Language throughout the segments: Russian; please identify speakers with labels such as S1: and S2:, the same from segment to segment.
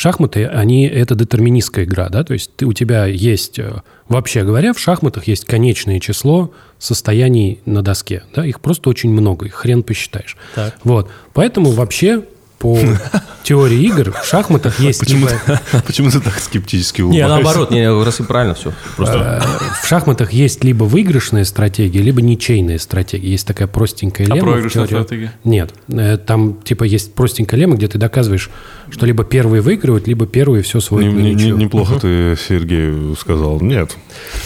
S1: Шахматы, они, это детерминистская игра, да, то есть ты, у тебя есть, э, вообще говоря, в шахматах есть конечное число состояний на доске, да, их просто очень много, их хрен посчитаешь.
S2: Так.
S1: Вот, поэтому вообще по теории игр в шахматах есть...
S3: Почему,
S1: некая-
S3: ты, почему ты так скептически
S2: Не,
S3: улыбаешься?
S2: наоборот, не, раз и правильно все. Просто
S1: Э, В шахматах есть либо выигрышная стратегия, либо ничейная стратегия. Есть такая простенькая
S4: А
S1: лема. в
S4: проигрышная
S1: теории-
S4: стратегия?
S1: Нет. Э, Там типа есть простенькая лема, где ты доказываешь, что либо первые выигрывают, либо первые все
S3: Не-
S1: сводят на
S3: не- не-
S1: ничью.
S3: неплохо ты, Сергей, сказал. Нет.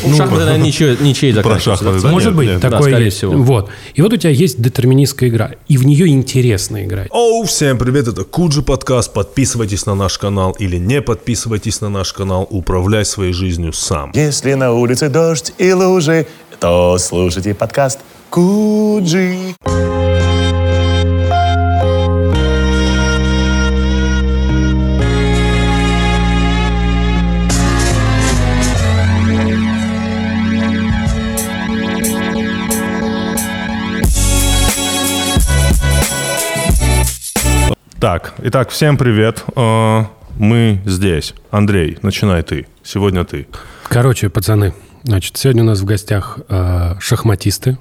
S2: ну, шахматы, наверное, ничей, ничей
S3: Про
S2: заканчиваются,
S3: шахматы,
S2: да?
S3: да?
S1: Может
S3: Нет,
S1: быть,
S3: нет.
S2: Да,
S1: такое
S2: скорее
S1: есть.
S2: всего.
S1: Вот. И вот у тебя есть детерминистская игра, и в нее интересно играть.
S5: Оу, всем привет, это Куджи подкаст. Подписывайтесь на наш канал или не подписывайтесь на наш канал. Управляй своей жизнью сам.
S6: Если на улице дождь и лужи, то слушайте подкаст Куджи.
S3: Так, итак, всем привет. Э, Мы здесь. Андрей, начинай ты. Сегодня ты.
S1: Короче, пацаны, значит, сегодня у нас в гостях э, шахматисты.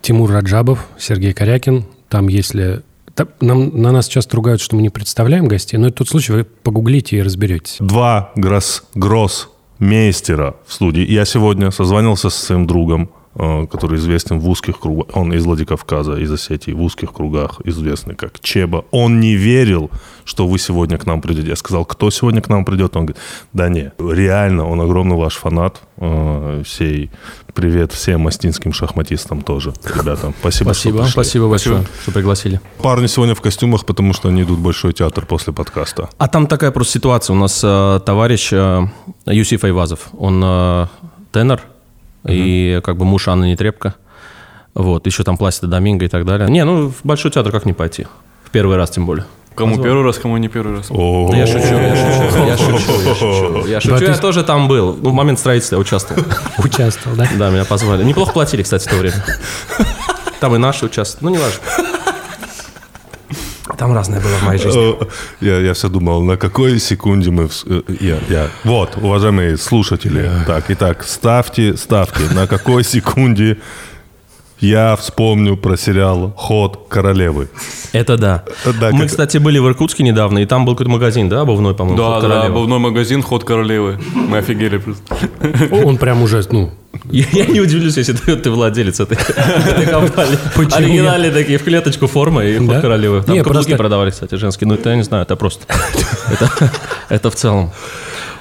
S1: Тимур Раджабов, Сергей Корякин. Там, если... та- нам, на нас часто ругают, что мы не представляем гостей, но это тот случай, вы погуглите и разберетесь.
S3: Два гросс, мейстера в студии. Я сегодня созвонился с своим другом, э, который известен в узких кругах. Он из Владикавказа, из Осетии, в узких кругах, известный как Чеба. Он не верил, что вы сегодня к нам придете. Я сказал, кто сегодня к нам придет? Он говорит, да не, реально, он огромный ваш фанат. Э, Всей привет всем остинским шахматистам тоже, ребята. Спасибо, что
S2: Спасибо,
S3: пришли.
S2: спасибо большое, что пригласили.
S3: Парни сегодня в костюмах, потому что они идут в Большой театр после подкаста.
S2: А там такая просто ситуация. У нас э, товарищ э, Юсиф Айвазов, он э, тенор и как бы муж Анны Нетребко. Вот, еще там Пласида Доминго и так далее. Не, ну в Большой театр как не пойти? В первый раз тем более.
S4: Кому первый раз, кому не первый раз.
S3: О,
S2: Я шучу, я шучу, я шучу, я шучу. Я шучу,
S1: ты-
S2: я тоже там был. Ну, в момент строительства я участвовал.
S1: Участвовал, да?
S2: Да, меня позвали. Неплохо платили, кстати, в то время. Там и наши участвовали. Ну, не важно. Там разное было в моей жизни.
S3: Э, Я, я все думал, на какой секунде мы... вс- э, Я, я. Вот, уважаемые слушатели. Так, итак, ставьте, ставьте, на какой секунде я вспомню про сериал «Ход королевы».
S2: Это да.
S3: Э, да,
S2: Мы,
S3: как-
S2: кстати, были в Иркутске недавно, и там был какой-то магазин, да, обувной, по-моему?
S4: Да,
S2: «Ход
S4: да,
S2: королевы».
S4: обувной магазин «Ход королевы». Мы офигели просто.
S1: О, Он прям уже, ну,
S2: Я, я не удивлюсь, если ты, ты владелец этой, этой компании.
S1: Почему
S2: Оригинальные такие в клеточку формы и
S1: Да?
S2: под королевы. Там
S1: Не,
S2: каблуки
S1: просто-
S2: продавали, кстати, женские. Ну, это я не знаю, это просто. Это, это в целом.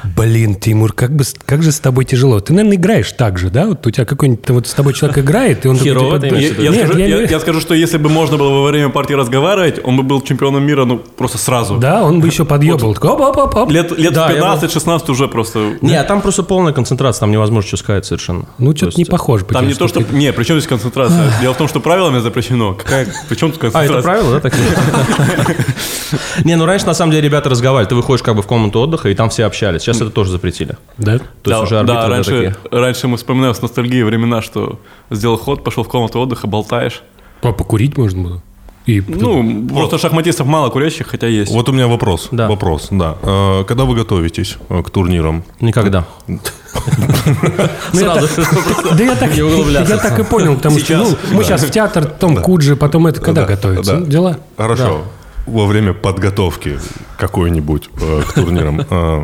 S1: блин, Тимур, как, бы, с- как же с тобой тяжело. Ты, наверное, играешь так же, да? Вот у тебя какой-нибудь, вот с тобой человек играет, и он... такой,
S2: Херово
S1: типа,
S2: ты
S1: «Да,
S4: Я,
S2: имеешь в
S1: нет, я-
S2: виду?
S4: я скажу, я- я скажу, что если бы можно было во время партии разговаривать, он бы был чемпионом мира, ну, просто сразу.
S1: Да, он бы еще подъебал. Такой, оп, оп, оп, оп.
S4: Лет, лет
S2: Да,
S4: в
S2: я
S4: 15-16 уже просто...
S2: Не, а там просто полная концентрация, там невозможно что сказать совершенно.
S1: Ну,
S2: То
S1: что-то
S2: есть-
S1: не похоже.
S4: Там не
S1: потому
S4: то, что... Не, при чем здесь концентрация? Дело в том, что правилами запрещено. Какая... При чем тут
S2: А, это
S4: концентрация?
S2: правило, да, такие? Не, ну раньше, на самом деле, ребята разговаривали. Ты выходишь как бы в комнату отдыха, и там все общались. Сейчас это тоже запретили.
S1: Да?
S2: То есть уже
S4: да,
S2: арбитры
S4: да,
S2: да,
S4: раньше,
S2: такие.
S4: раньше мы вспоминаем с ностальгией времена, что сделал ход, пошел в комнату отдыха, болтаешь.
S1: А покурить можно было? И
S4: Ну, просто шахматистов мало курящих, хотя есть.
S3: Вот у меня вопрос.
S2: Да.
S3: Вопрос, да. Э, Когда вы готовитесь э, к турнирам?
S2: Никогда. Ну, Сразу.
S1: Да я так,
S2: Не углубляться.
S1: я так и понял, потому что ну, мы сейчас в театр, потом Куджи, потом это когда
S3: Да,
S1: готовится?
S3: да.
S1: Ну, Дела?
S3: Хорошо. Во время подготовки какой-нибудь э, к турнирам. э,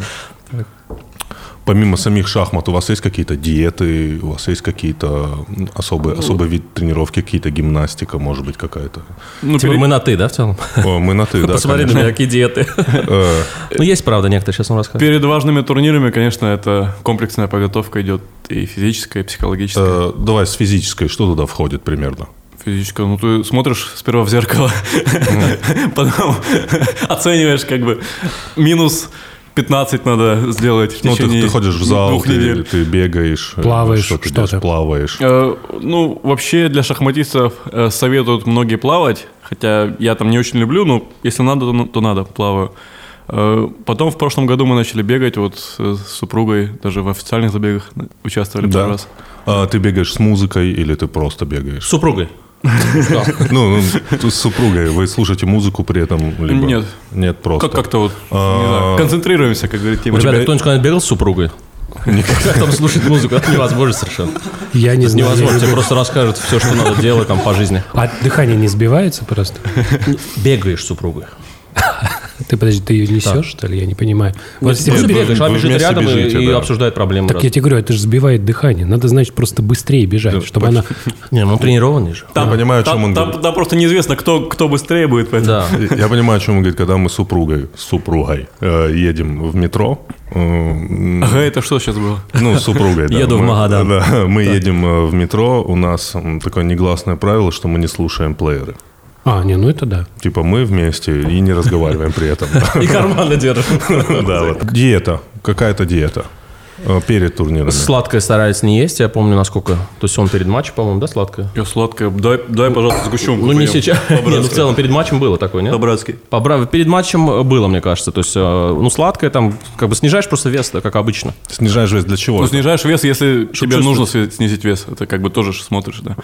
S3: Помимо самих шахмат, у вас есть какие-то диеты, у вас есть какие-то м, особые, особый вид тренировки, какие-то гимнастика, может быть, какая-то?
S4: Ну,
S2: Типа
S4: пере-
S2: мы на «ты», да, в целом?
S3: О, мы на ты, да,
S2: Посмотри на
S3: конечно.
S2: меня, какие диеты.
S3: Э,
S2: Ну, есть, правда, некоторые, сейчас вам расскажу.
S4: Перед важными турнирами, конечно, это комплексная подготовка идет и физическая, и психологическая.
S3: э, Давай с физической, что туда входит примерно?
S4: Физическая, ну ты смотришь сперва в зеркало, потом оцениваешь как бы минус 15 надо сделать в
S3: Ну, ты,
S4: течение
S3: ты ходишь в зал,
S4: двух
S3: ты,
S4: недель.
S3: ты бегаешь, э,
S1: Плаваешь,
S3: что ты
S1: что-то.
S3: делаешь, плаваешь.
S4: Э, Ну, вообще для шахматистов э, советуют многие плавать, хотя я там не очень люблю, но если надо, то, ну, то надо, плаваю. Э, Потом в прошлом году мы начали бегать вот с с супругой, даже в официальных забегах участвовали
S3: Да.
S4: пару раз.
S3: А ты бегаешь с музыкой или ты просто бегаешь?
S2: С супругой.
S3: Ну, ну, с супругой. Вы слушаете музыку при этом? либо-
S4: Нет.
S3: Нет, просто.
S4: Как- Как-то вот, не
S3: А.
S4: знаю, концентрируемся, как говорит Тима.
S2: Ребята, кто-нибудь когда-нибудь бегал с супругой? Как там слушать музыку? Это невозможно совершенно.
S1: Я не знаю.
S2: Невозможно, тебе просто расскажут все, что надо делать там по жизни.
S1: А дыхание не сбивается просто?
S2: Бегаешь с супругой.
S1: Ты, подожди, ты ее несешь, что ли? Я не понимаю. Вот
S2: Нет,
S1: если
S2: ты
S1: ты-
S2: бегаешь, она
S3: вы
S2: бежит
S3: вместе
S2: рядом и-
S3: бежите,
S2: и
S3: да.
S2: обсуждает проблемы.
S1: Так
S2: разные.
S1: я тебе говорю, это же сбивает дыхание. Надо, значит, просто быстрее бежать, чтобы она...
S2: Не, ну тренированный же.
S4: Там-
S3: Я понимаю, о чем
S4: там-
S3: он
S4: там-
S3: говорит.
S4: Там просто неизвестно, кто, кто быстрее будет, поэтому...
S2: Да.
S3: А, Я понимаю, о чем он говорит, когда мы с супругой, с супругой э, едем в метро. э, м,
S4: Ага, это что сейчас было?
S3: Ну, с супругой, да.
S2: Еду в
S3: Мы-
S2: Магадан.
S3: да, мы едем э, в метро, у нас м, такое негласное правило, что мы не слушаем плееры.
S1: А, не, ну это да.
S3: Типа мы вместе и не разговариваем при этом.
S2: И карманы держишь.
S3: Да, вот. Диета. Какая-то диета. Э, Перед турнирами.
S2: Сладкое старается не есть, я помню, насколько. То есть он перед матчем, по-моему, да, сладкое?
S4: Я сладкое. Дай, дай, пожалуйста, сгущенку.
S2: Ну, не
S4: поем.
S2: сейчас. Не, ну, в
S4: По-братски.
S2: целом, перед матчем было такое, нет?
S4: По-братски.
S2: По бра- Перед матчем было, мне кажется. То есть, э, ну, сладкое там, как бы снижаешь просто вес, да, как обычно.
S3: Снижаешь вес для чего?
S4: Ну, снижаешь вес, если тебе
S2: чувствовать.
S4: нужно сви- снизить вес. Это как бы тоже ж смотришь, да.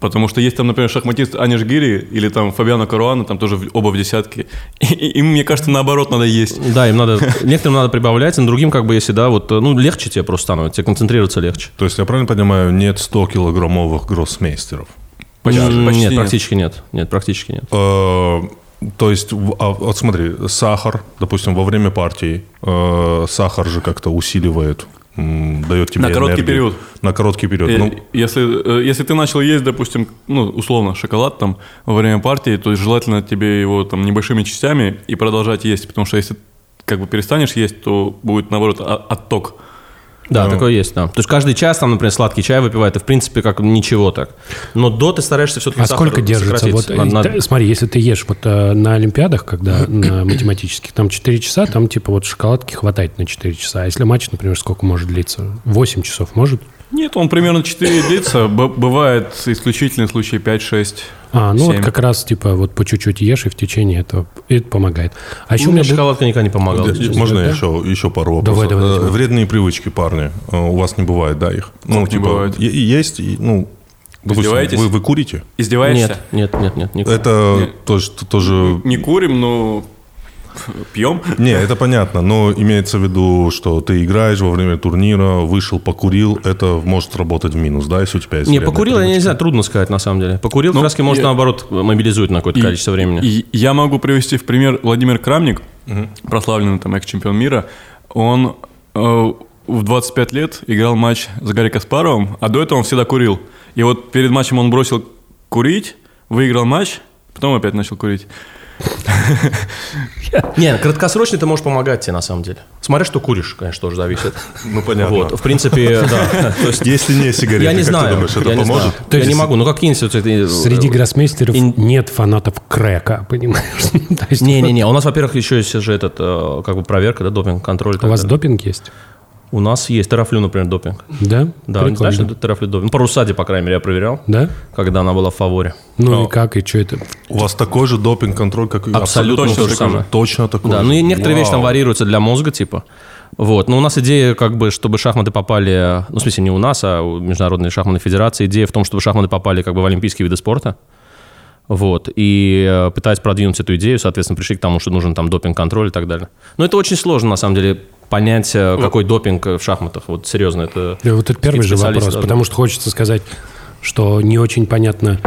S4: Потому что есть там, например, шахматист Аниш Гири или там Фабиано Каруана, там тоже в- оба в десятке. И- и- им, мне кажется, наоборот надо есть.
S2: Да, им надо, некоторым надо прибавлять, а другим, как бы, если, да, вот, э, ну, легче тебе просто становится, тебе концентрироваться легче.
S3: То есть я правильно понимаю, нет 100-килограммовых гроссмейстеров?
S4: Почти-
S2: М,
S4: почти
S2: нет,
S4: нет.
S2: практически нет. Нет, практически нет.
S3: Э, То есть, в- а вот смотри, сахар, допустим, во время партии, э, сахар же как-то усиливает, м, дает тебе
S4: На короткий
S3: энергию.
S4: период.
S3: На короткий период.
S4: Э,
S3: Ну,
S4: Если, э, если ты начал есть, допустим, ну, условно, шоколад там во время партии, то есть желательно тебе его там небольшими частями и продолжать есть, потому что если как бы перестанешь есть, то будет, наоборот, о- отток.
S2: Да, такое есть, да. То есть каждый час, там, например, сладкий чай выпивает, и, в принципе, как ничего так. Но до ты стараешься все-таки
S1: А сколько держится? Вот, э, та- смотри, если ты ешь вот э, на Олимпиадах, когда на математических, там 4 часа, там типа вот шоколадки хватает на 4 часа. А если матч, например, сколько может длиться? 8 часов может?
S4: Нет, он примерно 4 длится. Б- Бывает исключительный случай 5-6.
S1: А, ну
S4: Семь.
S1: вот как раз типа вот по чуть-чуть ешь, и в течение этого и это помогает. А еще
S2: Еще
S1: у меня был-
S2: Ну, шоколадка никогда не помогала.
S3: д-
S2: честно.
S3: можно
S1: да?
S3: я еще, еще пару
S1: Давай,
S3: вопросов?
S1: давай,
S3: Э,
S1: Тимур.
S3: Вредные привычки, парни, э, у вас не бывает, да, их? Ну,
S4: не бывает?
S3: е- есть, и, ну, допустим,
S4: Издеваетесь? Э,
S3: вы, вы курите?
S4: Издеваешься?
S2: Нет, нет, нет, нет. никак.
S3: Это тоже... тоже
S4: Не курим, но пьем.
S3: не, это понятно, но имеется в виду, что ты играешь во время турнира, вышел, покурил, это может работать в минус, да, если у тебя есть
S2: Не,
S3: вредная
S2: покурил, я
S3: привычка?
S2: не знаю, трудно сказать, на самом деле. Покурил,
S4: Ну,
S2: как раз таки, может,
S4: я-
S2: наоборот, мобилизует на какое-то
S4: И-
S2: количество времени.
S4: и я могу привести в пример Владимир Крамник, прославленный там экс-чемпион мира. Он э, в 25 лет играл матч с Гарри Каспаровым, а до этого он всегда курил. И вот перед матчем он бросил курить, выиграл матч, потом опять начал курить.
S2: Не, ну, краткосрочно ты можешь помогать тебе, на самом деле. Смотря, что куришь, конечно, тоже зависит.
S3: Ну, понятно.
S2: Вот, в принципе, да. То есть,
S3: Если не сигареты,
S2: я не
S3: как
S2: знаю.
S3: ты думаешь, это
S2: я не
S3: поможет?
S2: знаю. Я не могу, ну какие-нибудь... вот эти-
S1: Среди гроссмейстеров
S2: Ин-
S1: нет фанатов крэка, понимаешь? То есть
S2: Не-не-не, у нас, во-первых, еще есть же этот, э, как бы, проверка, да, допинг, контроль.
S1: А У вас допинг есть?
S2: У нас есть терафлю, например, допинг.
S1: Да?
S2: Да, не знаешь, что
S1: Прикольно.
S2: это терафлю допинг? Ну, по Русаде, по крайней мере, я проверял,
S1: Да?
S2: когда она была в фаворе.
S1: Ну и как, и что это?
S3: У вас такой же допинг-контроль, как и
S2: Абсолютно
S3: точно
S2: то же
S3: такой
S2: самое.
S3: Точно такой
S2: Да,
S3: же.
S2: ну и некоторые
S3: Вау.
S2: вещи там варьируются для мозга, типа. Вот, но у нас идея, как бы, чтобы шахматы попали, ну, в смысле, не у нас, а у Международной шахматной федерации, идея в том, чтобы шахматы попали, как бы, в олимпийские виды спорта. Вот, и э, пытаясь продвинуть эту идею, соответственно, пришли к тому, что нужен там допинг-контроль и так далее. Но это очень сложно, на самом деле, понять, э, какой допинг э, в шахматах. Вот, серьезно, это...
S1: Ну. Да, Вот это первый же
S2: специалист
S1: вопрос,
S2: должен.
S1: потому что хочется сказать, что не очень понятно,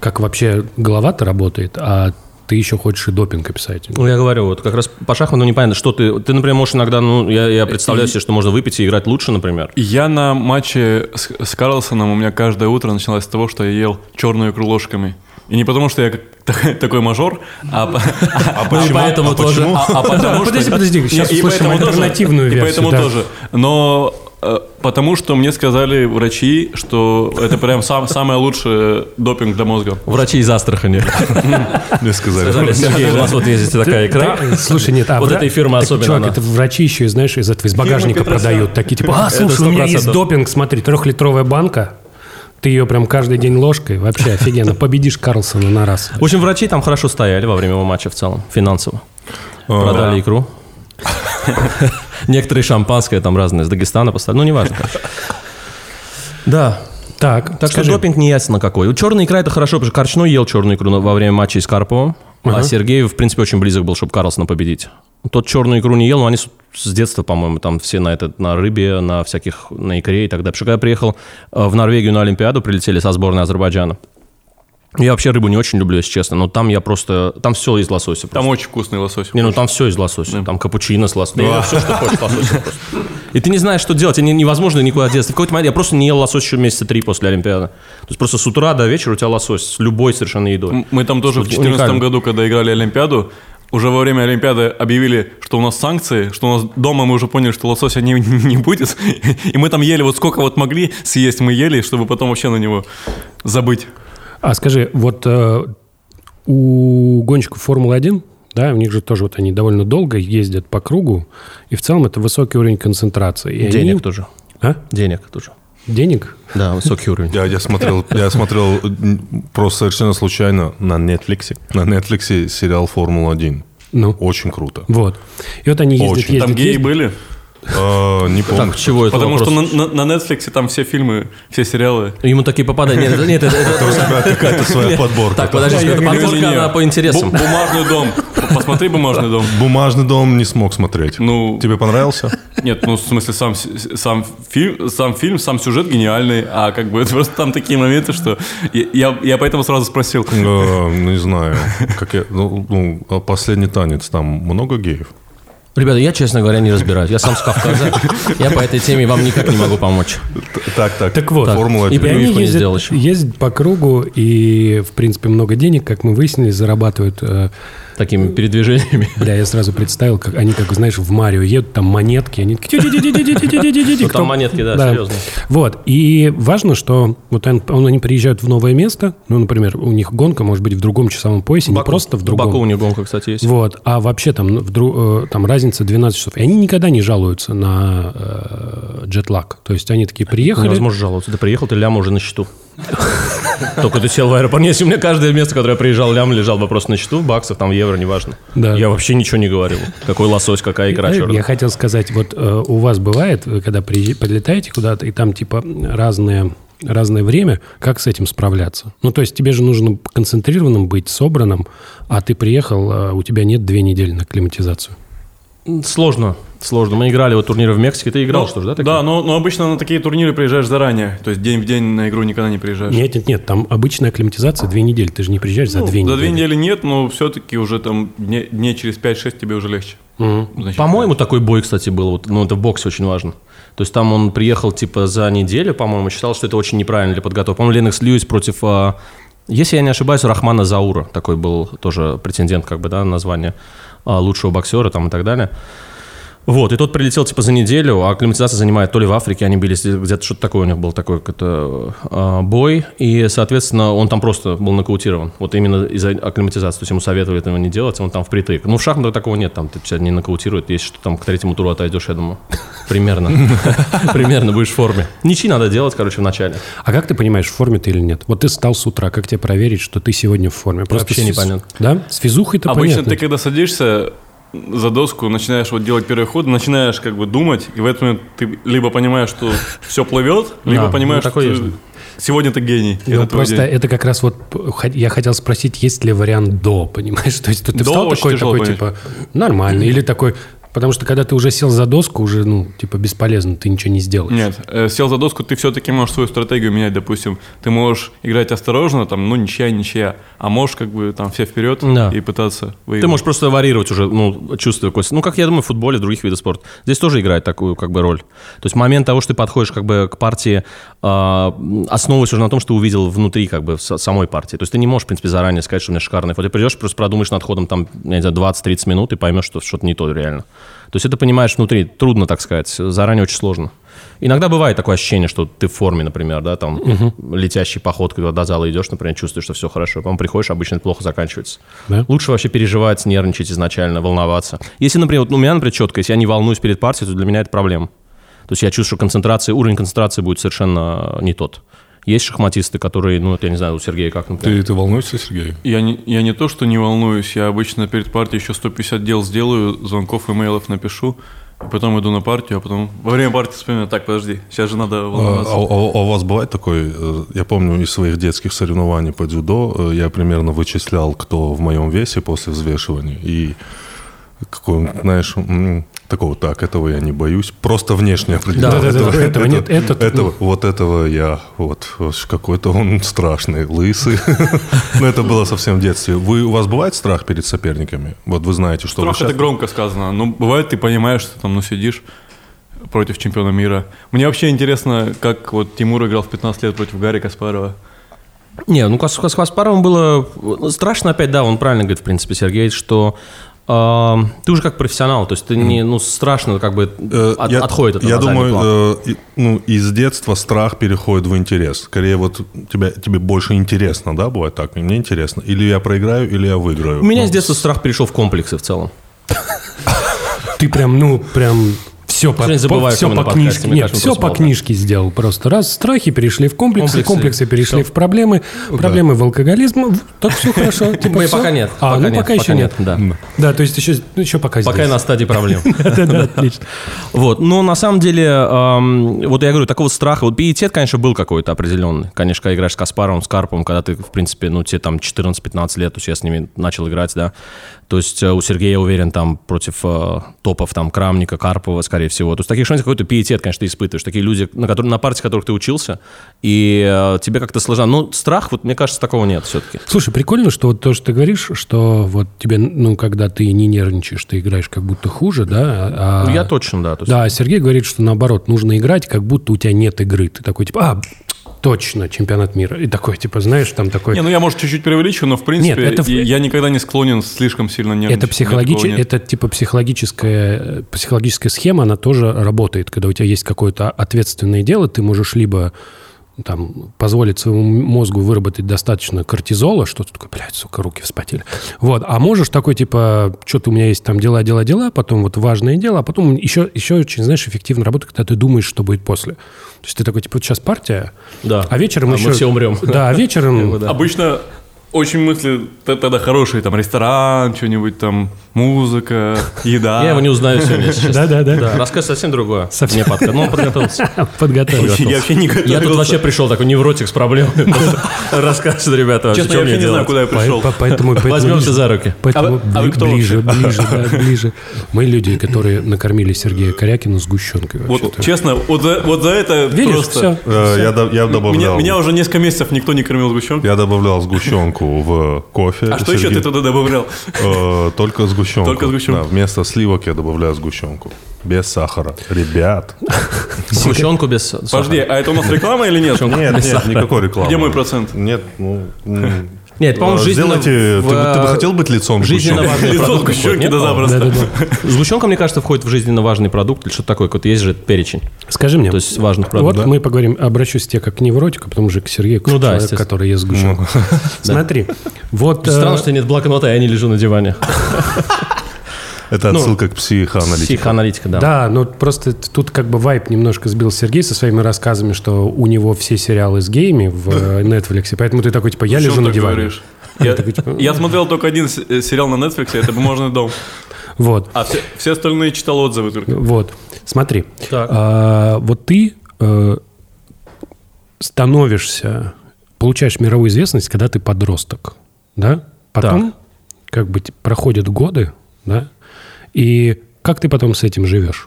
S1: как вообще голова-то работает, а ты еще хочешь и допинг описать.
S2: Ну, я говорю, вот как раз по шахматам ну, непонятно, что ты... Ты, например, можешь иногда, ну, я, я представляю себе, что можно выпить и играть лучше, например.
S4: Я на матче с, с Карлсоном, у меня каждое утро началось с того, что я ел черную икру ложками. И не потому, что я как- так- такой мажор, а, по- а
S2: Ну, поэтому тоже-
S4: почему? А, а потому что...
S1: Подожди, подожди, сейчас
S4: Не, и
S1: услышим
S4: поэтому тоже-
S1: альтернативную версию,
S4: И поэтому
S1: да.
S4: тоже. Но э, потому что мне сказали врачи, что это прям сам, самое лучшее допинг для мозга.
S2: Врачи из Астрахани.
S3: Мне сказали.
S2: Сказали, Сергей, у нас вот есть такая икра.
S1: Да, слушай, нет, а
S2: Вот
S1: вра-
S2: этой фирмы
S1: так,
S2: особенно
S1: Чувак,
S2: она.
S1: это врачи еще, и, знаешь, из этого из багажника продают. Такие типа, а, слушай, у меня есть
S2: 100%.
S1: допинг, смотри, трехлитровая банка. Ты ее прям каждый день ложкой. Вообще офигенно. Победишь Карлсона на раз.
S2: В общем, врачи там хорошо стояли во время его матча в целом, финансово. Продали икру. Некоторые шампанское там разные, из Дагестана поставили. Ну, неважно. короче. Да.
S1: Так,
S2: Так
S1: скажи.
S2: что допинг не ясно какой. Вот Черная икра это хорошо, потому что Корчной ел черную икру на- во время матча с Карповым. А Сергеев, в принципе, очень близок был, чтобы Карлсона победить. Тот черную икру не ел, но они с, с детства, по-моему, там все на, этот, на рыбе, на всяких, на икре и так далее. Потому что когда я приехал э, в Норвегию на Олимпиаду, прилетели со сборной Азербайджана. Я вообще рыбу не очень люблю, если честно, но там я просто... Там все из лосося. просто.
S4: Там очень вкусный лосось.
S2: Не, ну там все из лосося. Там капучино с лососем. все, что хочешь, лосося просто. И ты не знаешь, что делать. и не- невозможно никуда деться. В какой-то момент я просто не ел лосось еще месяца три после Олимпиады. То есть просто с утра до вечера у тебя лосось с любой совершенно едой.
S4: М- Мы там тоже в
S2: Уникально.
S4: 2014 году, когда играли Олимпиаду, уже во время Олимпиады объявили, что у нас санкции, что у нас дома мы уже поняли, что лосося не, не будет. И мы там ели вот сколько вот могли съесть, мы ели, чтобы потом вообще на него забыть.
S1: А скажи, вот э, у гонщиков Формулы-1, да, у них же тоже вот они довольно долго ездят по кругу, и в целом это высокий уровень концентрации. И
S2: Денег
S1: они-
S2: тоже.
S1: А?
S2: Денег тоже.
S1: Денег?
S2: Да, высокий уровень.
S3: Я, я смотрел, я смотрел м, просто совершенно случайно на Netflix. На Netflix сериал «Формула-1».
S1: Ну,
S3: Очень круто.
S1: вот. И вот они ездят,
S3: Очень.
S1: ездят,
S4: Там геи
S1: ездят.
S4: были?
S3: А, не помню.
S2: Так, чего это
S4: Потому
S2: вопрос?
S4: что на, на- на Netflix там все фильмы, все сериалы.
S2: Ему такие попадают. Нет, это- нет, это- это
S3: У тебя какая-то своя подборка.
S2: Так, подожди, это
S4: говорю,
S2: подборка,
S4: не-не.
S2: она по интересам.
S4: Бу- Бумажный дом. Посмотри бумажный дом.
S3: «Бумажный дом» не смог смотреть.
S4: Ну,
S3: Тебе понравился?
S4: Нет, ну в смысле сам, с- сам, фильм, сам фильм, сам сюжет гениальный, а как бы это просто там такие моменты, что я, я, я поэтому сразу спросил.
S3: Э, Не знаю. Как я- ну, ну, а «Последний танец» там много геев?
S2: Ребята, я, честно говоря, не разбираюсь. Я сам с Кавказа. Я по этой теме вам никак не могу помочь.
S3: Так, так.
S1: Так вот.
S2: И
S1: И
S3: «Формула-1».
S2: при-
S1: они
S2: Прививку не
S1: ездят,
S2: сделал еще.
S1: ездят по кругу и, в принципе, много денег, как мы выяснили, зарабатывают. э,
S2: Такими передвижениями.
S1: Бля, я сразу представил, как они, как знаешь, в Марио едут, там монетки, они такие... «Ти-ти-ти-ти-ти-ти-ти-ти-ти-ти-ти».
S2: Ну, там
S1: Кто-
S2: монетки, да, серьезно.
S1: Вот, и важно, что вот он- он- они приезжают в новое место, ну, например, у них гонка может быть в другом часовом поясе, не просто в другом.
S2: Баку у них гонка, кстати, есть.
S1: Вот, а вообще там, ну, вдру- э, там разница 12 часов. И они никогда не жалуются на э, джетлаг. То есть они такие приехали,
S2: Невозможно жаловаться. Ты приехал, ты лям уже на счету. Только ты сел в аэропорт. Если у меня каждое место, которое я приезжал, лям лежал вопрос на счету, баксов, там евро, неважно.
S1: Да.
S2: Я вообще ничего не говорил. Какой лосось, какая икра
S1: Э, Я
S2: черная.
S1: хотел сказать, вот э, у вас бывает, вы когда приезж- подлетаете куда-то, и там типа разные разное время, как с этим справляться? Ну, то есть тебе же нужно концентрированным быть, собранным, а ты приехал, а у тебя нет две недели на климатизацию.
S2: Сложно. Сложно. Мы играли вот турниры в Мексике. Ты играл, что ли, Ну, да? такие?
S4: Да, но, но обычно на такие турниры приезжаешь заранее. То есть день в день на игру никогда не приезжаешь.
S1: Нет, нет, нет, там обычная климатизация две недели, ты же не приезжаешь за
S4: Ну,
S1: две недели.
S4: за две недели нет, но все-таки уже там дне- дней через 5-6 тебе уже легче. Значит,
S2: По-моему, такой бой, кстати, был. Вот, ну, это в боксе очень важно. То есть там он приехал, типа, за неделю, по-моему, считал, что это очень неправильно для подготовки. По-моему, Ленокс Льюис против, а, если я не ошибаюсь, Рахмана Заура. Такой был тоже претендент, как бы, да, на название а, лучшего боксера там и так далее. Вот, и тот прилетел, типа, за неделю, а акклиматизация занимает то ли в Африке, они бились, где-то что-то такое у них был, такой какой-то э, бой, и, соответственно, он там просто был нокаутирован, вот именно из-за акклиматизации, то есть ему советовали этого не делать, он там впритык. Ну, в шахматах такого нет, там, ты тебя не нокаутируют, если что, там, к третьему туру отойдешь, я думаю, примерно, примерно будешь в форме. Ничьи надо делать, короче, в начале.
S1: А как ты понимаешь, в форме ты или нет? Вот ты встал с утра, как тебе проверить, что ты сегодня в форме?
S2: Вообще
S1: с-
S2: непонятно.
S1: Да? С физухой-то
S4: Обычно
S1: понятно.
S4: ты, когда садишься за доску, начинаешь вот делать первый ход, начинаешь как бы думать, и в этот момент ты либо понимаешь, что все плывет, либо
S2: ну,
S4: понимаешь,
S2: такое
S4: что
S2: есть.
S4: ты- сегодня ты гений.
S1: Ну,
S4: Это твой
S1: просто
S4: день.
S1: это как раз вот п- хот- я хотел спросить, есть ли вариант до, понимаешь? То есть ты
S4: До
S1: встал
S4: очень
S1: такой,
S4: тяжело
S1: такой типа, нормально, или такой, потому что когда ты уже сел за доску, уже, ну, типа, бесполезно, ты ничего не сделаешь.
S4: Нет, э, сел за доску, ты все-таки можешь свою стратегию менять, допустим. Ты можешь играть осторожно, там, ну, ничья, ничья, а можешь как бы там все вперед
S2: Да.
S4: и пытаться выиграть.
S2: Ты можешь просто варьировать уже, ну, чувство какое Ну, как я думаю, в футболе, в других видах спорта. Здесь тоже играет такую, как бы, роль. То есть момент того, что ты подходишь, как бы, к партии, а, м, основываясь уже на том, что ты увидел внутри, как бы, в с- самой партии. То есть ты не можешь, в принципе, заранее сказать, что у меня шикарный ход. Ты придешь, просто продумаешь над ходом, там, я не знаю, 20-30 минут и поймешь, что что-то не то реально. То есть это понимаешь внутри. Трудно, так сказать. Заранее очень сложно. Иногда бывает такое ощущение, что ты в форме, например, да, там, летящий походкой когда до зала идешь, например, чувствуешь, что все хорошо. Потом приходишь, обычно это плохо заканчивается.
S1: Да?
S2: Лучше вообще переживать, нервничать изначально, волноваться. Если, например, вот у меня, например, четко, если я не волнуюсь перед партией, то для меня это проблема. То есть я чувствую, что концентрация, уровень концентрации будет совершенно не тот. Есть шахматисты, которые, ну, это я не знаю, у Сергея как, например.
S3: Ты, ты волнуешься, Сергей?
S4: Я не, я не то, что не волнуюсь, я обычно перед партией еще 150 дел сделаю, звонков, имейлов напишу, И потом иду на партию, а потом во время партии вспоминаю, так, подожди, сейчас же надо
S3: А,
S4: волноваться.
S3: а у- а у вас бывает такой, э, я помню из своих детских соревнований по дзюдо, э, я примерно вычислял, кто в моем весе после взвешивания. И какой, знаешь, м, такого, так, этого я не боюсь. Просто внешне определял.
S1: Да, да, да, этого нет, этот,
S3: этого, вот этого я, вот, уж какой-то он страшный, лысый. Но это было совсем в детстве. Вы, у вас бывает страх перед соперниками? Вот вы знаете, что вы
S4: Страх это
S3: щас-
S4: громко сказано. Ну, бывает, ты понимаешь, что там, ну, сидишь против чемпиона мира. Мне вообще интересно, как вот Тимур играл в 15 лет против Гарри Каспарова.
S2: Не, ну Кас- с Каспаровым было ну, страшно опять, да, он правильно говорит, в принципе, Сергей, что э, ты уже как профессионал, то есть ты не, ну, страшно как бы
S3: Э,
S2: от-
S3: я,
S2: отходит это
S3: Я
S2: на задний
S3: думаю,
S2: план.
S3: э, и- ну, из детства страх переходит в интерес. Скорее, вот тебя, тебе больше интересно, да, бывает так? Мне интересно. Или я проиграю, или я выиграю.
S2: У меня
S3: Ну,
S2: с детства страх перешел в комплексы в целом.
S1: Ты прям, ну, прям все по,
S2: Сегодня
S1: по,
S2: забываю,
S1: все
S2: что мы
S1: по
S2: на подкасте,
S1: книжке.
S2: мне
S1: Нет,
S2: кажется,
S1: все
S2: просто
S1: по
S2: болтаем.
S1: книжке сделал просто. Раз страхи перешли в комплексы, комплексы,
S2: Комплексы.
S1: перешли
S2: Всё.
S1: в проблемы, проблемы в алкоголизм. В- Так все хорошо. типа
S2: Мы
S1: всё.
S2: пока нет.
S1: А, ну
S2: нет,
S1: пока еще нет.
S2: Да.
S1: Да, то есть еще, еще пока
S2: Пока я
S1: здесь.
S2: на стадии проблем.
S1: Да-да, отлично.
S2: Вот, но на самом деле, эм, вот я говорю, такого страха, вот пиетет, конечно, был какой-то определенный. Конечно, когда играешь с Каспаровым, с Карповым, когда ты, в принципе, ну, тебе там 14-15 лет, то есть я с ними начал играть, да. То есть э, у Сергея, я уверен, там против э, топов, там, Крамника, Карпова, скорее всего. То есть таких шансов какой-то пиетет, конечно, ты испытываешь. Такие люди, на, которые, на партии которых ты учился, и э, тебе как-то сложно. Ну, страх, вот, мне кажется, такого нет все-таки.
S1: Слушай, прикольно, что вот то, что ты говоришь, что вот тебе, ну, когда ты не нервничаешь, ты играешь как будто хуже,
S4: Ну,
S1: да? а-
S2: Ну, я точно, да. То есть,
S1: Да, а Сергей говорит, что наоборот, нужно играть, как будто у тебя нет игры. Ты такой, типа, а, точно, чемпионат мира. И такой, типа, знаешь, там такой...
S4: Не, ну я, может, чуть-чуть преувеличу, но в принципе
S1: это в-
S4: и- я никогда не склонен слишком сильно нервничать.
S1: Это, психологич...
S4: У меня такого нет.
S1: это типа психологическая, э, психологическая схема, она тоже работает, когда у тебя есть какое-то ответственное дело, ты можешь либо там, позволить своему мозгу выработать достаточно кортизола, что ты такой, блядь, сука, руки вспотели. Вот, а можешь такой, типа, что-то у меня есть там дела, дела, дела, потом вот важное дело, а потом еще, еще очень, знаешь, эффективно работает, когда ты думаешь, что будет после. То есть ты такой, типа, вот сейчас партия,
S2: Да.
S1: а вечером
S2: А мы
S1: еще...
S2: все умрем.
S1: Да, а вечером...
S2: да.
S4: Обычно очень мысли т- тогда хорошие, там ресторан, что-нибудь там, музыка, еда.
S2: Я его не узнаю сегодня, если честно.
S1: Да-да-да.
S2: Да, рассказ совсем другое.
S1: Совсем.
S2: Мне подка- Ну, он подготовился.
S1: Подготовился.
S4: Я вообще не
S2: Я тут
S4: готовился.
S2: вообще пришел такой невротик с проблемами. Просто Рассказывает, ребята, вообще,
S4: Честно,
S2: что
S4: я вообще
S2: мне
S4: не
S2: делать.
S4: знаю, куда я пришел.
S1: По- по- Поэтому, поэтому
S2: Возьмемся
S1: видишь,
S2: за руки.
S1: Поэтому
S4: А вы- а вы
S1: бли-
S4: кто
S1: ближе, ближе, да, ближе. Мы люди, которые накормили Сергея Корякина сгущенкой.
S4: Вот
S1: вообще-то.
S4: честно, вот за, вот за это
S1: Веришь?
S4: просто...
S1: Всё.
S3: Э, я, до- я добавлял,
S4: Меня, меня уже несколько месяцев никто не кормил сгущенкой.
S3: я добавлял сгущенку в э, кофе.
S4: А что еще ты
S3: Сергей.
S4: туда добавлял?
S3: Э, только сгущенку.
S4: Только сгущенку.
S3: Да, вместо сливок я добавляю сгущенку. Без сахара. Ребят.
S2: Сгущенку без сахара.
S4: Подожди, а это у нас реклама или нет?
S2: ну,
S3: Нет, нет, никакой рекламы.
S4: Где мой процент?
S3: Нет, ну... м,
S2: Нет, по-моему,
S3: э,
S2: жизненно...
S3: Сделайте...
S2: в-
S3: Ты бы
S2: э,
S3: ты бы хотел быть лицом
S2: Жизненно
S3: сгущенки?
S2: важный
S4: Лицо
S2: продукт.
S4: сгущенки
S2: Нет,
S4: до
S2: по-моему.
S4: запросто.
S1: Да-да-да.
S2: Сгущенка, мне кажется, входит в жизненно важный продукт или что-то такое. Вот есть же перечень.
S1: Скажи мне,
S2: То есть важных
S1: вот
S2: продуктов.
S1: мы поговорим, обращусь к тебе как к невротику, потом же к Сергею, как
S2: Ну да,
S1: человек,
S2: естественно.
S1: который ест сгущенку.
S4: Ну.
S1: Смотри, вот... э,
S2: Странно, что нет блокнота, и я не лежу на диване.
S3: Это
S2: Ну,
S3: отсылка к психоаналитике.
S2: Психоаналитика, да.
S1: Да, но просто т- тут как бы вайп немножко сбил Сергей со своими рассказами, что у него все сериалы с геями в э, Netflix, и поэтому ты такой, типа, я
S4: Ну, Чё
S1: лежу
S4: ты
S1: на
S4: так
S1: диване.
S4: говоришь? Я, я смотрел только один с- э, сериал на Netflix, это «Бумажный дом».
S1: Вот.
S4: А все, все остальные читал отзывы только.
S1: Вот, смотри.
S2: Так.
S1: А, вот ты э, становишься, получаешь мировую известность, когда ты подросток, да? Потом, как бы, т- проходят годы, да? И как ты потом с этим живешь?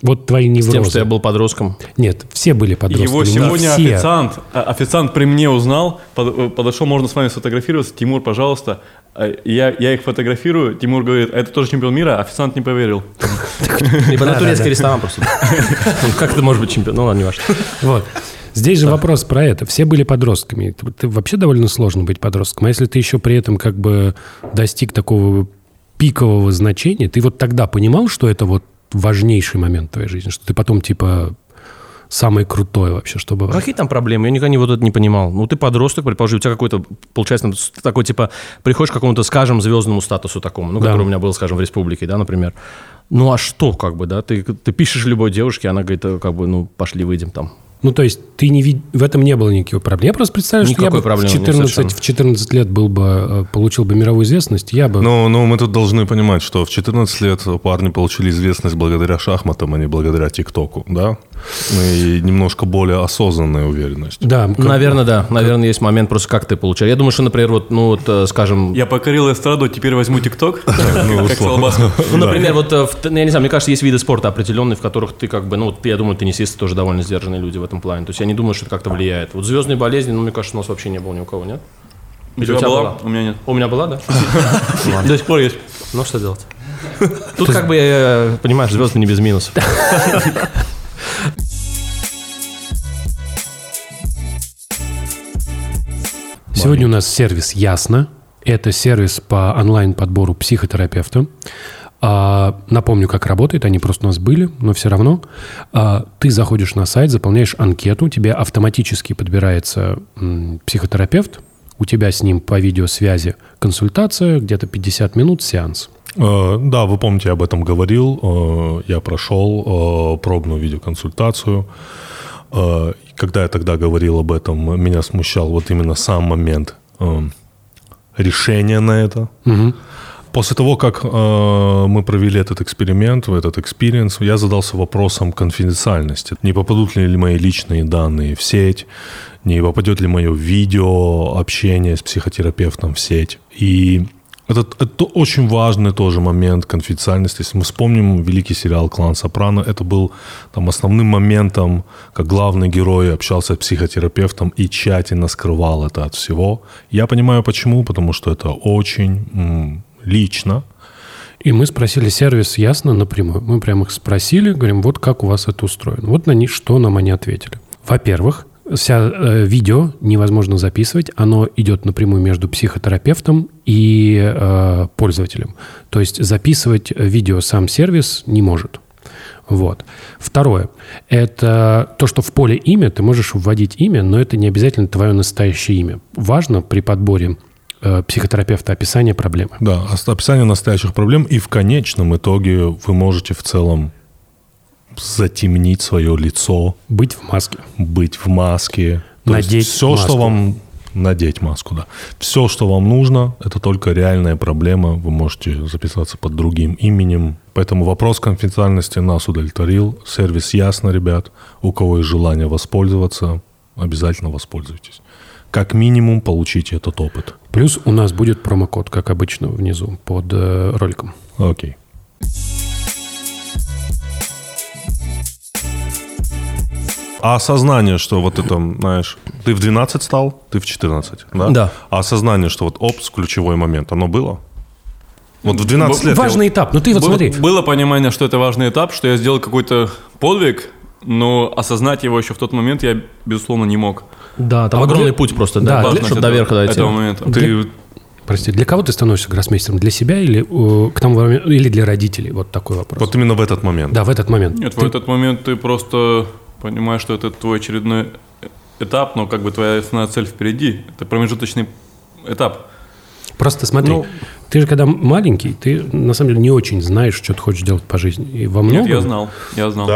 S1: Вот твои
S2: С
S1: неврозы.
S2: тем, что я был подростком.
S1: Нет, все были подростками.
S4: Его
S1: но
S4: сегодня
S1: все.
S4: официант, а, официант при мне узнал, под- э, подошел, можно с вами сфотографироваться, Тимур, пожалуйста. А, Я, я их фотографирую, Тимур говорит, «А это тоже чемпион мира, официант не поверил.
S2: Либо на турецкий ресторан просто. Ну, Как это может быть чемпион? Ну ладно, не важно.
S1: Вот. Здесь же вопрос про это. Все были подростками. Ты, ты вообще довольно сложно быть подростком. А если ты еще при этом как бы достиг такого пикового значения, ты вот тогда понимал, что это вот важнейший момент в твоей жизни, что ты потом типа самое крутое вообще, что бывает.
S2: Какие там проблемы? Я никогда не вот это не понимал. Ну, ты подросток, предположим, у тебя какой-то, получается, ну, с- такой, типа, приходишь к какому-то, скажем, звездному статусу такому, ну,
S1: Да.
S2: который у меня был, скажем, в республике, да, например. Ну, а что, как бы, да? Ты, ты пишешь любой девушке, она говорит, э, как бы, ну, пошли, выйдем там.
S1: Ну, то есть, ты не вид... в этом не было никаких проблем. Я просто представляю, что я
S2: Никакой
S1: бы в
S2: проблемы нет
S1: 14,
S2: совершенно.
S1: в 14 лет был бы, э, получил бы мировую известность, я бы...
S3: Ну, ну, мы тут должны понимать, что в 14 лет парни получили известность благодаря шахматам, а не благодаря ТикТоку, да? Ну, И немножко более осознанная уверенность.
S1: Да, как-
S2: Наверное, да. Наверное, есть момент просто, как ты получаешь. Я думаю, что, например, вот, ну, вот, э, скажем...
S4: Я покорил эстраду, теперь возьму ТикТок.
S3: условно.
S4: Как Салабасков.
S2: Ну, например, вот, э, в т- ну, я не знаю, мне кажется, есть виды спорта определенные, в которых ты как бы, ну, вот, я думаю, теннисисты тоже довольно сдержанные люди в этом плане. То есть я не думаю, что это как-то влияет. Вот звездные болезни, ну, мне кажется, у нас вообще не было ни у кого, нет?
S4: У
S2: Или
S4: тебя была? У меня нет.
S2: У меня была, да? До сих пор есть. Ну, что делать? Тут как бы, э, понимаешь, звезды не без минусов.
S1: Сегодня у нас сервис «Ясно». Это сервис по онлайн-подбору психотерапевта. А, Напомню, как работает. Они просто у нас были, но все равно. А, Ты заходишь на сайт, заполняешь анкету, тебе автоматически подбирается м, психотерапевт, у тебя с ним по видеосвязи консультация, где-то 50 минут сеанс.
S3: Э, Да, вы помните, я об этом говорил. Э, Я прошел э, пробную видеоконсультацию. Э, и Когда я тогда говорил об этом, меня смущал вот именно сам момент э, решения на это. После того, как э, мы провели этот эксперимент, этот экспириенс, я задался вопросом конфиденциальности. Не попадут ли мои личные данные в сеть, не попадет ли мое видео общение с психотерапевтом в сеть. И этот, это очень важный тоже момент конфиденциальности. Если мы вспомним великий сериал «Клан Сопрано», это был там, основным моментом, как главный герой общался с психотерапевтом и тщательно скрывал это от всего. Я понимаю, почему, потому что это очень м, лично.
S1: И мы спросили сервис «Ясно» напрямую. Мы прям их спросили, говорим, вот как у вас это устроено. Вот на них, что нам они ответили. Во-первых, вся э, видео невозможно записывать. Оно идет напрямую между психотерапевтом и э, пользователем. То есть записывать видео сам сервис не может. Вот. Второе. Это то, что в поле имя ты можешь вводить имя, но это не обязательно твое настоящее имя. Важно при подборе э, психотерапевта описание проблемы.
S3: Да, ос- описание настоящих проблем, и в конечном итоге вы можете в целом затемнить свое лицо,
S1: Быть в маске.
S3: быть в маске.
S1: Надеть
S3: все,
S1: маску.
S3: что вам надеть маску, да. Все, что вам нужно, это только реальная проблема. Вы можете записаться под другим именем. Поэтому вопрос конфиденциальности нас удовлетворил. Сервис ясно, ребят. У кого есть желание воспользоваться, обязательно воспользуйтесь. Как минимум получите этот опыт.
S1: Плюс у нас будет промокод, как обычно, внизу под э, роликом.
S3: Окей. А осознание, что вот это, знаешь, ты в 12 стал, ты в 14, да?
S2: Да.
S3: А осознание, что вот опс, ключевой момент, оно было? Вот в 12 лет... я
S1: Важный этап. Ну ты вот
S4: Был-
S1: смотри.
S4: Было понимание, что это важный этап, что я сделал какой-то подвиг, но осознать его еще в тот момент я, безусловно, не мог.
S1: Да,
S2: Там огромный путь просто,
S1: Да,
S2: да,
S1: для-
S2: важно,
S4: Важность
S2: чтобы до
S4: этого-
S2: верха дойти.
S4: Этого момента.
S3: вот- Ты
S1: Прости, для кого ты становишься гроссмейстером? Для себя или э, к тому моменту, или для родителей? Вот такой вопрос.
S3: вот именно в этот момент.
S1: Да, в этот момент.
S4: Нет, в
S1: Ты-
S4: этот момент ты просто понимаешь, что это твой очередной этап, но как бы твоя основная цель впереди. Это промежуточный этап.
S1: Просто смотри,
S4: Ну.
S1: ты же когда маленький, ты на самом деле не очень знаешь, что ты хочешь делать по жизни. И во
S4: Нет,
S1: многом...
S4: я знал. Я знал.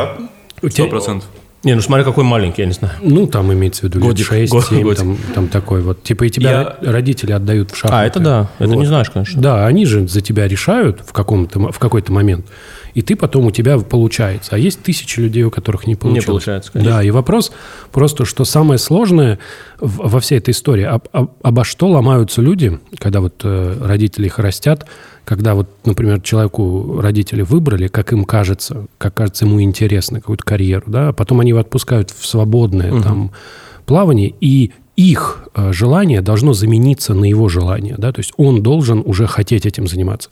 S1: У
S4: Сто
S1: тебя-
S4: процентов.
S2: Не, ну смотри, какой маленький, я не знаю.
S1: Ну, там имеется в виду
S2: Годик,
S1: лет 6,
S2: год-
S1: 7,
S2: годик.
S1: там, там такой вот. Типа и тебя ро- родители отдают в шахматы.
S2: А, это да, это не знаешь, конечно.
S1: Да, они же за тебя решают в, каком-то, м- в какой-то момент, и ты потом у тебя получается. А есть тысячи людей, у которых не получилось.
S2: получается, конечно.
S1: Да, и вопрос просто, что самое сложное в- во всей этой истории, об- об- обо что ломаются люди, когда вот э, родители их растят, когда вот, например, человеку родители выбрали, как им кажется, как кажется ему интересно, какую-то карьеру, да, а потом они его отпускают в свободное там плавание, и их э, желание должно замениться на его желание, да, то есть он должен уже хотеть этим заниматься.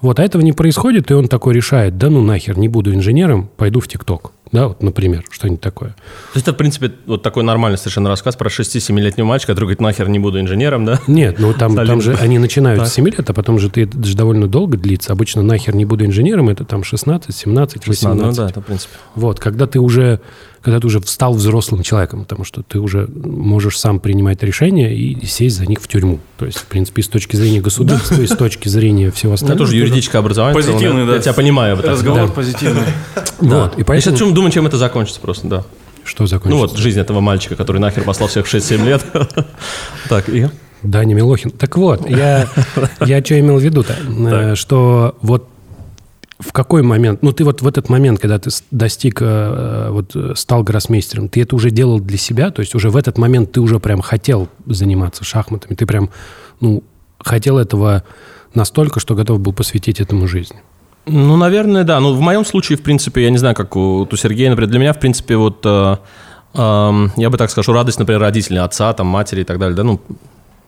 S1: Вот, а этого не происходит, и он такой решает, да ну нахер, не буду инженером, пойду в ТикТок, да, вот, например, что-нибудь такое.
S2: То есть это, в принципе, вот такой нормальный совершенно рассказ про 6-7-летнего мальчика, который говорит, нахер не буду инженером, да?
S1: Нет, ну там, там
S2: Солидно.
S1: же они начинают с 7 лет, а потом же ты, это же довольно долго длится. Обычно нахер не буду инженером, это там 16, 17, 18.
S2: Ну да, это, в принципе.
S1: Вот, когда ты уже, когда ты уже стал взрослым человеком, потому что ты уже можешь сам принимать решения и сесть за них в тюрьму. То есть, в принципе, и с точки зрения государства, и с точки зрения всего
S2: У меня
S1: остального.
S2: тоже юридическое образование. в целом,
S4: Позитивный,
S2: я-
S4: да.
S2: Я тебя понимаю в этом.
S4: Разговор позитивный.
S1: Вот, и
S2: Я сейчас
S1: поэтому,
S2: думаю, чем это закончится просто, да.
S1: Что закончится?
S2: Ну вот, жизнь этого мальчика, который нахер послал всех в 6-7 лет. Так, и...
S1: Даня Милохин. Так вот, я, я что имел в виду-то? Э, Что вот в какой момент, ну ты вот в этот момент, когда ты с- достиг, э, э, вот э, стал гроссмейстером, ты это уже делал для себя? То есть уже в этот момент ты уже прям хотел заниматься шахматами? Ты прям, ну, хотел этого настолько, что готов был посвятить этому жизнь?
S2: Ну, наверное, да. Ну, в моем случае, в принципе, я не знаю, как у, вот у Сергея, например, для меня, в принципе, вот, э, эм, я бы так скажу, радость, например, родителей, отца, там, матери и так далее, да, ну,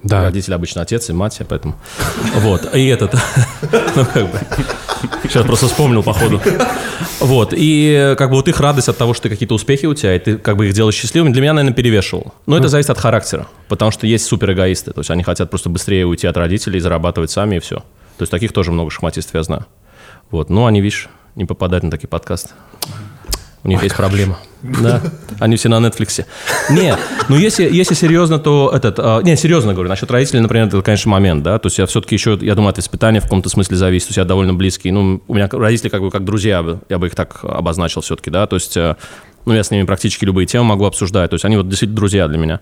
S1: Да.
S2: Родители обычно отец и мать, я поэтому. Вот. И этот. Ну, как бы. Сейчас просто вспомнил, походу. Вот. И э, как бы вот их радость от того, что какие-то успехи у тебя, и ты как бы их делаешь счастливыми, для меня, наверное, перевешивал. Но это зависит от характера. Потому что есть супер эгоисты. То есть они хотят просто быстрее уйти от родителей, зарабатывать сами, и все. То есть таких тоже много шахматистов, я знаю. Вот. Но они, видишь, не попадают на такие подкасты. У них есть проблема. Да, они все на Netflix. Не, ну если, если серьезно, то этот... а, не, серьезно говорю, насчет родителей, например, это, конечно, момент, да. То есть я все-таки еще, я думаю, от воспитания в каком-то смысле зависит. То есть я довольно близкий. Ну, у меня родители как бы как друзья, я бы- я бы их так обозначил все-таки, да. То есть э, ну, я с ними практически любые темы могу обсуждать. То есть они вот действительно друзья для меня.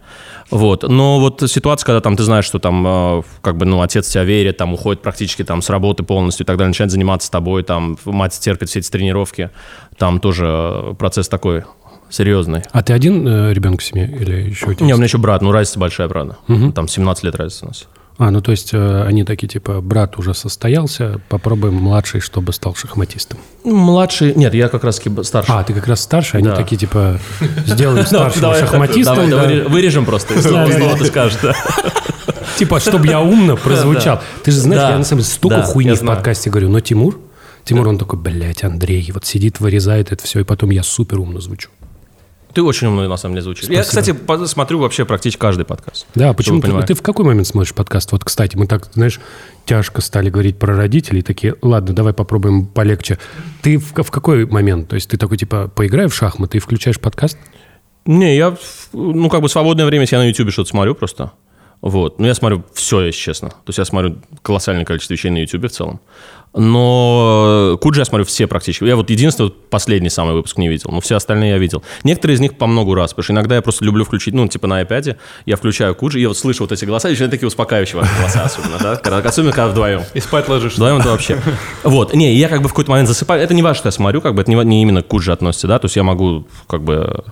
S2: Вот. Но вот ситуация, когда там ты знаешь, что там э, как бы, ну, отец в тебя верит, там уходит практически там с работы полностью и так далее, начинает заниматься тобой, там мать терпит все эти тренировки. Там тоже э, процесс такой серьезный.
S1: А ты один э, ребенок в семье или еще у тебя
S2: Не, у
S1: есть?
S2: меня еще брат, ну разница большая, правда. Там 17 лет разница у нас.
S1: А, ну то есть э, они такие типа, брат уже состоялся, попробуем младший, чтобы стал шахматистом.
S2: Ну, Младший, нет, я как раз таки старше.
S1: А, ты как раз старший, они
S2: Да. Ну,
S1: такие типа, сделаем старшего шахматистом,
S2: Давай,
S1: да.
S2: давай выре- вырежем просто, если он снова ты скажешь, да.
S1: типа, чтобы я умно прозвучал. Ты же знаешь,
S2: Да.
S1: я на самом деле
S2: Да,
S1: столько хуйни
S2: я
S1: в
S2: знаю.
S1: подкасте говорю, но Тимур, Тимур, он такой, блядь, Андрей, вот сидит, вырезает это все, и потом я супер умно звучу.
S2: Ты очень умный, на самом деле, звучишь. Я, кстати, по- смотрю вообще практически каждый подкаст.
S1: Да, почему
S2: вы
S1: ты,
S2: понимали.
S1: ты в какой момент смотришь подкаст? Вот, кстати, мы так, знаешь, тяжко стали говорить про родителей, такие, ладно, давай попробуем полегче. Ты в, ка- в какой момент? То есть ты такой, типа, поиграй в шахматы и включаешь подкаст?
S2: Не, я, в- ну, как бы свободное время, если я на YouTube что-то смотрю просто. Вот. Ну, я смотрю все, если честно. То есть я смотрю колоссальное количество вещей на YouTube в целом. Но э, Куджи я смотрю все практически. Я вот единственный, вот последний самый выпуск не видел, но все остальные я видел. Некоторые из них по многу раз, потому что иногда я просто люблю включить, ну, типа на iPad, я включаю Куджи, и я вот слышу вот эти голоса, и они такие успокаивающие ваши голоса особенно, да? Когда- Особенно, когда вдвоем.
S4: И спать ложишься.
S2: Вдвоем это вообще. Вот. Не, я как бы в какой-то момент засыпаю. Это не важно, что я смотрю, как бы это не, ва- не именно к Куджи относится, да? То есть я могу как бы...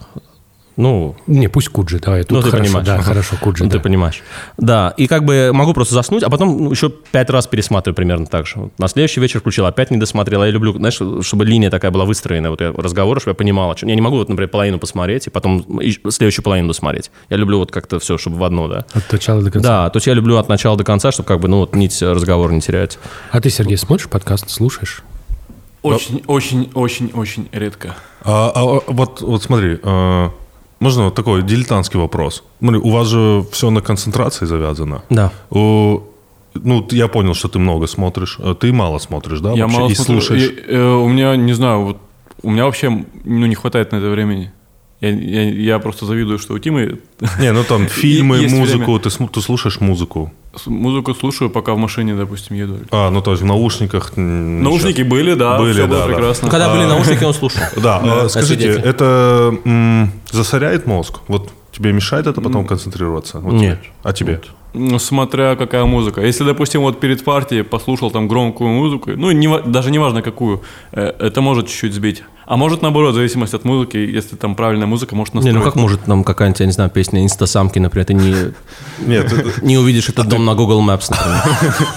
S2: Ну,
S1: Не, пусть Куджи, давай. Тут
S2: ну, ты
S1: хорошо,
S2: понимаешь.
S1: Да,
S2: Ага.
S1: хорошо, Куджи.
S2: Ну, Ты
S1: да.
S2: понимаешь. Да, и как бы могу просто заснуть, а потом ну, еще пять раз пересматриваю примерно так же. Вот На следующий вечер включил, опять не досмотрел. А Я люблю, знаешь, чтобы линия такая была выстроена, вот я разговор, чтобы я понимал, о чем. Я не могу, вот, например, половину посмотреть, и потом и следующую половину досмотреть. Я люблю вот как-то все, чтобы в одно, да.
S1: От начала до конца.
S2: Да, то есть я люблю от начала до конца, чтобы как бы, ну, вот нить разговора не терять.
S1: А ты, Сергей, смотришь подкаст, слушаешь?
S4: Очень, очень, очень, очень редко.
S3: А, а, а, вот, вот смотри, а, можно вот такой дилетантский вопрос? Смотри, у вас же все на концентрации завязано.
S2: Да.
S3: У- ну, т- я понял, что ты много смотришь. а Ты мало смотришь, да?
S4: я
S3: вообще?
S4: мало
S3: и
S4: смотрю.
S3: слушаешь.
S4: И, э, у меня, не знаю, вот у меня вообще ну, не хватает на это времени. Я, я, я просто завидую, что у Тимы
S3: Не, ну там фильмы,
S4: Есть
S3: музыку, ты, см- ты слушаешь музыку.
S4: с- музыку слушаю, пока в машине, допустим, еду.
S3: А, ну то есть в наушниках. м,
S4: Наушники
S3: ничего.
S4: были, да,
S3: Были,
S4: все было
S3: да, да.
S4: прекрасно.
S2: Ну,
S4: А,
S2: Когда были наушники, он слушал.
S3: А. Да, а, скажите,
S2: свидетель.
S3: это м, засоряет мозг? Вот тебе мешает это потом концентрироваться? Вот
S2: Нет.
S3: тебе. А тебе?
S4: Ну, смотря какая музыка. Если, допустим, вот перед партией послушал там громкую музыку, ну, не, ва- даже не важно какую, э, это может чуть-чуть сбить. А может, наоборот, в зависимости от музыки, если там правильная музыка, может
S2: Не,
S4: настроить.
S2: ну как может там какая-нибудь, я не знаю, песня «Инстасамки», например, ты не,
S3: Нет, э, это-
S2: не увидишь
S3: А
S2: этот дом на Google Maps, например.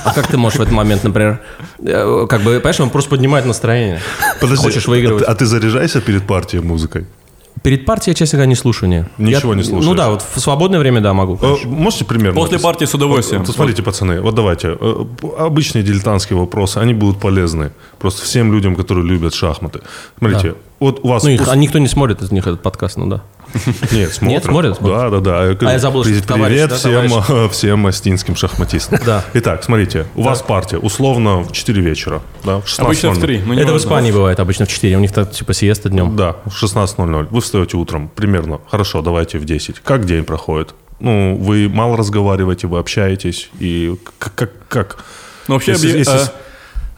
S2: А как ты можешь в этот момент, например, э, как бы, понимаешь, он просто поднимает настроение.
S3: подожди,
S2: Хочешь выигрывать.
S3: а ты- А ты заряжайся перед партией музыкой? Э,
S2: Перед партией я, честно говоря, не слушаю, не.
S3: Ничего
S2: Я-
S3: не слушаешь.
S2: Ну да, вот в свободное время, да, могу.
S3: Э,
S2: конечно.
S3: Можете примерно?
S4: После
S3: написать?
S4: партии с удовольствием.
S3: Вот, вот смотрите, пацаны, вот давайте. э, п- Обычные дилетантские вопросы, они будут полезны. Просто всем людям, которые любят шахматы. Смотрите, вот у вас...
S2: Ну, их,
S3: пуст-
S2: а никто не смотрит из них этот подкаст, ну да.
S3: Нет, смотрят.
S2: Нет, смотрят,
S3: Да,
S2: смотрят.
S3: да, да.
S2: А я забыл, что
S3: Привет,
S2: ты товарищ,
S3: привет
S2: да,
S3: всем, всем остинским шахматистам.
S2: Да.
S3: Итак, смотрите, у вас партия условно в 4 вечера. Да, в 16.00.
S4: Обычно в три. ну, не
S2: Это в
S4: важно.
S2: Испании бывает обычно в 4, у них так типа сиеста днем.
S3: Да, в 16.00. Вы встаете утром примерно. Хорошо, давайте в 10. Как день проходит? Ну, вы мало разговариваете, вы общаетесь. И к- как... как
S4: Ну, вообще,
S3: Если-
S4: объ-
S3: если
S4: э,
S3: с-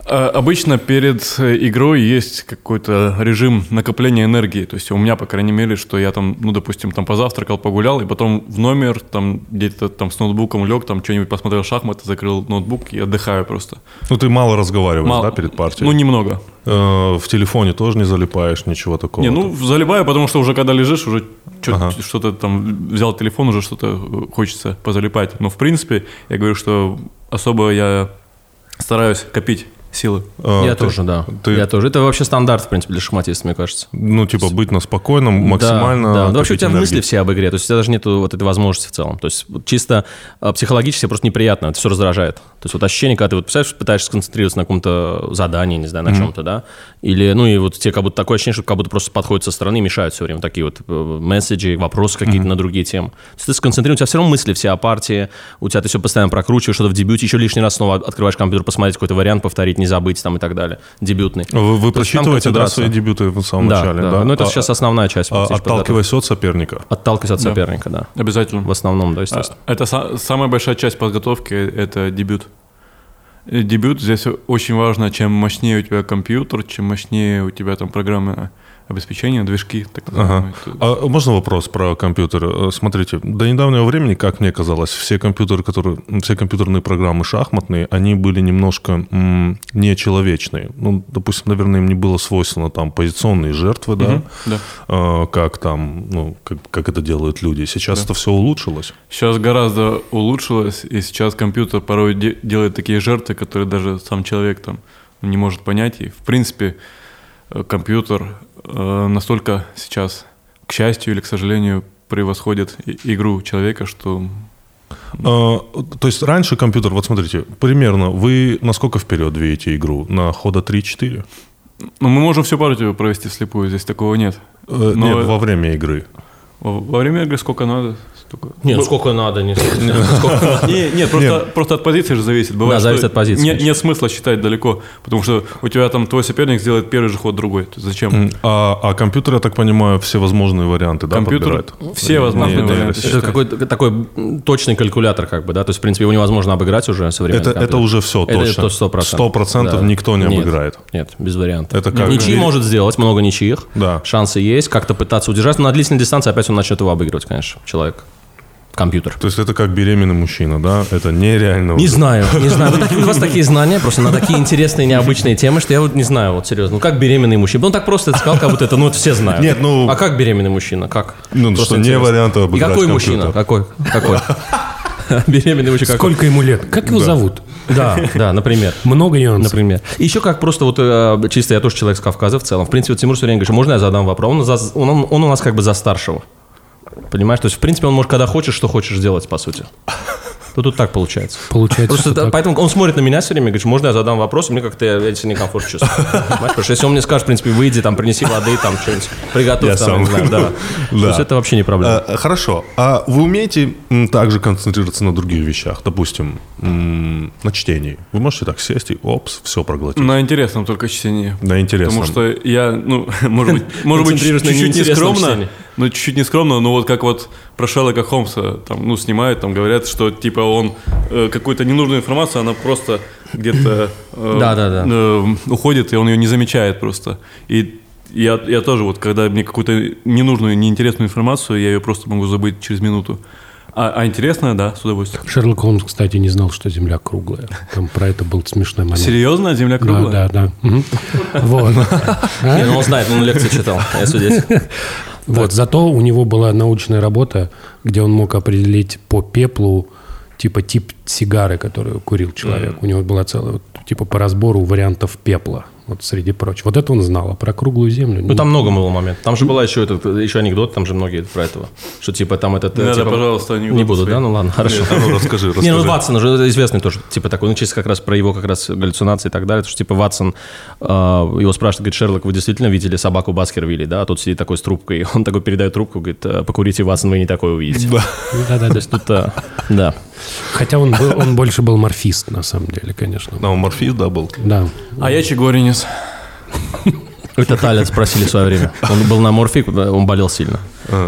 S4: Э, Обычно перед э, игрой есть какой-то режим накопления энергии. То есть у меня, по крайней мере, что я там, ну, допустим, там позавтракал, погулял, и потом в номер, там, где-то там с ноутбуком лег, там что-нибудь посмотрел шахматы, закрыл ноутбук и отдыхаю просто.
S3: Ну, ты мало разговариваешь,
S4: Мало-
S3: да, перед партией?
S4: Ну, немного.
S3: Э, в телефоне тоже не залипаешь, ничего такого.
S4: Не, ну, залипаю, потому что уже когда лежишь, уже чё- что-то там взял телефон, уже что-то э, хочется позалипать. Но, в принципе, я говорю, что особо я стараюсь копить силы.
S3: Э,
S2: Я
S3: ты-
S2: тоже, да.
S3: ты-
S2: Я тоже. Это вообще стандарт, в принципе, для шахматиста, мне кажется.
S3: Ну, типа, быть на спокойном, максимально...
S2: Да, да. Ну, вообще у тебя
S3: копить энергии.
S2: мысли все об игре, то есть у тебя даже нет вот этой возможности в целом. То есть вот чисто э, психологически просто неприятно, это все раздражает. То есть вот ощущение, когда ты вот, представляешь, пытаешься сконцентрироваться на каком-то задании, не знаю, на чем-то, да, или, ну, и вот тебе как будто такое ощущение, что как будто просто подходят со стороны и мешают все время такие вот э, месседжи, вопросы какие-то на другие темы. То есть ты сконцентрирован, у тебя все равно мысли все о партии, у тебя ты все постоянно прокручиваешь, что-то в дебюте, еще лишний раз снова открываешь компьютер, посмотреть какой-то вариант, повторить, не забыть там и так далее. Дебютный.
S3: Вы, вы
S2: То есть там
S3: просчитываете, да,
S2: концентрация.
S3: свои дебюты в Ну, самом
S2: Да,
S3: начале,
S2: да.
S3: да?
S2: Ну, это
S3: А-
S2: сейчас типа, основная часть.
S3: а-
S2: фактически, подготовки.
S3: отталкиваясь от соперника.
S2: Отталкиваться от
S4: Да.
S2: соперника, да.
S4: Обязательно.
S2: В основном, да, естественно.
S4: А, Это са- самая большая часть подготовки, это дебют. И Дебют здесь очень важно, чем мощнее у тебя компьютер, чем мощнее у тебя там программы обеспечения, движки, так называемые.
S3: Ага. А можно вопрос про компьютеры? Э, Смотрите, до недавнего времени, как мне казалось, все компьютеры, которые, м, все компьютерные программы шахматные, они были немножко м, нечеловечные. Ну, допустим, наверное, им не было свойственно там позиционные жертвы, да,
S4: Мгм, да.
S3: Э, как там, ну, как, как это делают люди. Сейчас это все улучшилось.
S4: Сейчас гораздо улучшилось, и сейчас компьютер порой де- делает такие жертвы, которые даже сам человек там не может понять. И в принципе э, компьютер э, настолько сейчас, к счастью или к сожалению, превосходит и- игру человека, что
S3: Э, То есть раньше компьютер, вот смотрите, примерно вы насколько вперед видите игру? На хода 3-4?
S4: ну, мы можем всю партию провести вслепую, здесь такого нет.
S3: Э,
S4: Но-
S3: Нет, во время игры.
S4: Во во время игры сколько надо, столько.
S2: А, Нет, сколько надо, не
S4: Не, Нет, просто, просто от позиции же зависит. Бывает,
S2: Да,
S4: что
S2: зависит от позиции,
S4: Нет,
S2: конечно.
S4: нет смысла считать далеко, потому что у тебя там твой соперник сделает первый же ход другой. То есть зачем?
S3: М, А, а компьютер, я так понимаю, все возможные варианты, да,
S4: Компьютер
S3: подбирает?
S4: все возможные
S3: Не, не,
S4: варианты
S3: это-
S2: Это какой-то такой м, точный калькулятор, как бы, да. То есть, в принципе, его невозможно обыграть уже современный
S3: Это, это
S2: компьютер.
S3: уже все
S2: Это
S3: точно.
S2: то 100%.
S3: процентов
S2: Да.
S3: никто не
S2: Нет.
S3: обыграет.
S2: Нет, без вариантов.
S3: Это как-
S2: Ничьи
S3: Вере-
S2: может сделать, много ничьих.
S3: Да.
S2: Шансы есть, как-то пытаться удержать, но на длительной дистанции опять он начнет его обыгрывать, конечно, человек. Компьютер.
S3: То есть это как беременный мужчина, да? Это нереально.
S2: Не
S3: уже.
S2: знаю, не знаю. Вы так- у вас такие знания просто на такие интересные, необычные темы, что я вот не знаю, вот серьезно. Ну как беременный мужчина? Он так просто это сказал, как будто это, ну это все знают.
S3: Нет, ну-
S2: А как беременный мужчина? Как?
S3: Ну,
S2: Просто
S3: что не
S2: интересно.
S3: варианта
S2: И
S3: обыграть
S2: какой
S3: компьютер.
S2: мужчина? Какой? Какой? Беременный мужчина какой?
S1: Сколько ему лет? Как его зовут?
S2: Да, да, например.
S1: Много нюансов.
S2: Например. И Еще как просто вот э, чисто я тоже человек с Кавказа в целом. В принципе, вот Тимур все время говорит, что можно я задам вопрос? Он, за- он- он- он у нас как бы за старшего. Понимаешь? То есть, в принципе, он может когда хочешь, что хочешь делать, по сути. То тут так получается.
S1: Получается,
S2: Просто
S1: что
S2: это-
S1: так.
S2: поэтому он смотрит на меня все время и говорит, можно я задам вопрос, и мне как-то я, я себя некомфортно чувствую. Понимаешь? Потому что если он мне скажет, в принципе, выйди, там, принеси воды, там, что-нибудь, приготовь,
S3: Я
S2: там,
S3: сам.
S2: не знаю, да. То есть
S3: Да.
S2: это вообще не проблема.
S3: Э, Хорошо. А вы умеете м, также концентрироваться на других вещах? Допустим, м, на чтении. Вы можете так сесть и опс, все проглотить.
S4: На интересном только чтении.
S3: Да, интересно.
S4: Потому что я, ну, может быть, может быть,
S2: Концентрируюсь на
S4: чуть-чуть не
S2: неинтересном
S4: скромно,
S2: чтении.
S4: но чуть-чуть не скромно, но вот как вот про Шерлока Холмса, там, ну, снимают, там говорят, что, типа, он э, какую-то ненужную информацию, она просто где-то э,
S2: Да-да-да.
S4: э, уходит, и он ее не замечает просто. И я, я тоже вот, когда мне какую-то ненужную, неинтересную информацию, я ее просто могу забыть через минуту. А, а интересная, да, с удовольствием.
S1: Шерлок Холмс, кстати, не знал, что Земля круглая. Там про это был смешной момент.
S4: Серьезно, земля круглая?
S1: Да, да, да. Мгм. Вот. А?
S2: Не, ну он знает, он лекции читал, я судить.
S1: Вот, зато у него была научная работа, где он мог определить по пеплу типа тип сигары, которую курил человек. У него была целая, вот, типа по разбору вариантов пепла, вот среди прочих. Вот это он знал, а про круглую землю...
S2: Ну, там много было моментов. Там же была еще, этот, еще анекдот, там же многие про этого. Что типа там этот... э,
S4: Не надо,
S2: типа-
S4: пожалуйста, анекдоты
S2: Не буду,
S4: свои.
S2: да? Ну ладно, хорошо.
S3: А ну, расскажи, расскажи.
S2: Не, ну Ватсон уже известный тоже, типа такой, ну чисто как раз про его как раз галлюцинации и так далее, потому что типа Ватсон, э, его спрашивают, говорит, Шерлок, вы действительно видели собаку Баскервилли, да? А тут сидит такой с трубкой, он такой передает трубку, говорит, «Э, покурите, Ватсон, вы не такое увидите.
S1: Да-да-да.
S2: То есть тут, э, да.
S1: Хотя он, был, он больше был морфист, на самом деле, конечно.
S3: Да, он морфист, да, был?
S1: Да.
S4: А я чегоринец.
S2: Это Талец спросили в свое время. Он был на морфик, он болел сильно.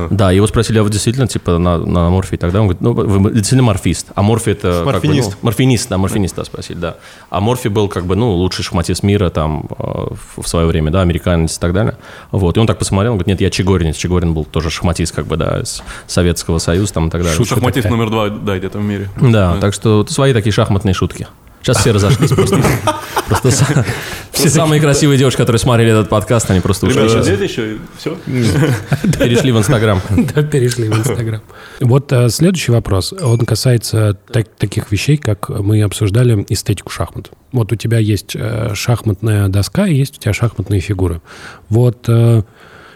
S2: Да, его спросили, а вы действительно, типа, на, на морфии тогда? Он говорит, ну, вы действительно морфист. А морфи это... как бы, ну,
S5: Морфинист.
S2: морфинист, да, морфинист, да, спросили, да. А морфи был, как бы, ну, лучший шахматист мира, там, э, в- в свое время, да, американец и так далее. Вот, и он так посмотрел, он говорит, нет, я Чегоринец. Чегорин был тоже шахматист, как бы, да, из Советского Союза, там, и так Ну, далее.
S4: Шут шахматист номер два, да, где-то в мире.
S2: Да, так что вот свои такие шахматные шутки. Сейчас все разошлись просто. Просто са- все самые красивые девушки, которые смотрели этот подкаст, они просто ушли.
S4: Ребята,
S2: сейчас.
S4: здесь еще все.
S2: Перешли в Инстаграм.
S1: Да, перешли в Инстаграм. Вот э, следующий вопрос, он касается так- таких вещей, как мы обсуждали эстетику шахмат. Вот у тебя есть э, шахматная доска, и есть у тебя шахматные фигуры. Вот э,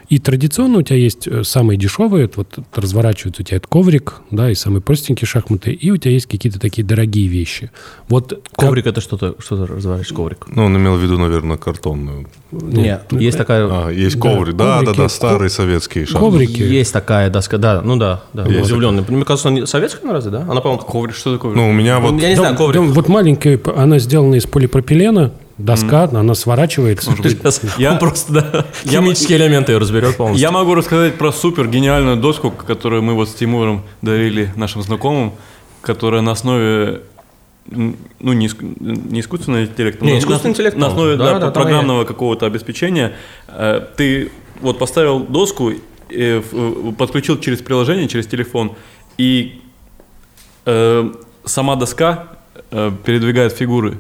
S1: и традиционно у тебя есть э, самые дешевые, это вот это разворачивают у тебя этот коврик, да, и самые простенькие шахматы, и у тебя есть какие-то такие дорогие вещи. Вот как-
S2: Коврик это что-то, что ты разговариваешь, коврик?
S3: Ну, он имел в виду, наверное, картонную.
S2: Нет, Ну, есть такая...
S3: А, есть коврик. Да, да,
S1: коврики.
S3: да, старый советский шахмат.
S1: коврики.
S2: Есть такая доска, да, ну да, да.
S3: Есть
S2: Удивленный. Мне кажется, она не- советская, она разве, да? Она, по-моему, коврик, что такое?
S3: Ну, у меня вот...
S2: Я не знаю,
S1: Там
S2: коврик.
S1: вот маленькая, п- она сделана из полипропилена, доска, она сворачивается.
S2: Сейчас
S4: Я-
S2: Он просто, да,
S4: Я-
S2: химические элементы ее разберет
S4: Я
S2: полностью.
S4: могу рассказать про супер гениальную доску, которую мы вот с Тимуром дарили нашим знакомым, которая на основе м, ну, не, иск- не искусственного интеллекта,
S2: Не,
S4: на-
S2: искусственный интеллект,
S4: на основе
S2: да,
S4: да,
S2: да, там
S4: программного какого-то обеспечения. Э, Ты вот поставил доску, э, в- в- подключил через приложение, через телефон, и э, сама доска э, передвигает фигуры.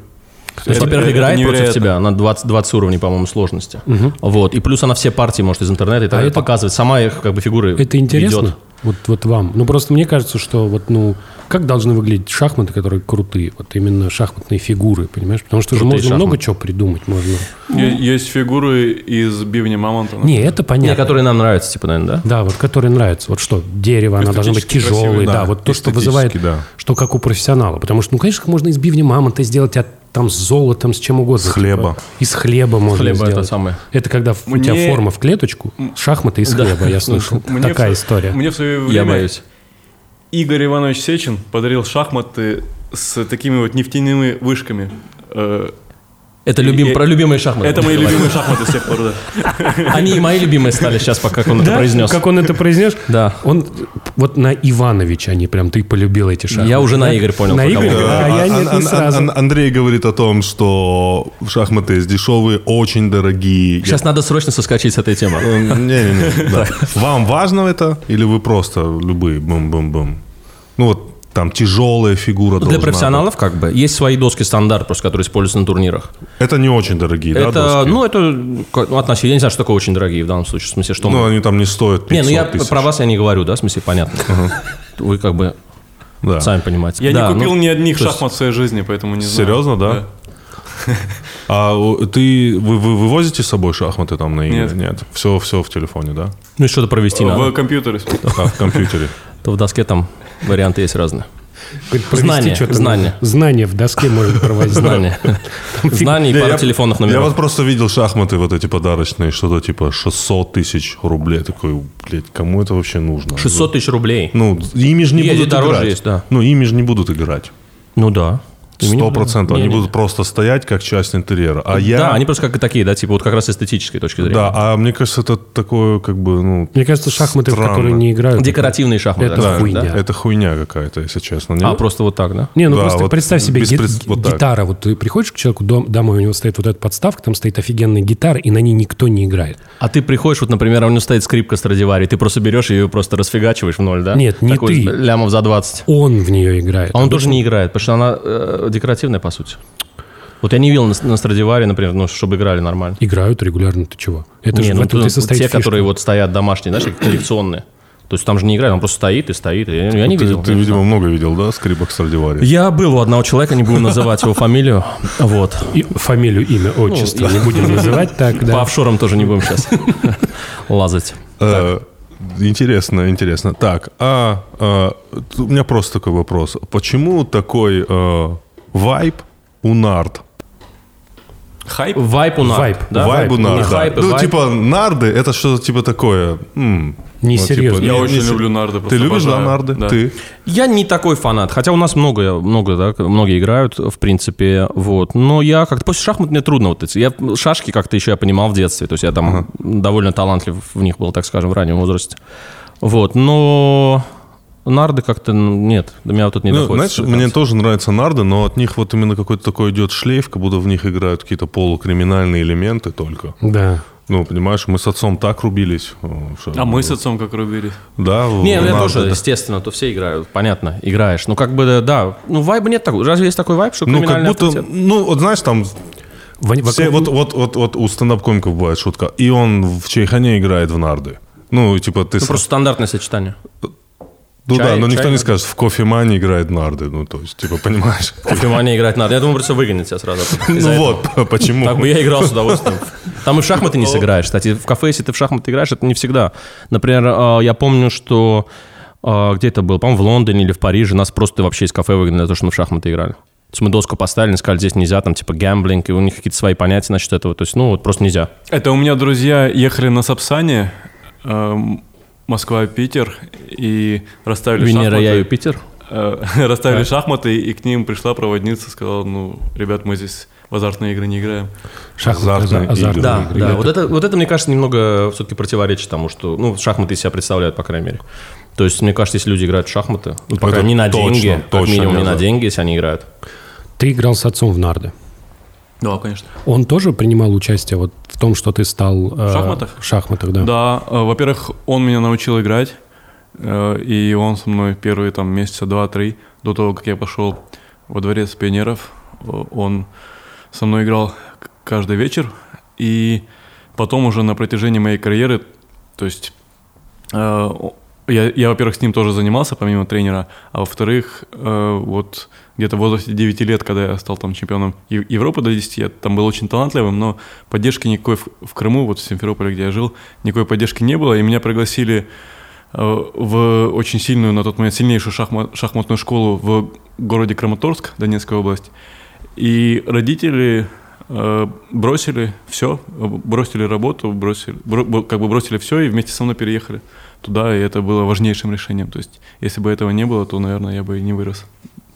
S2: То есть,
S4: Это-
S2: во-первых,
S4: это
S2: играет против
S4: невероятно.
S2: тебя на 20, 20 уровней, по-моему, сложности. Вот. И плюс она все партии может из интернета и так
S1: А
S2: далее
S1: это-
S2: показывать. Сама их как бы фигуры
S1: Это интересно?
S2: ведет.
S1: Вот, вот вам. Ну, просто мне кажется, что вот, ну, как должны выглядеть шахматы, которые крутые? Вот именно шахматные фигуры, понимаешь? Потому что же
S2: Крутые
S1: можно
S2: шахматы.
S1: много чего придумать. Можно...
S4: Е- Есть фигуры из бивня мамонта. например.
S1: Не, это
S2: Не,
S1: понятно.
S2: которые нам нравятся, типа, наверное, да?
S1: Да, вот которые нравятся. Вот что, дерево, она должна быть
S4: Эстетически
S1: тяжелой.
S4: красивые,
S1: Да,
S3: да,
S1: вот то, что
S3: эстетически,
S1: вызывает,
S3: да.
S1: что как у профессионала. Потому что, ну, конечно, можно из бивня мамонта сделать, а там с золотом, с чем угодно.
S3: С хлеба.
S1: Типа, Из хлеба можно
S2: Хлеба это
S1: сделать.
S2: самое.
S1: Это когда в- у тебя
S4: Мне-
S1: форма в клеточку, шахматы из хлеба, я слышал.
S4: Мне
S1: Такая
S4: в-
S1: история.
S4: Мне в свое время
S2: Я боюсь.
S4: Игорь Иванович Сечин подарил шахматы с такими вот нефтяными вышками. Э,
S2: Это любим,
S4: И-
S2: про любимые шахматы.
S4: Это мои любимые шахматы с тех пор, да.
S2: Они и мои любимые стали сейчас, пока он это
S1: Да?
S2: произнес.
S1: Как он это произнес?
S2: Да.
S1: Он вот на Ивановича они прям, ты полюбил эти шахматы.
S2: Я уже на
S1: да?
S2: Игорь понял,
S1: На
S2: по кому.
S1: Игорь,
S3: Да,
S1: а я
S3: Э, Ан-
S1: нет, не
S3: Ан-
S1: сразу.
S3: Ан- Андрей говорит о том, что шахматы есть дешевые, очень дорогие.
S2: Сейчас надо срочно соскочить с этой темы.
S3: Я- Эм, Не-не-не. да. Вам важно это или вы просто любые бум-бум-бум? Ну вот там тяжелая фигура
S2: Для
S3: должна
S2: профессионалов как бы есть свои доски стандарт, просто которые используются на турнирах.
S3: быть. Это не очень дорогие, да,
S2: это,
S3: доски?
S2: ну, это как- ну, относительно, я не знаю, что такое очень дорогие в данном случае. В смысле, что...
S3: Ну,
S2: мы-
S3: они там не стоят 500
S2: не, ну я
S3: тысяч.
S2: про вас я не говорю, да, в смысле, понятно. Вы как бы
S3: Да.
S2: сами понимаете.
S4: Я
S2: Да,
S4: не купил
S2: ну,
S4: ни одних
S2: то есть-
S4: шахмат в своей жизни, поэтому не знаю.
S3: Серьезно, да? А у- ты, вы, вы вывозите с собой шахматы там на игры?
S4: Нет.
S3: Все, все в телефоне, да?
S2: Ну, и что-то провести
S4: В
S2: надо.
S4: компьютере.
S3: А, в компьютере.
S2: То в доске там варианты есть разные.
S1: Говорит, провести
S2: знание,
S1: что-то
S2: знание.
S1: надо. Знание в доске можно проводить.
S2: Знания. Знания и
S3: Не,
S2: пара
S3: я-
S2: телефонных
S3: Я вот
S2: номеров.
S3: просто видел шахматы вот эти подарочные, что-то типа 600 тысяч рублей. Такой, блядь, кому это вообще нужно?
S2: 600 тысяч рублей.
S3: Ну, ими же не
S2: Есть,
S3: будут
S2: дороже
S3: играть.
S2: есть, да.
S3: Ну, ими же не будут играть.
S2: Ну да.
S3: Сто процентов. Они
S2: Не-не.
S3: будут просто стоять как часть интерьера. А я...
S2: Да, они просто как и такие, да, типа вот как раз с эстетической точки зрения.
S3: Да, а мне кажется, это такое, как бы, ну...
S1: Мне кажется, шахматы, в
S3: Странно.
S1: которые не играют.
S2: Декоративные шахматы.
S1: Это
S2: так
S3: Да,
S2: скажем,
S1: хуйня.
S3: Это хуйня какая-то, если честно.
S2: да? А,
S3: нет?
S2: просто вот так, да?
S1: Не, ну
S3: Да,
S1: просто
S3: вот
S1: представь себе
S3: без
S1: ги-
S3: прис- вот так.
S1: гитара. Вот ты приходишь к человеку дом- домой, у него стоит вот эта подставка, там стоит офигенная гитара, и на ней никто не играет.
S2: А ты приходишь, вот, например, а у него стоит скрипка Страдивари, ты просто берешь ее и просто расфигачиваешь в ноль, да?
S1: Нет, не
S2: Такой
S1: ты.
S2: лямов за 20.
S1: Он в нее играет.
S2: А он тоже не играет, потому что она э, декоративная, по сути. Вот я не видел на, на Страдивари, например, ну, чтобы играли нормально.
S1: Играют регулярно, ты чего? Это
S2: Не,
S1: же в
S2: ну,
S1: этом
S2: ну,
S1: и состоит
S2: те,
S1: фишка.
S2: которые вот стоят домашние, знаешь, как коллекционные. То есть там же не играет, он просто стоит и стоит. Я, я не
S3: Ты,
S2: видел.
S3: ты,
S2: я не
S3: видимо,
S2: знаю.
S3: много видел, да, скрипок Страдивари?
S2: Я был у одного человека, не буду называть его фамилию. Вот.
S1: И фамилию, имя, отчество
S2: Ну,
S1: не будем называть так,
S2: По
S1: да.
S2: офшорам тоже не будем сейчас лазать.
S3: Э, Интересно, интересно. Так, а, э, т- у меня просто такой вопрос. Почему такой э, вайб у нард?
S4: Хайп?
S2: Вайп у нас.
S1: Вайп.
S2: Да?
S3: вайб у
S2: Не а
S3: нард, да.
S2: хайп, и
S3: Ну,
S2: вайп.
S3: типа, нарды — это что-то типа такое... м, ну, типа,
S1: Несерьезно.
S4: Я
S3: не-
S4: очень
S3: не се-
S4: люблю нарды.
S3: Ты
S4: просто
S3: любишь, да,
S4: обожаю.
S3: нарды?
S4: Да.
S3: Ты?
S2: Я не такой фанат, хотя у нас много, много, да, многие играют, в принципе, вот. Но я как-то после шахмат мне трудно вот эти. Я шашки как-то еще я понимал в детстве, то есть я там довольно талантлив в них был, так скажем, в раннем возрасте. Вот, но нарды как-то м, нет, до меня вот тут не
S3: Ну,
S2: доходит.
S3: знаешь, мне тоже нравятся нарды, но от них вот именно какой-то такой идет шлейф, как будто в них играют какие-то полукриминальные элементы только.
S1: Да.
S3: Ну, понимаешь, мы с отцом так рубились. э, что-
S4: А мы с отцом как рубили.
S3: Да, в-
S2: Не, ну
S3: в
S2: я
S3: нарды,
S2: тоже,
S3: да.
S2: естественно, то все играют, понятно, играешь. Ну, как бы, да, ну, вайба нет такого. Разве есть такой вайб, что
S3: Ну, как
S2: криминальный
S3: будто,
S2: авторитет?
S3: ну, вот знаешь, там
S1: Во- вокруг-
S3: все, вот, вот, вот, вот у стендап-комиков бывает шутка, и он в чайхане играет в нарды. Ну, и типа, ты...
S2: Ну,
S3: с-
S2: просто стандартное сочетание.
S3: ну
S2: чай-
S3: да, но
S2: чай
S3: никто не
S2: нарды.
S3: скажет, в кофемане играет нарды. Ну, то есть, типа, понимаешь?
S2: Кофемания а играть надо. Я думаю, просто выгонят тебя сразу. из-за
S3: Ну
S2: этого.
S3: вот, почему.
S2: Так бы я играл с удовольствием. Там и в шахматы не сыграешь. Кстати, в кафе, если ты в шахматы играешь, это не всегда. Например, э, я помню, что э, где это было, по-моему, в Лондоне или в Париже нас просто вообще из кафе выгнали за то, что мы в шахматы играли. То есть мы доску поставили, сказали, здесь нельзя, там типа гэмблинг, и у них какие-то свои понятия насчет этого. То есть, ну, вот просто нельзя.
S4: Это у меня друзья ехали на Сапсане, эм, Москва-Питер, и расставили
S2: Венера,
S4: шахматы.
S2: я, Юпитер.
S4: Э, расставили шахматы, и к ним пришла проводница, сказала, ну, ребят, мы здесь в азартные игры не играем.
S1: Шахматы,
S3: Азартные
S1: да, азартные.
S3: игры.
S2: Да, да. Вот это, вот это, мне кажется, немного все-таки противоречит тому, что, ну, шахматы из себя представляют, по крайней мере. То есть, мне кажется, если люди играют в шахматы, ну, по
S3: Это
S2: крайней мере, не на
S3: точно,
S2: деньги, как
S3: точно,
S2: минимум не
S3: да.
S2: на деньги, если они играют.
S1: Ты играл с отцом в нарды.
S4: Да, конечно.
S1: Он тоже принимал участие вот в том, что ты стал... э,
S4: В шахматах?
S1: В шахматах, да.
S4: Да, э, во-первых, он меня научил играть, э, и он со мной первые там месяца два-три, до того, как я пошел во дворец пионеров, э, он со мной играл к- каждый вечер, и потом уже на протяжении моей карьеры, то есть э, о- я, я, во-первых, с ним тоже занимался, помимо тренера, а во-вторых, э, вот где-то в возрасте 9 лет, когда я стал там чемпионом Ев- Европы до 10, я там был очень талантливым, но поддержки никакой в, в Крыму, вот в Симферополе, где я жил, никакой поддержки не было, и меня пригласили э, в очень сильную, на тот момент, сильнейшую шахма- шахматную школу в городе Краматорск, Донецкая область. И родители э, бросили все, бросили работу, бросили, бро- бо- как бы бросили все и вместе со мной переехали туда, и это было важнейшим решением. То есть, если бы этого не было, то, наверное, я бы и не вырос.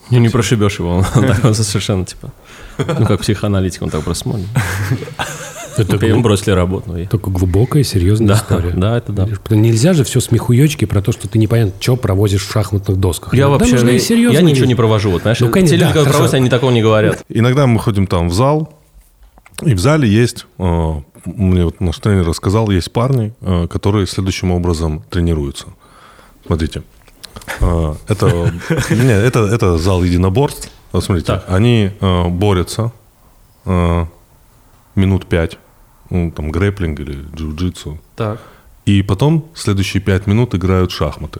S2: Ну, не прошибешь его, он так он совершенно, типа, ну, как психоаналитик, он так просто смотрит.
S1: Это
S2: Окей, Ему бросили работу. и-
S1: Только глубокая, серьезная
S2: Да,
S1: история.
S2: да, это да.
S1: Потому Нельзя же все смехуечки про то, что ты непонятно, что провозишь в шахматных досках.
S2: Я
S1: Да
S2: вообще,
S1: нужно и серьезно
S2: я ничего не
S1: видеть.
S2: провожу, вот, знаешь,
S1: Ну, конечно,
S2: те люди,
S1: да,
S2: которые
S1: хорошо.
S2: проводят, они такого не говорят.
S3: Иногда мы ходим там в зал, и в зале есть, э, мне вот наш тренер рассказал, есть парни, э, которые следующим образом тренируются. Смотрите, Э, это, не, это, это зал единоборств. Вот Смотрите,
S2: Так.
S3: они э, борются э, минут пять, ну, там грэплинг или джиу-джитсу,
S2: Так.
S3: и потом следующие пять минут играют в шахматы.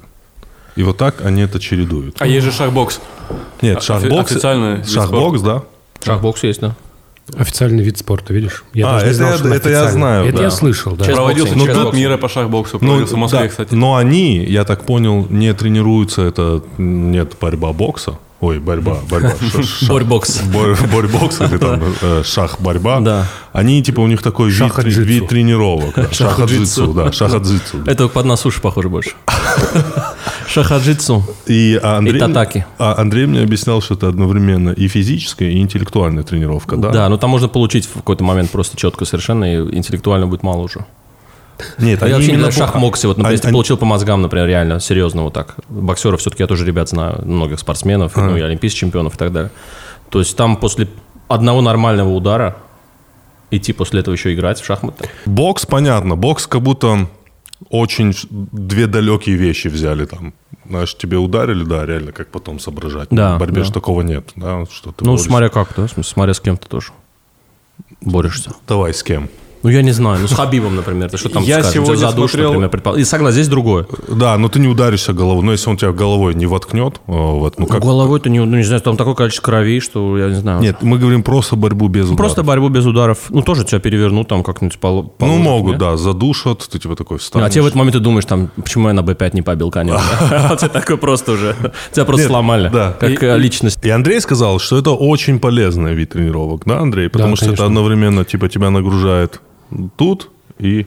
S3: И вот так они это чередуют.
S4: А есть же шахбокс.
S3: Нет,
S4: офи-
S3: шахбокс,
S4: официальный вид
S3: шахбокс, да?
S2: Шахбокс есть, да.
S1: Официальный вид спорта, видишь? Я
S3: А,
S1: даже не
S3: это
S1: знал,
S3: я-
S1: что он
S3: это я
S1: официальный.
S3: знаю,
S1: Это
S3: да.
S1: я слышал, да.
S2: Честно,
S4: Проводился
S2: боксинг,
S4: чемпионат
S2: боксинг.
S4: мира по шахбоксу,
S3: Ну,
S4: проводился в Москве,
S3: да,
S4: кстати.
S3: Но они, я так понял, не тренируются, это нет борьба бокса. Ой, борьба, борьба. ш- ш-
S2: Борьбокс.
S3: бор- Борьбокс или там э, шах-борьба.
S2: Да.
S3: Они, типа, у них такой вид
S1: Шахаджитсу.
S3: вид тренировок. да, Шахаджитсу, да, шахаджитсу. да.
S2: Это под нас уши похоже больше. Шахаджитсу.
S3: И а, Андрей,
S2: И татаки.
S3: а Андрей мне объяснял, что это одновременно и физическая, и интеллектуальная тренировка, да?
S2: Да, но там можно получить в какой-то момент просто четко совершенно, и интеллектуально будет мало уже.
S3: Нет,
S2: А
S3: они
S2: я вообще не
S3: именно
S2: знаю,
S3: по-
S2: шахмокси, вот, например,
S3: Они-
S2: если ты
S3: они-
S2: получил по мозгам, например, реально, серьезно, вот так. Боксеров все-таки я тоже ребят знаю, многих спортсменов, ну, и олимпийских чемпионов и так далее. То есть там после одного нормального удара идти после этого еще играть в шахматы.
S3: Бокс, понятно. Бокс как будто очень ш- две далекие вещи взяли там. Знаешь, тебе ударили, да, реально, как потом соображать. Ну,
S2: Да,
S3: В борьбе
S2: да.
S3: же такого нет. Да, что ты
S2: ну,
S3: борешься.
S2: смотря как, да, в смысле, смотря с кем ты тоже борешься.
S3: Давай с кем.
S2: Ну, я не знаю, ну, с Хабибом, например, ты что там
S4: Я
S2: скажешь?
S4: сегодня
S2: Задушь,
S4: смотрел-
S2: например, предпо- И согласен, здесь другое.
S3: Да, но ты не ударишься головой. Но если он тебя головой не воткнет, э, вот, ну как...
S2: Головой-то не, ну, не знаю, там такое количество крови, что я не знаю.
S3: Нет, мы говорим просто борьбу без удара.
S2: Ну, Просто борьбу без ударов. Ну, тоже тебя перевернут там как-нибудь полу-
S3: Ну,
S2: положат,
S3: могут,
S2: нет?
S3: да, задушат, ты типа такой
S2: А
S3: встанешь.
S2: тебе в этот момент ты думаешь, там, почему я на B5 не побил коня? А ты такой просто уже. Тебя просто
S3: Нет,
S2: сломали.
S3: да.
S2: Как
S3: И-
S2: э, личность.
S3: И Андрей сказал, что это очень полезный вид тренировок, да, Андрей? Потому что
S1: конечно.
S3: это одновременно, типа, тебя нагружает тут и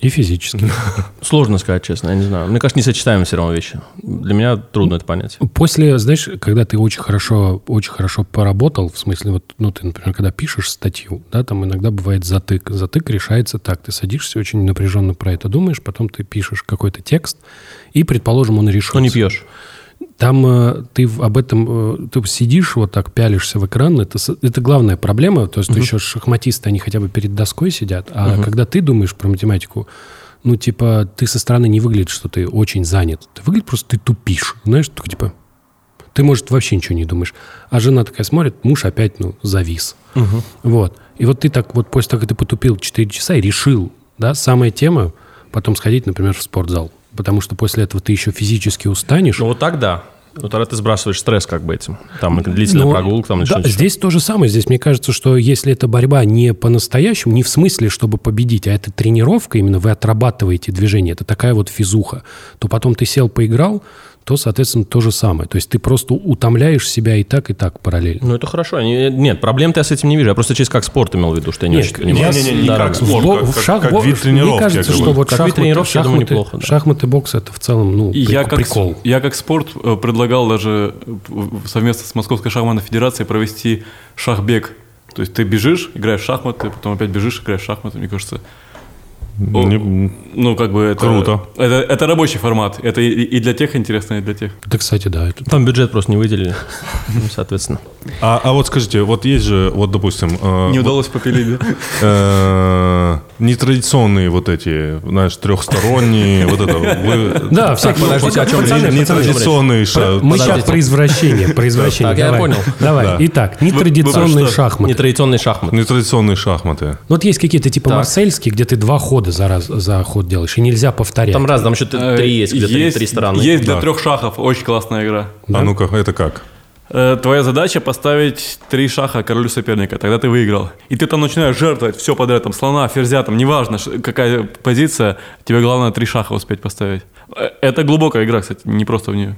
S1: И физически.
S2: Сложно сказать, честно, я не знаю. Мне кажется, несочетаемые все равно вещи. Для меня трудно это понять.
S1: После, знаешь, когда ты очень хорошо, очень хорошо поработал, в смысле, вот, ну, ты, например, когда пишешь статью, да, там иногда бывает затык. Затык решается так. Ты садишься очень напряженно про это думаешь, потом ты пишешь какой-то текст, и, предположим, он решился.
S2: Ну, не пьешь.
S1: Там э, ты в- об этом, э, ты сидишь вот так, пялишься в экран, это, с- это главная проблема, то есть еще шахматисты, они хотя бы перед доской сидят, а когда ты думаешь про математику, ну, типа, ты со стороны не выглядишь, что ты очень занят, ты выглядишь просто, ты тупишь, знаешь, такой, типа, ты, может, вообще ничего не думаешь. А жена такая смотрит, муж опять, ну, завис. Вот. И вот ты так вот после того, как ты потупил 4 часа и решил, да, самая тема, потом сходить, например, в спортзал. Потому что после этого ты еще физически устанешь.
S2: Ну, вот так да. Ну, тогда ты сбрасываешь стресс как бы этим. Там длительная
S1: Но-
S2: прогулка, там
S1: да,
S2: начнёшь-
S1: здесь то же самое. Здесь мне кажется, что если эта борьба не по-настоящему, не в смысле, чтобы победить, а это тренировка, именно вы отрабатываете движение, это такая вот физуха, то потом ты сел, поиграл, то, соответственно, то же самое. То есть ты просто утомляешь себя и так, и так параллельно.
S2: Ну, это хорошо. Не- Нет, проблем-то я с этим не вижу. Я просто через как спорт имел в виду, что я не
S1: Нет,
S2: очень понимаю.
S1: я
S3: Не-не-не, не
S2: Да,
S3: как
S2: да,
S3: спорт,
S1: Во-
S3: как-
S1: в шах-
S3: как
S1: во-
S3: вид тренировки,
S1: Мне кажется,
S3: я
S1: что
S3: говорю.
S1: вот
S2: Как вид
S1: шахматы,
S2: тренировки, я думаю,
S1: шахматы-
S2: неплохо, да.
S1: шахматы, бокс это в целом ну,
S4: И
S1: прик-
S4: я как,
S1: прикол.
S4: я как спорт э, предлагал даже э, в- совместно с Московской шахматной федерацией провести шахбег. То есть ты бежишь, играешь в шахматы, потом опять бежишь, играешь в шахматы, мне кажется. О,
S3: Не-
S4: Ну, как бы это...
S3: Круто.
S4: Это, это рабочий формат. Это и, и для тех интересно, и для тех.
S1: Да, кстати, да. это-
S2: Там бюджет просто не выделили, Ну, соответственно.
S3: А, а вот скажите, вот есть же, вот допустим, э,
S4: Не удалось попилить.
S3: э, нетрадиционные вот эти, знаешь, трехсторонние, вот это. вы-
S1: Да, всякие
S2: подождите, о чем
S1: пацаны,
S2: речь?
S1: пацаны,
S3: Нетрадиционные шаг.
S1: Мы сейчас
S2: Подождите.
S1: про извращение, про извращение.
S2: Так, я
S1: Давай.
S2: понял.
S1: Давай. Итак, нетрадиционные шахматы.
S2: Нетрадиционный шахмат.
S3: Нетрадиционные шахматы.
S1: Ну, Вот есть какие-то типа
S2: Так.
S1: марсельские, где ты два хода за, раз, за ход делаешь, и нельзя повторять.
S2: Там раз, там еще т- три есть, где-то или три стороны.
S4: Есть для
S3: Да.
S4: трех шахов. Очень классная игра.
S3: А ну-ка, это как?
S4: Э, Твоя задача поставить три шаха королю соперника, тогда ты выиграл. И ты там начинаешь жертвовать все подряд, там слона, ферзя, там неважно ш- какая позиция, тебе главное три шаха успеть поставить. Э, Это глубокая игра, кстати, не просто в нее.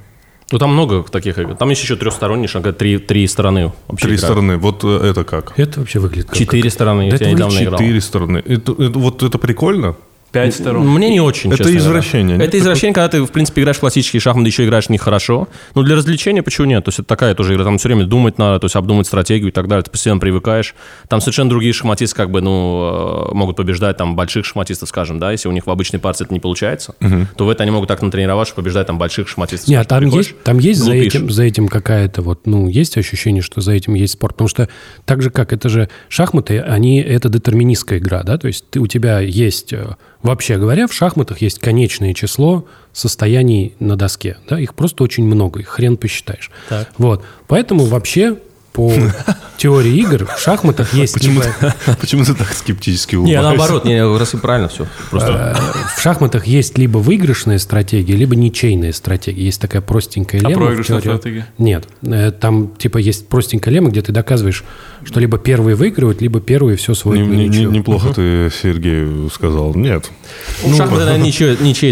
S2: Ну, там много таких игр. Там есть еще трехсторонний шаг, а три, три стороны вообще
S3: Три
S2: игра.
S3: стороны. Вот э, это как? Ну,
S1: Это вообще выглядит как...
S2: Четыре стороны,
S1: Да
S2: если я
S1: это
S2: недавно играл.
S3: Четыре стороны. Это- это- вот это прикольно?
S4: Пять сторон.
S2: Мне не очень,
S3: Это
S2: честно говоря.
S3: извращение, нет?
S2: Это извращение, когда ты, в принципе, играешь в классические шахматы, еще играешь нехорошо. Но для развлечения почему нет? То есть это такая тоже игра, там все время думать надо, то есть обдумать стратегию и так далее, ты постоянно привыкаешь. Там совершенно другие шахматисты как бы, ну, э, могут побеждать, там, больших шахматистов, скажем, да, если у них в обычной партии это не получается, то в это они могут так натренировать, что побеждать там больших шахматистов.
S1: Нет, там
S2: Приходишь,
S1: есть, там есть за
S2: глупишь.
S1: этим, за этим какая-то вот, ну, есть ощущение, что за этим есть спорт. Потому что так же, как это же шахматы, они, это детерминистская игра, да? То есть ты, у тебя есть, э, вообще говоря, в шахматах есть конечное число состояний на доске, да? Их просто очень много, их хрен посчитаешь. Вот. Поэтому вообще по теории игр в шахматах есть...
S3: Почему,
S1: либо-
S3: ты, почему ты так скептически
S2: Не,
S3: улыбаешься?
S2: наоборот, не, раз и правильно все. Просто
S1: В шахматах есть либо выигрышная стратегия, либо ничейная стратегия. Есть такая простенькая
S4: А
S1: лема. в
S4: проигрышная
S1: теории-
S4: стратегия?
S1: Нет. Э, Там типа есть простенькая лема, где ты доказываешь, что либо первые выигрывают, либо первые все
S3: Не-
S1: свое
S3: не- не- неплохо ты, Сергей, сказал. Нет.
S2: ну, шахматы, наверное, ничей, ничей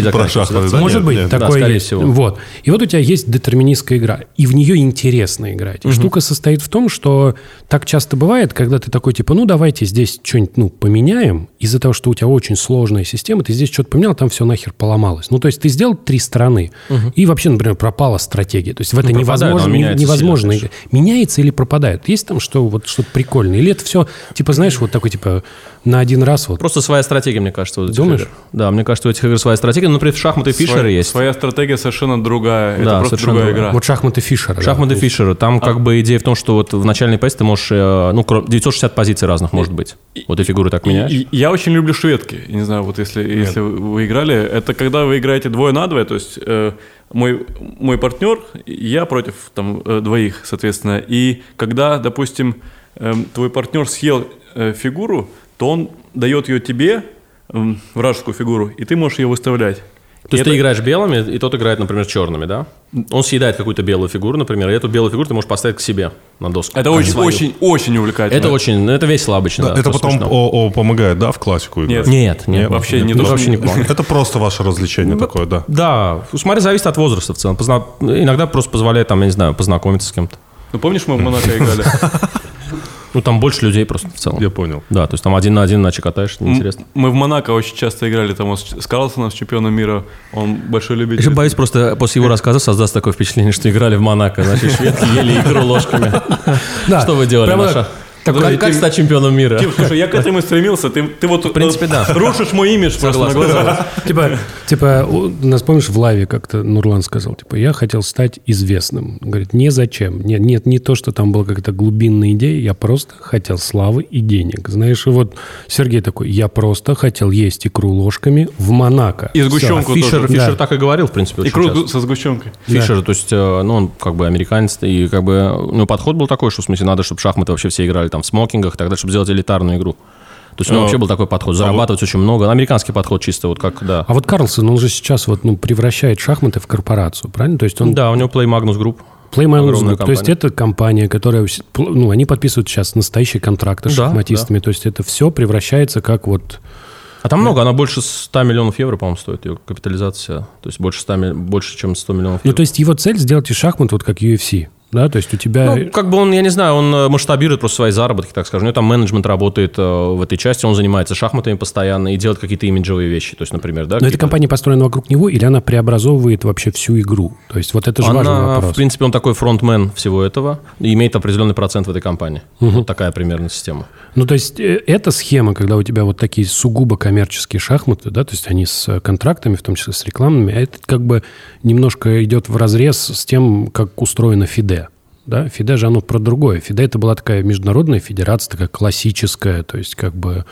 S3: шахматы,
S2: заканчиваются, да, в
S3: да,
S2: целом.
S1: Может
S3: нет,
S1: быть,
S3: нет.
S2: Да,
S1: такое
S2: скорее
S1: есть. Ну.
S2: всего.
S1: Вот. И вот у тебя есть детерминистская игра, и в нее интересно играть. И Штука состоит в том, что так часто бывает, когда ты такой, типа, ну, давайте здесь что-нибудь, ну, поменяем, из-за того, что у тебя очень сложная система, ты здесь что-то поменял, а там все нахер поломалось. Ну, то есть ты сделал три стороны, и вообще, например, пропала стратегия. То есть в это
S2: Ну, пропадает,
S1: невозможно,
S2: она
S1: не-
S2: меняется
S1: невозможно
S2: сильно,
S1: играть. Меняется или пропадает? Есть там что, вот что-то прикольное? Или это все, типа, знаешь, вот такой, типа, на один раз вот
S2: Просто своя стратегия, мне кажется, у этих
S1: Думаешь?
S2: игр. Да, мне кажется, у этих игр своя стратегия. Ну, Например, в шахматы Фишера
S4: Своя-
S2: есть.
S4: Своя стратегия совершенно другая.
S2: Да,
S4: это просто
S2: совершенно
S4: другая
S2: другая.
S4: игра.
S1: Вот шахматы Фишера. да.
S2: Шахматы Фишера. Там как бы идея в том, что вот в начальной позиции ты можешь, э, ну, кро- 960 позиций разных может быть. Вот и фигуры так меняешь.
S4: И- и я очень люблю шведки. Я Не знаю, вот если, если вы- вы играли, это когда вы играете двое на двое, то есть э, мой, мой партнер, и я против там э, двоих, соответственно. И когда, допустим, эм, твой партнер съел э, фигуру, то он дает ее тебе, эм, вражескую фигуру, и ты можешь ее выставлять.
S2: То есть
S4: И это-
S2: ты играешь белыми, и тот играет, например, черными, да? Он съедает какую-то белую фигуру, например, и эту белую фигуру ты можешь поставить к себе на доску.
S4: Это
S2: Как
S4: очень,
S2: свою.
S4: очень, очень увлекательно.
S2: Это очень, ну, это весело обычно.
S3: Да,
S2: да,
S3: это
S2: всё
S3: потом
S2: смешно.
S3: о- о, помогает, да, в классику играть?
S2: Нет, нет.
S4: вообще не
S2: ну,
S4: то,
S2: вообще
S4: что-
S2: не помню.
S3: Это просто ваше развлечение такое, да.
S2: Да, смотри, зависит от возраста в целом. Позна- Иногда просто позволяет, там, я не знаю, познакомиться с кем-то.
S4: Ну помнишь, мы в Монако играли?
S2: Ну, там больше людей просто в целом.
S3: Я понял.
S2: Да, то есть там один на один иначе катаешь, неинтересно.
S4: Мы в Монако очень часто играли там вот с Карлсоном, с чемпионом мира. Он большой любитель.
S2: Еще боюсь, просто после его рассказа создаст такое впечатление, что играли в Монако. Значит, шведки ели игру ложками.
S1: Да,
S2: Что вы делали,
S1: прямо
S2: Маша?
S1: такой-
S2: Как- Как стать чемпионом мира?
S4: Тим, слушай, я к этому и стремился. Ты, ты вот в
S2: принципе, да.
S4: рушишь мой имидж просто на глазах.
S1: Типа, типа, у- нас помнишь, в лаве как-то Нурлан сказал, типа, я хотел стать известным. Он Говорит, не зачем. Нет, нет, не то, что там была какая-то глубинная идея, я просто хотел славы и денег. Знаешь, и вот Сергей такой, я просто хотел есть икру ложками в Монако.
S4: И
S1: Всё.
S4: сгущенку
S2: Фишер,
S4: тоже.
S2: Фишер так и говорил, в принципе, очень часто.
S4: Икру со сгущенкой.
S2: Фишер, то есть, э, ну, он как бы американец, и как бы, ну, подход был такой, что, в смысле, надо, чтобы шахматы вообще все играли там в смокингах, и так далее, чтобы сделать элитарную игру. То есть, у него
S3: А.
S2: вообще был такой подход, зарабатывать очень много. Ну, Американский подход чисто, вот как, да.
S1: А вот Карлсон, он же сейчас вот, ну, превращает шахматы в корпорацию, правильно? То есть он
S2: Да, у него Play Magnus Group.
S1: Play My Own
S2: Огромная
S1: Group. То есть
S2: компания.
S1: это компания, которая... вс- пл- Ну, они подписывают сейчас настоящие контракты с
S2: Да,
S1: шахматистами. То есть это все превращается как вот...
S2: А там много, она больше 100 миллионов евро, по-моему, стоит ее капитализация. То есть, больше, 100, милли- больше чем 100 миллионов
S1: Ну,
S2: евро.
S1: то есть его цель сделать из шахмат вот как UFC, да? То есть у тебя...
S2: Ну, как бы он, я не знаю, он э, масштабирует просто свои заработки, так скажем. У него там менеджмент работает э, в этой части, он занимается шахматами постоянно и делает какие-то имиджевые вещи. То есть, например, да?
S1: Но эта
S2: какие-то-
S1: Ну, компания построена вокруг него, или она преобразовывает вообще всю игру? То есть вот это же важный
S2: Она, в
S1: вопрос.
S2: принципе, он такой фронтмен всего этого и имеет определенный процент в этой компании. Вот такая примерно система.
S1: Ну, то есть э, эта схема, когда у тебя вот такие сугубо коммерческие шахматы, да, то есть они с э, контрактами, в том числе с рекламными, а это как бы немножко идет в разрез с тем, как устроено ФИДЕ. Да, ФИДЕ же оно про другое. ФИДЕ это была такая международная федерация, такая классическая, то есть как бы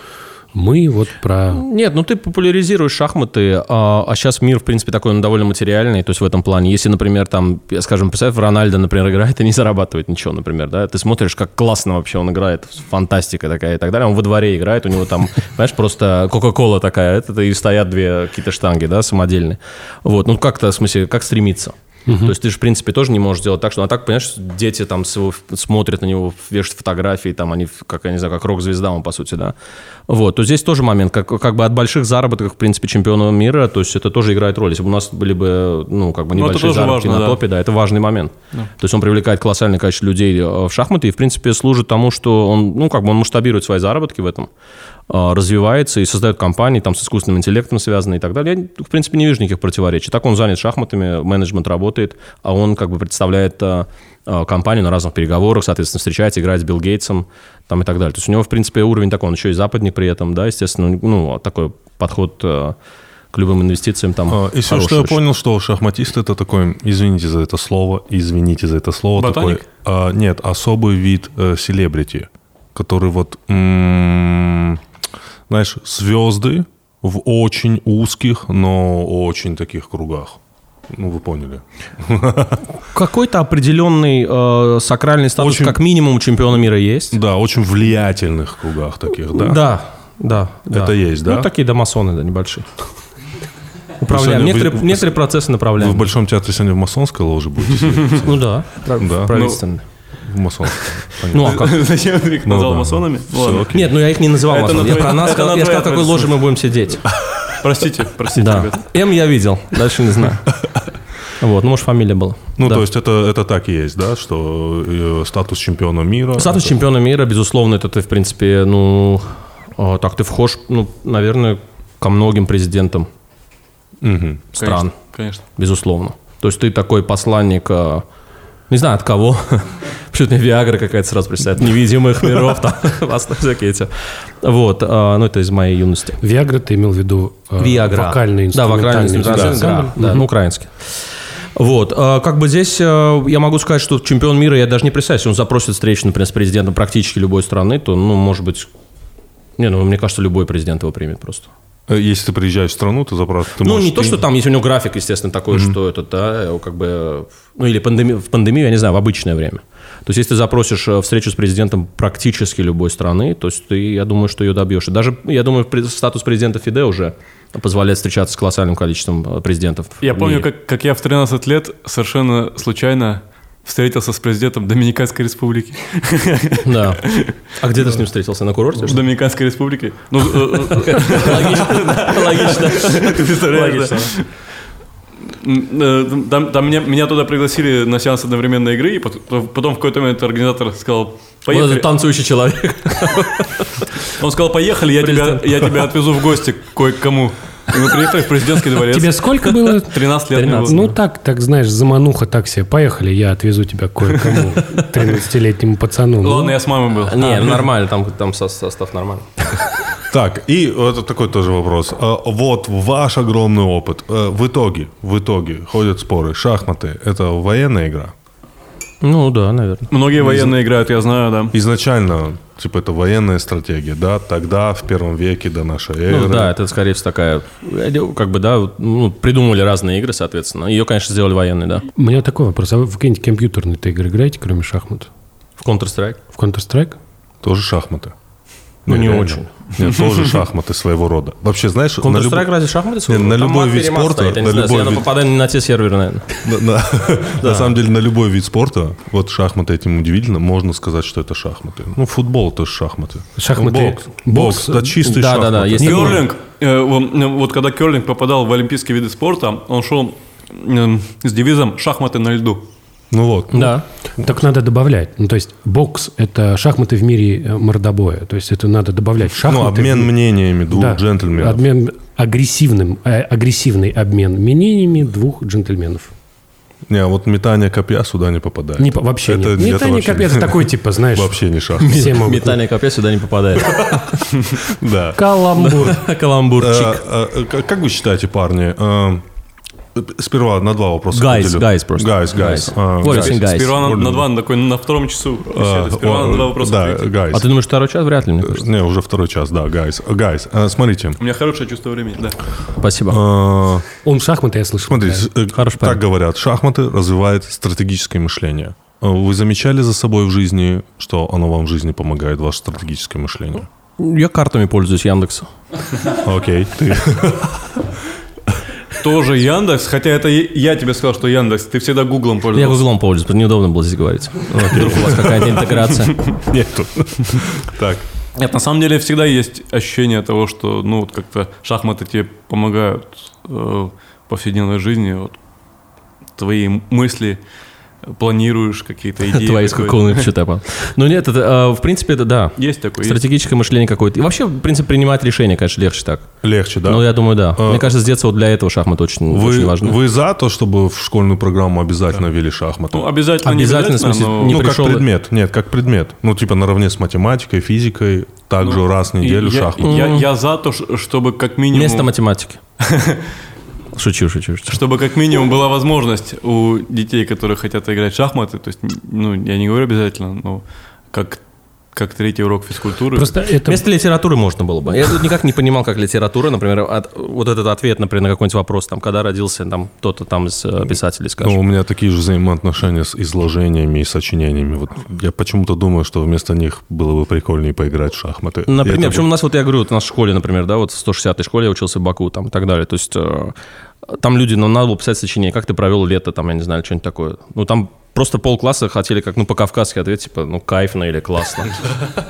S1: мы вот про...
S2: Нет, ну ты популяризируешь шахматы, а, сейчас мир, в принципе, такой он довольно материальный, то есть в этом плане. Если, например, там, я, скажем, представь, Рональдо, например, играет и не зарабатывает ничего, например, да, ты смотришь, как классно вообще он играет, фантастика такая и так далее, он во дворе играет, у него там, понимаешь, просто Кока-Кола такая, это и стоят две какие-то штанги, да, самодельные. Вот, ну как-то, в смысле, как стремиться? То есть ты же, в принципе, тоже не можешь делать так, что... А так, понимаешь, дети там с его, смотрят на него, вешают фотографии, там они, в- как, я не знаю, как рок-звезда он, по сути, да. Вот, то здесь тоже момент, как, как бы от больших заработков, в принципе, чемпиона мира, то есть это тоже играет роль. Если бы у нас были бы, ну, как бы
S4: Ну, это
S2: небольшие
S4: тоже
S2: заработки
S4: важно,
S2: на
S4: да.
S2: топе, да, это важный момент. То есть он привлекает колоссальное количество людей э, в шахматы и, в принципе, служит тому, что он, ну, как бы он масштабирует свои заработки в этом, э, развивается и создает компании там с искусственным интеллектом связанные и так далее. Я, в принципе, не вижу никаких противоречий. Так он занят шахматами, менеджмент работает, а он как бы представляет э, э, компанию на разных переговорах, соответственно, встречается, играет с Билл Гейтсом там и так далее. То есть у него, в принципе, уровень такой, он еще и западник при этом, да, естественно, ну, такой подход э, к любым инвестициям там
S3: А, И все,
S2: хороший
S3: что я
S2: очень.
S3: понял, что шахматист это такой, извините за это слово, извините за это слово.
S4: Ботаник?
S3: Такой, а, нет, особый вид э, селебрити, который вот, м, знаешь, звезды в очень узких, но очень таких кругах. Ну, вы поняли.
S2: Какой-то определенный э, сакральный статус,
S3: Очень-
S2: как минимум, у чемпиона мира есть.
S3: Да, очень влиятельных кругах таких, да?
S2: да, да, да.
S3: Это есть, да?
S2: Ну, такие домасоны, да, небольшие. Управляем.
S3: Вы сегодня-
S2: Некоторые,
S3: вы-
S2: некоторые процессы
S3: Вы
S2: направляем.
S3: в Большом театре сегодня в масонской ложе будете? сидеть?
S2: Ну да,
S3: Да.
S2: правительственные.
S3: В масонской.
S2: Ну, а как?
S4: Зачем ты их
S3: Ну
S4: назвал
S3: да.
S4: масонами?
S3: Всё,
S4: Ладно.
S3: окей.
S2: Нет, ну я их не называл.
S4: Это
S2: Антон. я
S4: на твоей-
S2: про нас
S4: это
S2: сказал,
S4: на
S2: я сказал,
S4: твоей
S2: какой ложе мы будем сидеть.
S4: Простите, простите,
S2: Да.
S4: ребята.
S2: М я видел, дальше не знаю. Вот, ну, может, фамилия была.
S3: Ну,
S2: Да.
S3: то есть это, это так и есть, да, что э, статус чемпиона мира.
S2: Статус
S3: это-
S2: чемпиона мира, безусловно, это ты, в принципе, ну, э, так ты вхож, ну, наверное, ко многим президентам
S3: Мгм.
S2: стран.
S4: Конечно.
S2: безусловно. То есть ты такой посланник, э, не знаю от кого, почему-то мне Виагра какая-то сразу представляет, невидимых миров, там, вас на всякие эти. Вот, э, ну это из моей юности.
S1: Виагра ты имел в виду? э,
S2: Виагра.
S1: Вокальный
S2: Да,
S1: инструментальный
S2: вокальный инструментальный
S1: ансамбль?
S2: ансамбль, да, ну, украинский. Вот, э, как бы здесь э, я могу сказать, что чемпион мира, я даже не представляю, если он запросит встречу, например, с президентом практически любой страны, то, ну, может быть, не, ну, мне кажется, любой президент его примет просто.
S3: Э, Если ты приезжаешь в страну, то запрос... ты
S2: Ну,
S3: можешь-
S2: не то, что там, если у него график, естественно, такой, что это, да, э, как бы, ну, или пандеми- в пандемию, я не знаю, в обычное время. То есть, если ты запросишь э, встречу с президентом практически любой страны, то есть ты, я думаю, что ее добьешь. И даже, я думаю, пред- статус президента ФИДЕ уже позволяет встречаться с колоссальным количеством э, президентов.
S4: Я
S2: в
S4: помню,
S2: мире.
S4: как, как я в 13 лет совершенно случайно встретился с президентом Доминиканской республики.
S2: Да. А где ты с ним встретился? На курорте?
S4: В Доминиканской республике. Ну, э, э,
S2: Логично.
S4: э, ты представляешь, да? М, э, Там, там меня, меня туда пригласили на сеанс одновременной игры, и пот- потом, в какой-то момент организатор сказал,
S2: Вот
S4: поехали.
S2: Ну, этот танцующий человек.
S4: Он сказал, поехали, я тебя,
S2: Президент.
S4: я тебя отвезу в гости кое к кому. И мы приехали в президентский дворец.
S1: Тебе сколько было?
S4: 13 лет мне было.
S2: 13.
S1: Ну так, так знаешь, замануха так себе. Поехали, я отвезу тебя кое-кому, 13-летнему пацану. Ну,
S4: Ладно, я с мамой был.
S2: Не, ну, нормально, там, там со- состав нормально.
S3: Так, и это такой тоже вопрос. Э, Вот ваш огромный опыт. Э, В итоге, в итоге ходят споры. Шахматы – это военная игра?
S2: Ну да, наверное.
S4: Многие военные играют, я знаю, да.
S3: Изначально, типа, это военная стратегия, да? Тогда, в первом веке до нашей эры.
S2: Ну, да, это, скорее всего, такая, э, как бы, да, вот, ну, придумали разные игры, соответственно. Ее, конечно, сделали военные, да.
S1: У меня такой вопрос. А вы в какие-нибудь компьютерные игры играете, кроме шахмат?
S2: В Counter-Strike.
S1: В Counter-Strike?
S3: Тоже шахматы.
S2: Ну, не
S3: реально.
S2: очень.
S3: Нет, тоже шахматы своего рода. Вообще, знаешь, на люб-
S2: Counter-Strike разве шахматы?
S3: Не, на
S2: Там
S3: любой
S2: мат
S3: вид
S2: перемат
S3: спорта,
S2: стоит, я не
S3: на
S2: знаю, если
S3: любой
S2: я
S3: вид-
S2: попадаю не на те серверы, наверное.
S3: на- на- на самом деле, на любой вид спорта, вот шахматы этим удивительно, можно сказать, что это шахматы. Ну, футбол – это шахматы.
S1: Шахматы-
S3: Бокс. Бокс – это чистый
S2: Да, да,
S3: шахматы.
S2: да, есть такое.
S4: Керлинг, э, вон, э, вот когда Керлинг попадал в олимпийские виды спорта, он шел э, с девизом «шахматы на льду».
S3: Ну вот.
S2: Да.
S1: Так надо добавлять. Ну, то есть бокс – это шахматы в мире э, мордобоя. То есть это надо добавлять. Шахматы
S3: Ну, обмен
S1: в-
S3: мнениями двух
S1: Да.
S3: джентльменов.
S1: Обмен агрессивным, э, агрессивный обмен мнениями двух джентльменов.
S3: Не, а вот метание копья сюда не попадает.
S1: Не по- вообще
S3: это,
S1: нет. Не,
S3: это
S1: это не
S3: вообще
S1: капец,
S3: не-
S1: такой типа, знаешь.
S3: Вообще не шах.
S1: Все могут.
S2: Метание копья сюда не попадает.
S3: Да.
S1: Каламбур.
S2: Каламбурчик.
S3: Э, э, к- Как вы считаете, парни? э, Сперва на два вопроса.
S2: Guys,
S3: поделю.
S2: guys просто.
S3: Guys, guys.
S2: Guys.
S3: Э,
S2: What is in guys?
S4: Сперва на, на два, на, такой, на втором часу.
S3: Э,
S4: беседы. Сперва
S3: о,
S4: на два вопроса.
S3: Да,
S4: ответить.
S3: guys.
S2: А ты думаешь, второй час? Вряд ли, мне кажется.
S3: Не, уже второй час, да, guys. Guys, э, смотрите.
S4: У меня хорошее чувство времени, да.
S2: Спасибо.
S3: э,
S1: Он в шахматы, я слышал.
S3: Смотрите, э,
S2: Хороший
S3: так
S2: парень.
S3: говорят, шахматы развивает стратегическое мышление. Э, Вы замечали за собой в жизни, что оно вам в жизни помогает, ваше стратегическое мышление?
S2: Я картами пользуюсь Яндекса.
S3: Окей, ты.
S4: Тоже Яндекс, хотя это я я тебе сказал, что Яндекс, ты всегда Гуглом
S3: Ну.
S2: Я
S4: пользовался.
S2: Гуглом пользуюсь, потому что неудобно было здесь говорить. Вдруг у вас какая-то интеграция.
S3: Нету. Так.
S4: Нет, на самом деле всегда есть ощущение того, что, ну, вот как-то шахматы тебе помогают э, в повседневной жизни, вот, твои мысли, э, планируешь какие-то идеи.
S2: Твои
S4: какой-
S2: скакуны, что то Ну нет, это, э, в принципе, это да.
S4: Есть такой, есть.
S2: Стратегическое мышление какое-то. И вообще, в принципе, принимать решения, конечно, легче так.
S3: Легче, да?
S2: Ну, я думаю, да.
S3: Э,
S2: Мне кажется, с детства вот для этого шахматы очень, очень
S3: Вы,
S2: важны.
S3: вы за то, чтобы в школьную программу обязательно ввели шахматы?
S4: Ну, обязательно, не
S2: Обязательно, в смысле,
S4: но-
S2: а не
S3: ну,
S2: пришел-
S3: как предмет. Нет, как предмет. Ну, типа наравне с математикой, физикой,
S2: Ну,
S3: также раз в неделю
S4: я,
S3: шахматы.
S4: я- я за то, ш- чтобы как минимум...
S2: Место математики. Шучу, шучу, шучу.
S4: Чтобы как минимум была возможность у детей, которые хотят играть в шахматы, то есть, ну, я не говорю обязательно, но как, как третий урок физкультуры.
S1: Просто это...
S2: Вместо литературы можно было бы. Я тут никак не понимал, как литература, например, от- вот этот ответ, например, на какой-нибудь вопрос, там, когда родился там кто-то там из э, писателей,
S3: Ну,
S2: скажем.
S3: у меня такие же взаимоотношения с изложениями и сочинениями. Вот я почему-то думаю, что вместо них было бы прикольнее поиграть в шахматы. И это
S2: Например, причем у
S3: бы-
S2: нас, вот я говорю, вот в нашей школе, например, да, вот в 160-й школе я учился в Баку, там, и так далее. То есть э, там люди, ну, надо было писать сочинение, как ты провел лето, там, я не знаю, что-нибудь такое. Ну, там просто полкласса хотели, как, ну, по-кавказски ответить, типа, ну, кайфно или классно.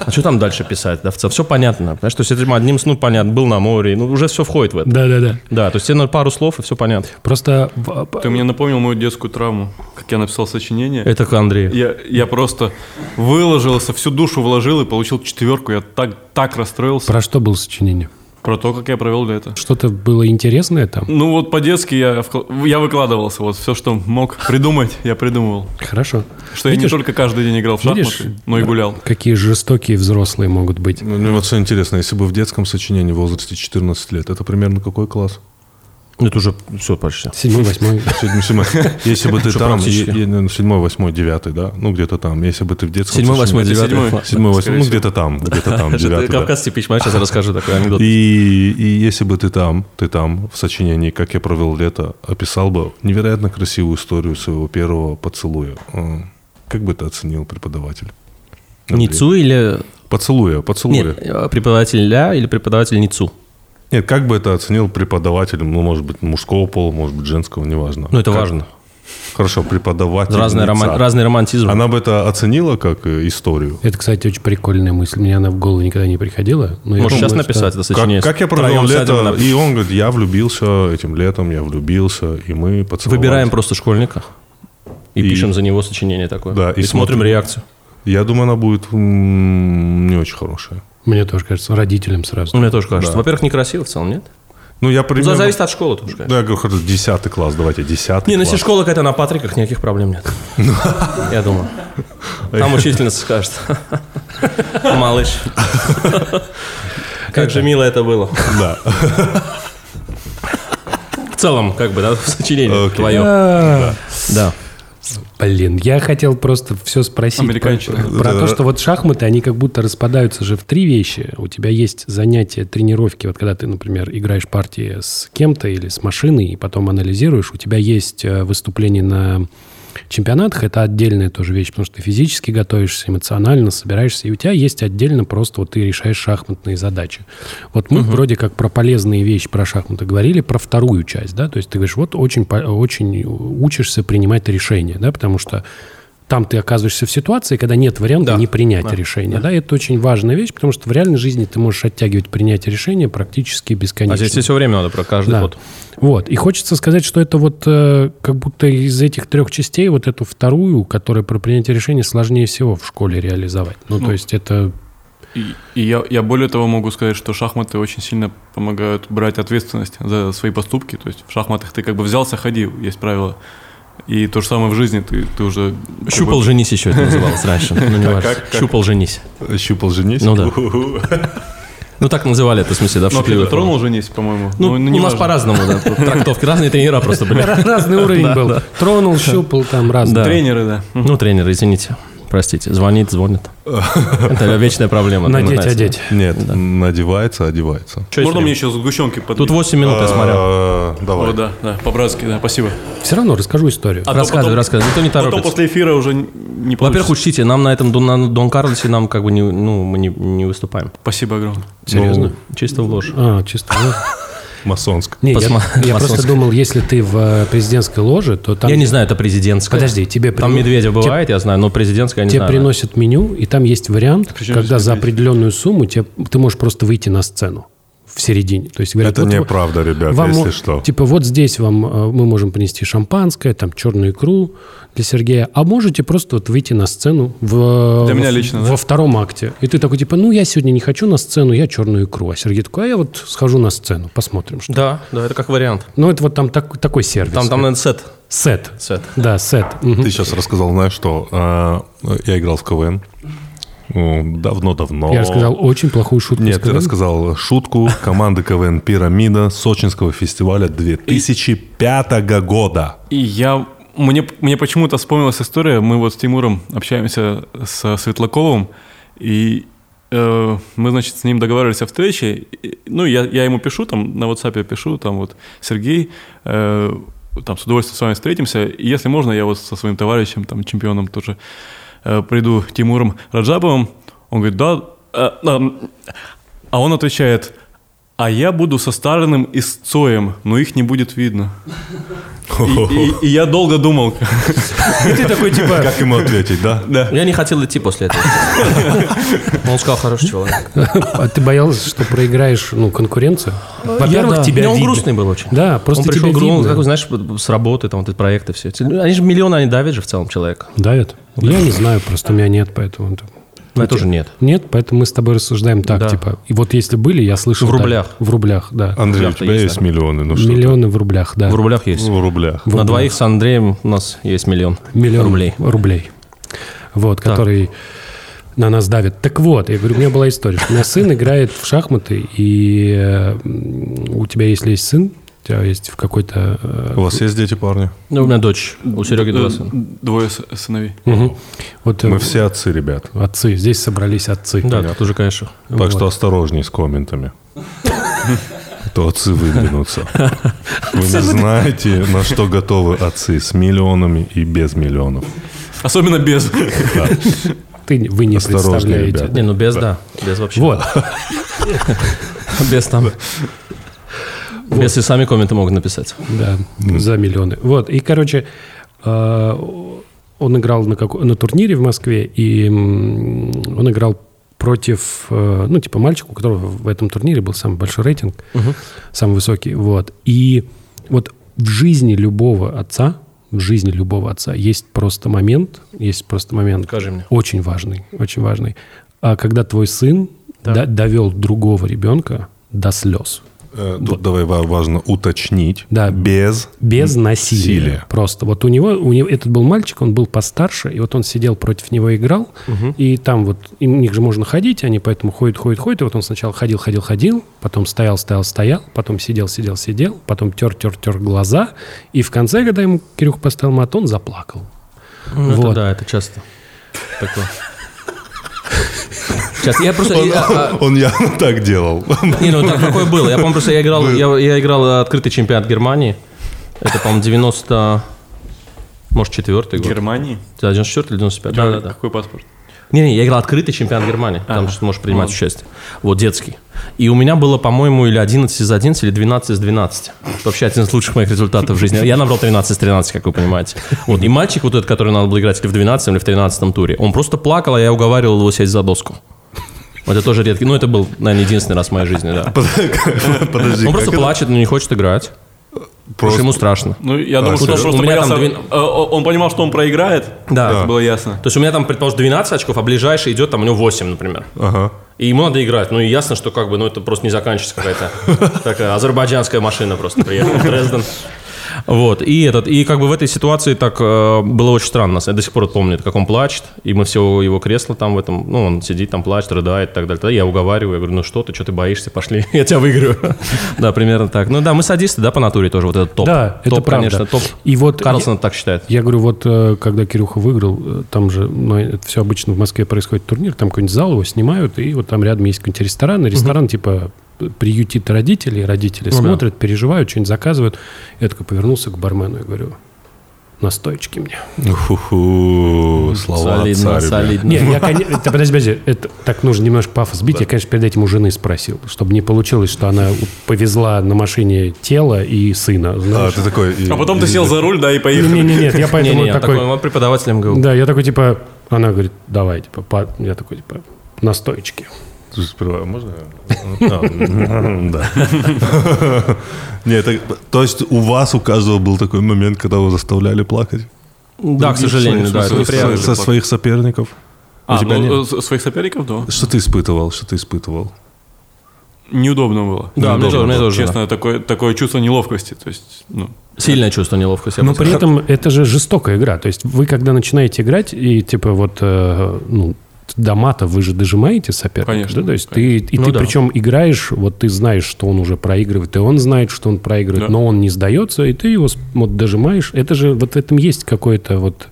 S2: А что там дальше писать? Да, все понятно. Понимаешь, то есть это одним, с- ну, понятно, был на море, ну, уже все входит в это.
S1: Да-да-да.
S2: Да, то есть тебе надо пару слов, и все понятно.
S1: Просто... в- а,
S4: Ты мне напомнил мою детскую травму, как я написал сочинение.
S2: Это к Андрею.
S4: Я, я просто выложился, всю душу вложил и получил четверку. Я так, так расстроился
S1: Про что было сочинение?
S4: про то, как я провел лето.
S1: Что-то было интересное там?
S4: Ну вот по-детски я, вкла- я выкладывался, вот все, что мог придумать, я придумывал.
S1: Хорошо.
S4: Что я не
S1: Видишь?
S4: только каждый день играл в шахматы,
S1: Видишь?
S4: но и гулял.
S1: Какие жестокие взрослые могут быть.
S3: Ну, Мне вот все интересно, если бы в детском сочинении в возрасте 14 лет, это примерно какой класс?
S2: Это уже все почти.
S1: Седьмой, восьмой.
S3: Седьмой, седьмой. Если бы ты
S2: Что
S3: там,
S2: практически.
S3: е- е- ну, седьмой, восьмой, девятый, да? Ну, где-то там. Если бы ты в детском
S2: Седьмой,
S3: сочинении-
S2: восьмой, девятый.
S4: седьмой.
S2: класс.
S3: Седьмой, восьмой, ну,
S4: всего.
S3: где-то там, где-то там,
S2: Что-то
S3: девятый. да.
S2: Кавказский пич, сейчас я расскажу такой анекдот.
S3: И, и если бы ты там, ты там, в сочинении «Как я провел лето», описал бы невероятно красивую историю своего первого поцелуя. э, Как бы ты оценил преподаватель? Андрей?
S2: Ницу или...
S3: Поцелуя, поцелуя.
S2: Нет,
S3: Нет.
S2: э, преподаватель ля или преподаватель Ницу.
S3: как бы это оценил преподаватель, ну, может быть, мужского пола, может быть, женского, неважно.
S2: Ну, это
S3: Как-
S2: важно.
S3: Хорошо, преподаватель.
S2: Разный, роман, разный романтизм.
S3: Она бы это оценила как э, историю?
S1: Это, кстати, очень прикольная мысль. Мне она в голову никогда не приходила. но я
S2: Можешь сейчас
S1: думаю,
S2: написать это
S3: Как,
S2: сочинение?
S3: как я провел
S2: Втроем сядем
S3: лето,
S2: на-
S3: и он говорит, я влюбился этим летом, я влюбился, и мы поцеловались.
S2: Выбираем просто школьника и,
S3: И-
S2: пишем за него сочинение такое.
S3: Да,
S2: и,
S3: и
S2: смотрим
S3: смотрим.
S2: реакцию.
S3: Я думаю, она будет м, не очень хорошая.
S1: Что, мне тоже кажется, родителям
S2: Ну,
S1: сразу.
S2: Мне тоже кажется. Во-первых, некрасиво в целом, нет?
S3: Ну, я
S2: Ну,
S3: примерно...
S2: зависит от школы тоже, конечно.
S3: Да, я говорю, хорошо, 10 класс, давайте, 10
S2: Не, ну
S3: класс.
S2: если школа какая-то на Патриках, никаких проблем нет. Я думаю. Там учительница скажет. Малыш. Как же мило это было.
S3: Да.
S2: В целом, как бы, да, сочинение
S3: Окей.
S2: твое.
S1: А,
S2: Да.
S1: Блин, я хотел просто все спросить про,
S4: Американщина.
S1: про- про то, что вот шахматы, они как будто распадаются же в три вещи. У тебя есть занятия, тренировки, вот когда ты, например, играешь партии с кем-то или с машиной, и потом анализируешь, у тебя есть э, выступление на чемпионатах, это отдельная тоже вещь, потому что ты физически готовишься, эмоционально собираешься, и у тебя есть отдельно просто вот ты решаешь шахматные задачи. Вот мы вроде как про полезные вещи про шахматы говорили, про вторую часть, да, то есть ты говоришь, вот очень, по- очень учишься принимать решения, да, потому что там ты оказываешься в ситуации, когда нет варианта
S2: Да.
S1: не принять решение. Да. это очень важная вещь, потому что в реальной жизни ты можешь оттягивать принятие решения практически бесконечно.
S2: А здесь все время надо про каждый
S1: Да.
S2: ход.
S1: Вот. И хочется сказать, что это вот э, как будто из этих трех частей вот эту вторую, которая про принятие решения, сложнее всего в школе реализовать. Ну, то есть это...
S4: И, и я, я более того могу сказать, что шахматы очень сильно помогают брать ответственность за свои поступки. То есть в шахматах ты как бы взялся, ходил, есть правило. И то же самое в жизни, ты, ты уже... как
S2: Щупал
S4: бы-
S2: женись еще это называлось раньше. Ну, не важно.
S4: как- как?
S2: Щупал женись.
S3: Щупал женись.
S2: Ну да. Ну, так называли это, в смысле, да, в
S4: Ну, а
S2: шутливой
S4: кто-то
S2: форме.
S4: тронул женись, по-моему.
S2: Ну,
S4: не
S2: у нас
S4: важно.
S2: по-разному, да. Тут Трактовки разные тренера просто были.
S1: Разный уровень был. Тронул, щупал там разный.
S2: Да.
S4: Тренеры, да.
S2: Ну, тренер, извините. Простите. Звонит, звонит. Это вечная проблема.
S1: Надеть,
S2: знаете.
S1: одеть.
S3: Нет, надевается, одевается.
S2: Чё,
S4: Можно
S2: если-
S4: мне еще сгущенки подбить?
S2: Тут 8 минут, Ну, я смотрел.
S3: А, Давай.
S4: О, Ну, да, да, по-братски, да, спасибо.
S1: Все равно расскажу историю.
S4: А то
S2: Рассказывай,
S4: потом-
S2: рассказывай. Никто не
S4: Потом
S2: торопится.
S4: после эфира уже не получится.
S2: Во-первых, учтите, нам на этом Дон, на Дон Карлосе нам как бы не, ну, мы не, не выступаем.
S4: Спасибо огромное.
S2: Серьезно? Чисто в ложь.
S1: А, чисто. ну.
S3: Масонск.
S1: Не, я-
S2: Посма-
S1: я просто
S2: масонская.
S1: думал, если ты в э, президентской ложе, то там...
S2: Я не знаю, это президентская.
S1: Подожди, тебе...
S2: Там
S1: прино-
S2: Медведев бывает, я знаю, но президентская, я не
S1: Тебе
S2: знаю.
S1: приносят меню, и там есть вариант,
S4: Причем
S1: когда
S4: здесь
S1: за
S4: медведь?
S1: определенную сумму тебе, ты можешь просто выйти на сцену в середине. То есть говорят,
S3: Это
S1: ну, вот вы-
S3: неправда, ребят,
S1: вам,
S3: если
S1: о-
S3: что.
S1: Типа вот здесь вам э, мы можем принести шампанское, там черную икру для Сергея, а можете просто вот выйти на сцену в,
S4: Для меня
S1: в-
S4: лично,
S1: во
S4: да?
S1: втором акте. И ты такой типа, ну я сегодня не хочу на сцену, я черную икру. А Сергей такой, а я вот схожу на сцену, посмотрим. Что.
S2: Да, да, это как вариант.
S1: Ну это вот там так- такой сервис.
S2: Там, там, наверное, сет.
S1: сет.
S2: Сет.
S1: Да, сет. Мгм.
S3: Ты сейчас рассказал, знаешь, что а, я играл в КВН. Ну, Давно-давно.
S1: Я рассказал очень плохую шутку.
S3: Нет, ты
S1: сказал?
S3: рассказал шутку команды КВН «Пирамида» Сочинского фестиваля 2005 года.
S4: И я... Мне, мне почему-то вспомнилась история. Мы вот с Тимуром общаемся со Светлаковым, и э, мы, значит, с ним договаривались о встрече. И, ну, я, я ему пишу, там, на WhatsApp пишу, там вот, Сергей, э, там, с удовольствием с вами встретимся. И если можно, я вот со своим товарищем, там, чемпионом тоже э, приду, Тимуром Раджабовым. Он говорит, да... э, эм». а он отвечает, а я буду со Сталиным и с Цоем, но их не будет видно. И, и- и я долго думал.
S2: типа,
S3: Как ему ответить, да?
S2: Я не хотел идти после этого. Он сказал, хороший человек.
S1: А ты боялся, что проиграешь ну, конкуренцию? Во-первых,
S2: Я, да.
S1: тебя
S2: Не, Он
S1: видно.
S2: грустный был очень.
S1: Да, просто
S2: он пришел
S1: тебя
S2: гру- он
S1: видно.
S2: такой, знаешь, с работы, там, вот эти проекты все. эти. Они же миллионы, они давят же в целом человека.
S1: Давят? Я не знаю, просто у меня нет, поэтому... это-
S2: Но это тоже нет.
S1: Нет, поэтому мы с тобой рассуждаем так,
S2: Да.
S1: типа, и вот если были, я слышал...
S2: В
S1: да,
S2: рублях.
S1: в рублях, да.
S3: Андрей, у
S2: Завтра
S3: тебя
S2: есть,
S3: есть
S2: да.
S3: миллионы, ну что ты?
S1: Миллионы в рублях, да.
S2: В рублях есть.
S3: В рублях.
S2: На двоих с Андреем у нас есть миллион,
S1: Миллион
S2: рублей.
S1: рублей. Вот, который на нас давит. Так вот, я говорю, у меня была история. что У меня сын играет в шахматы, и э, м, у тебя, если есть сын, у тебя есть в какой-то э,
S3: У вас есть дети, парни?
S2: Ну, у меня дочь, у Сереги два сына.
S4: Двое с- сыновей.
S1: мгм, вот э,
S3: Мы все отцы, ребят.
S1: отцы, здесь собрались отцы.
S2: Да, да, тоже, конечно.
S3: Так что осторожней с комментами. А То отцы выдвинутся. Вы не знаете, на что готовы отцы с миллионами и без миллионов.
S4: Особенно без.
S1: Ты, вы не
S3: Осторожнее,
S1: представляете.
S3: ребята.
S2: Не, ну без, да. Без вообще.
S1: Вот.
S2: Без там. Без и сами комменты могут написать.
S1: Да, за миллионы. Вот, и, короче, э, э, он играл на, како- на турнире в Москве, и м, он играл против, э, ну, типа, мальчика, у которого в этом турнире был самый большой рейтинг, самый высокий, вот. И вот в жизни любого отца, в жизни любого отца есть просто момент, есть просто момент,
S2: Скажи мне.
S1: очень важный, очень важный, А когда твой сын да- довел другого ребенка до слез.
S3: Э, Тут давай ва- важно уточнить.
S1: Да.
S3: Без.
S1: Без насилия.
S3: Силия.
S1: Просто. Вот у него, у него, этот был мальчик, он был постарше, и вот он сидел против него играл, и там вот, им, у них же можно ходить, они поэтому ходят, ходят, ходят, и вот он сначала ходил, ходил, ходил, потом стоял, стоял, стоял, потом сидел, сидел, сидел, потом тер, тер, тер глаза, и в конце, когда ему Кирюха поставил мат, он заплакал.
S2: Ну, это
S1: Вот.
S2: да, это часто такое. Сейчас, я просто...
S3: Он,
S2: я- а,
S3: он явно так делал.
S2: Не, ну так такое было. Я помню, просто я играл, я, я играл э, открытый чемпионат Германии. Это, по-моему, 90... Может, четвертый год.
S4: Германии?
S2: Да, 94 или 95. Да, да, да.
S4: Какой паспорт?
S2: Не-не, я играл открытый чемпионат Германии, там что ты можешь принимать
S4: Ладно.
S2: участие. Вот, детский. И у меня было, по-моему, или 11 из 11, или 12 из 12. Это вообще один из лучших моих результатов в жизни. Я набрал 13 из 13, как вы понимаете. Вот, и мальчик вот этот, который надо было играть или в 12, или в 13 туре, он просто плакал, а я уговаривал его сесть за доску. Вот Это тоже редкий. Ну, это был, наверное, единственный раз в моей жизни, да.
S3: Подожди.
S2: Он просто
S3: А как это?
S2: плачет, но не хочет играть. Потому что
S3: Просто-
S2: ему страшно.
S4: Ну,
S3: А,
S4: я думаю, что он
S2: слушай,
S4: просто
S2: у меня там
S4: боялся...
S2: две-
S4: Э, о- Он понимал, что он проиграет.
S2: Да.
S4: Это Было ясно.
S2: То есть у меня там, предположим, 12 очков, а ближайший идет там у него 8, например.
S3: Ага.
S2: И ему надо играть. Ну и ясно, что как бы, ну это просто не заканчивается какая-то такая азербайджанская машина просто приехала в Дрезден. Вот, и этот, и как бы в этой ситуации так э, было очень странно. Я до сих пор помню, как он плачет, и мы все его кресло там в этом, ну, он сидит там, плачет, рыдает и так далее. Тогда я уговариваю, я говорю, ну что ты, что ты боишься, пошли, я тебя выиграю. Да, примерно так. Ну да, мы садисты, да, по натуре тоже, вот этот топ.
S1: Да, это
S2: Топ,
S1: правда.
S2: конечно, топ.
S1: И вот
S2: Карлсон так считает.
S1: Я говорю, вот э, когда Кирюха выиграл, э, там же, ну, это все обычно в Москве происходит турнир, там какой-нибудь зал его снимают, и вот там рядом есть какой-нибудь ресторан, и ресторан типа э, приютит родителей, родители смотрят, переживают, что-нибудь заказывают. Я такой повернулся к бармену и говорю, настоечки мне.
S3: Фу-ху, слова
S2: Солидно,
S3: отца, ребят.
S2: солидно.
S1: Не, я, конечно, это, подожди, подожди, это, так нужно немножко пафос сбить. Я, конечно, перед этим у жены спросил, чтобы не получилось, что она повезла на машине тело и сына.
S3: А,
S1: знаешь.
S3: ты такой... и-
S4: А потом
S3: и-
S4: ты сел за руль, да, и поехал.
S1: Не-не-не, нет, я
S2: Не,
S1: поэтому
S2: не, я
S1: такой...
S2: такой вам преподавателям говорю.
S1: Да, я такой, типа, она говорит, давай, типа, па- я такой, типа, настоечки.
S3: Слушай, Сперва, можно? А, Да. Нет, так- то есть у вас, у каждого был такой момент, когда вы заставляли плакать?
S2: Да, к сожалению, да, это
S3: Со-
S2: неприятно.
S3: Со своих соперников?
S4: А,
S3: У тебя
S4: ну,
S3: нет?
S4: э, с- своих соперников, да.
S3: Что ты испытывал? Что ты испытывал?
S4: Неудобно было.
S2: Да, мне
S3: Неудобно
S2: тоже, мне
S3: было,
S2: тоже. да.
S4: Честно, такое, такое чувство неловкости. То есть, ну,
S2: Сильное чувство неловкости. я
S1: Но
S2: бы
S1: Ну, при
S2: сказал.
S1: этом это же жестокая игра. То есть вы, когда начинаете играть, и, типа, вот, э, ну, до мата вы же дожимаете соперника.
S4: Конечно,
S1: да? То есть ты, и
S2: Ну
S1: ты
S2: да.
S1: причем играешь, вот ты знаешь, что он уже проигрывает, и он знает, что он проигрывает,
S4: Да.
S1: но он не сдается, и ты его с- вот дожимаешь. Это же, вот в этом есть какое-то вот...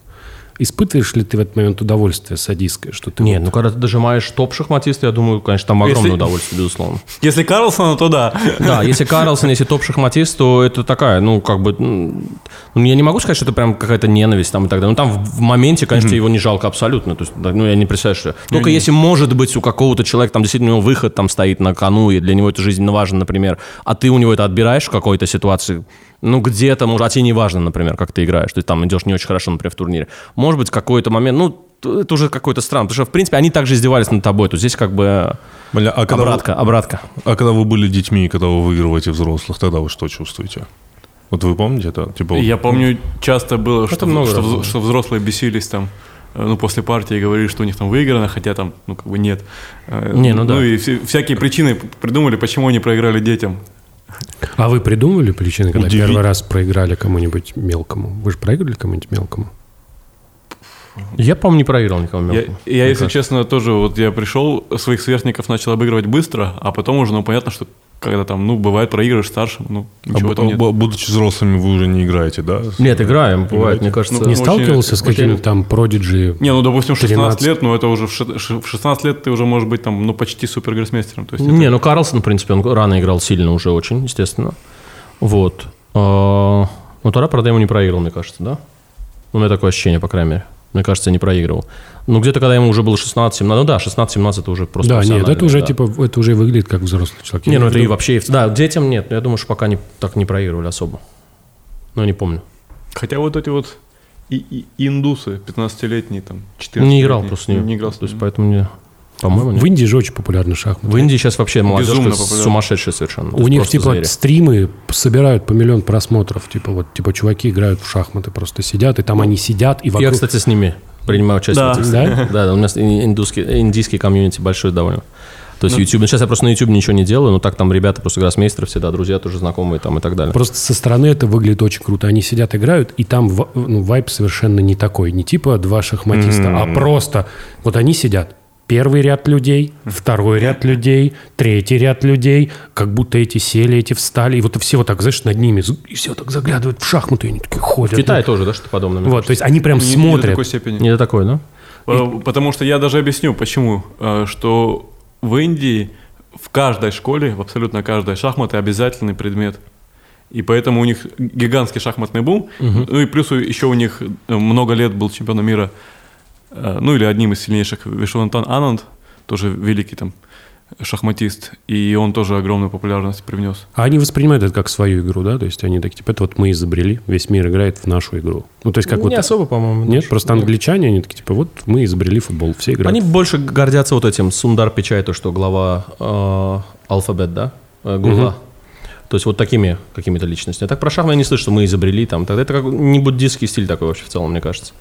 S1: Испытываешь ли ты в этот момент удовольствие садистское, что ты...
S2: Не,
S1: вот-
S2: ну когда ты дожимаешь топ-шахматиста, я думаю, конечно,
S1: Ну,
S2: там огромное
S4: Если-
S2: удовольствие, безусловно.
S4: если Карлсона, то да.
S2: Да, если Карлсон, если топ-шахматист, то это такая, ну, как бы... м, Ну, я не могу сказать, что это прям какая-то ненависть там и так далее. Ну, там в, в моменте, конечно, его не жалко абсолютно. То есть, да, ну, я не представляю, что... Только если, может быть, у какого-то человека там действительно у него выход там стоит на кону, и для него это жизненно важно, например, а ты у него это отбираешь в какой-то ситуации, ну, где-то, может, а тебе не важно, например, как ты играешь, ты там идешь не очень хорошо, например, в турнире. Может быть, какой-то момент, ну, т- это уже какой-то странный, потому что, в принципе, они также издевались над тобой, то здесь как бы э,
S3: Бля, а когда, вы,
S2: обратка, обратка.
S3: а когда вы были детьми, и когда вы выигрываете взрослых, тогда вы что чувствуете? Вот вы помните это? Типа, вот-
S4: Я помню, часто было, что,
S2: много
S4: что
S2: раз
S4: вз-
S2: было.
S4: что взрослые бесились там, э, ну, после партии и говорили, что у них там выиграно, хотя там, ну, как бы нет. Э,
S2: Не, ну да.
S4: и все- всякие причины п- придумали, почему они проиграли детям.
S1: А вы придумывали причины, когда
S3: Удиви-
S1: первый раз проиграли кому-нибудь мелкому? Вы же проиграли кому-нибудь мелкому?
S2: Я, по-моему, не проиграл никому.
S4: Я, я, если честно, тоже вот я пришел, своих сверстников начал обыгрывать быстро, а потом уже, ну, понятно, что когда там, ну, бывает, проигрываешь старшим, ну,
S3: а
S4: ничего
S3: бу-
S4: там нет.
S3: бу- будучи взрослыми, вы уже не играете, да?
S2: Нет, играем, бывает, мне кажется.
S4: Ну,
S1: Не
S4: очень-
S1: сталкивался с
S2: очень-
S1: какими-то там продиджи?
S4: Не, ну, допустим, 16
S1: 13.
S4: лет, ну, это уже в ши- ши- в 16 лет ты уже можешь быть там, ну, почти супергроссмейстером. То есть
S2: не, ну Карлсон, в принципе, он рано играл сильно уже очень, естественно. Вот. А, Ну, тогда, правда, я ему не проиграл, мне кажется, да? Ну, У меня такое ощущение, по крайней мере. Мне кажется, я не проигрывал. Ну, где-то, когда ему уже было 16-17, ну да, 16-17 это уже просто
S1: Да, нет, это
S2: профессионально,
S1: уже
S2: да.
S1: типа, это уже выглядит как взрослый человек.
S2: Не, ну это и
S1: видел.
S2: вообще... и в- Да, детям нет, но я думаю, что пока не, так не проигрывали особо. Ну, я не помню.
S4: Хотя вот эти вот и, и- индусы, 15-летние, там, 14
S2: Не играл просто не,
S4: играл.
S2: То есть поэтому не... По-моему, нет.
S1: В Индии же очень популярны шахматы.
S2: В Индии сейчас вообще молодежь
S4: Безумно
S2: просто
S4: популярна.
S2: сумасшедшая совершенно. То
S1: У
S2: есть
S1: них
S2: просто
S1: типа
S2: звери.
S1: стримы собирают по миллион просмотров, типа вот типа чуваки играют в шахматы, просто сидят и там они сидят и
S2: Я,
S1: вокруг.
S2: кстати, с ними принимаю участие.
S4: Да.
S2: в этих-
S1: Да?
S2: Да, у нас ин- индусский, индийский комьюнити большой довольно. То есть YouTube. ну, Сейчас я просто на YouTube ничего не делаю, но так там ребята просто гроссмейстеры все, да, друзья тоже знакомые там и так далее.
S1: Просто со стороны это выглядит очень круто. Они сидят, играют, и там ва- ну, вайп совершенно не такой. Не типа два шахматиста, а просто вот они сидят. Первый ряд людей, второй ряд людей, третий ряд людей, как будто эти сели, эти встали, и вот все вот так, знаешь, над ними, з- и все так заглядывают в шахматы, и они такие ходят.
S2: В Китае тоже, да, что-то подобное. мне
S1: Вот, то есть они прям
S4: Не- не до
S1: смотрят.
S4: такой степени.
S2: кажется. Не до такой, да?
S4: Э, Потому что я даже объясню, почему. Э, Что в Индии в каждой школе, в абсолютно каждой шахматы обязательный предмет. И поэтому у них гигантский шахматный бум. Ну и плюс у- еще у них э, много лет был чемпионом мира, э, ну или одним из сильнейших, Вишвантан Ананд, тоже великий там шахматист. И он тоже огромную популярность привнес.
S1: А они воспринимают это как свою игру, да? То есть они такие, типа, это вот мы изобрели, весь мир играет в нашу игру. Ну, то есть как вот...
S2: особо, по-моему.
S1: Нет, просто англичане, они такие, типа, вот мы изобрели футбол, все играют.
S2: Они больше гордятся вот этим Сундар Пичай, то что глава э, Алфабет, да, э, Гугла. То есть вот такими какими-то личностями. А так про шахматы я не слышу, что мы изобрели там. Тогда это как не буддийский стиль такой вообще в целом, мне кажется.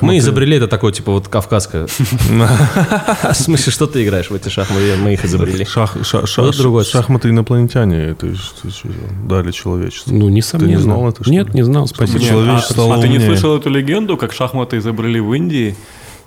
S2: Мы изобрели это такое, типа, вот кавказское. В смысле, что ты играешь в эти шахматы? Мы их изобрели.
S3: Шах- ша- ша-
S2: Вот другой.
S3: Шахматы инопланетяне, это ж- это ж дали человечеству.
S1: Ну, несомненно.
S3: Ты не знал это, что
S1: Нет,
S3: ли?
S1: не знал, спасибо.
S3: Чтобы человечество стало
S4: а ты не
S3: умнее.
S4: слышал эту легенду, как шахматы изобрели в Индии?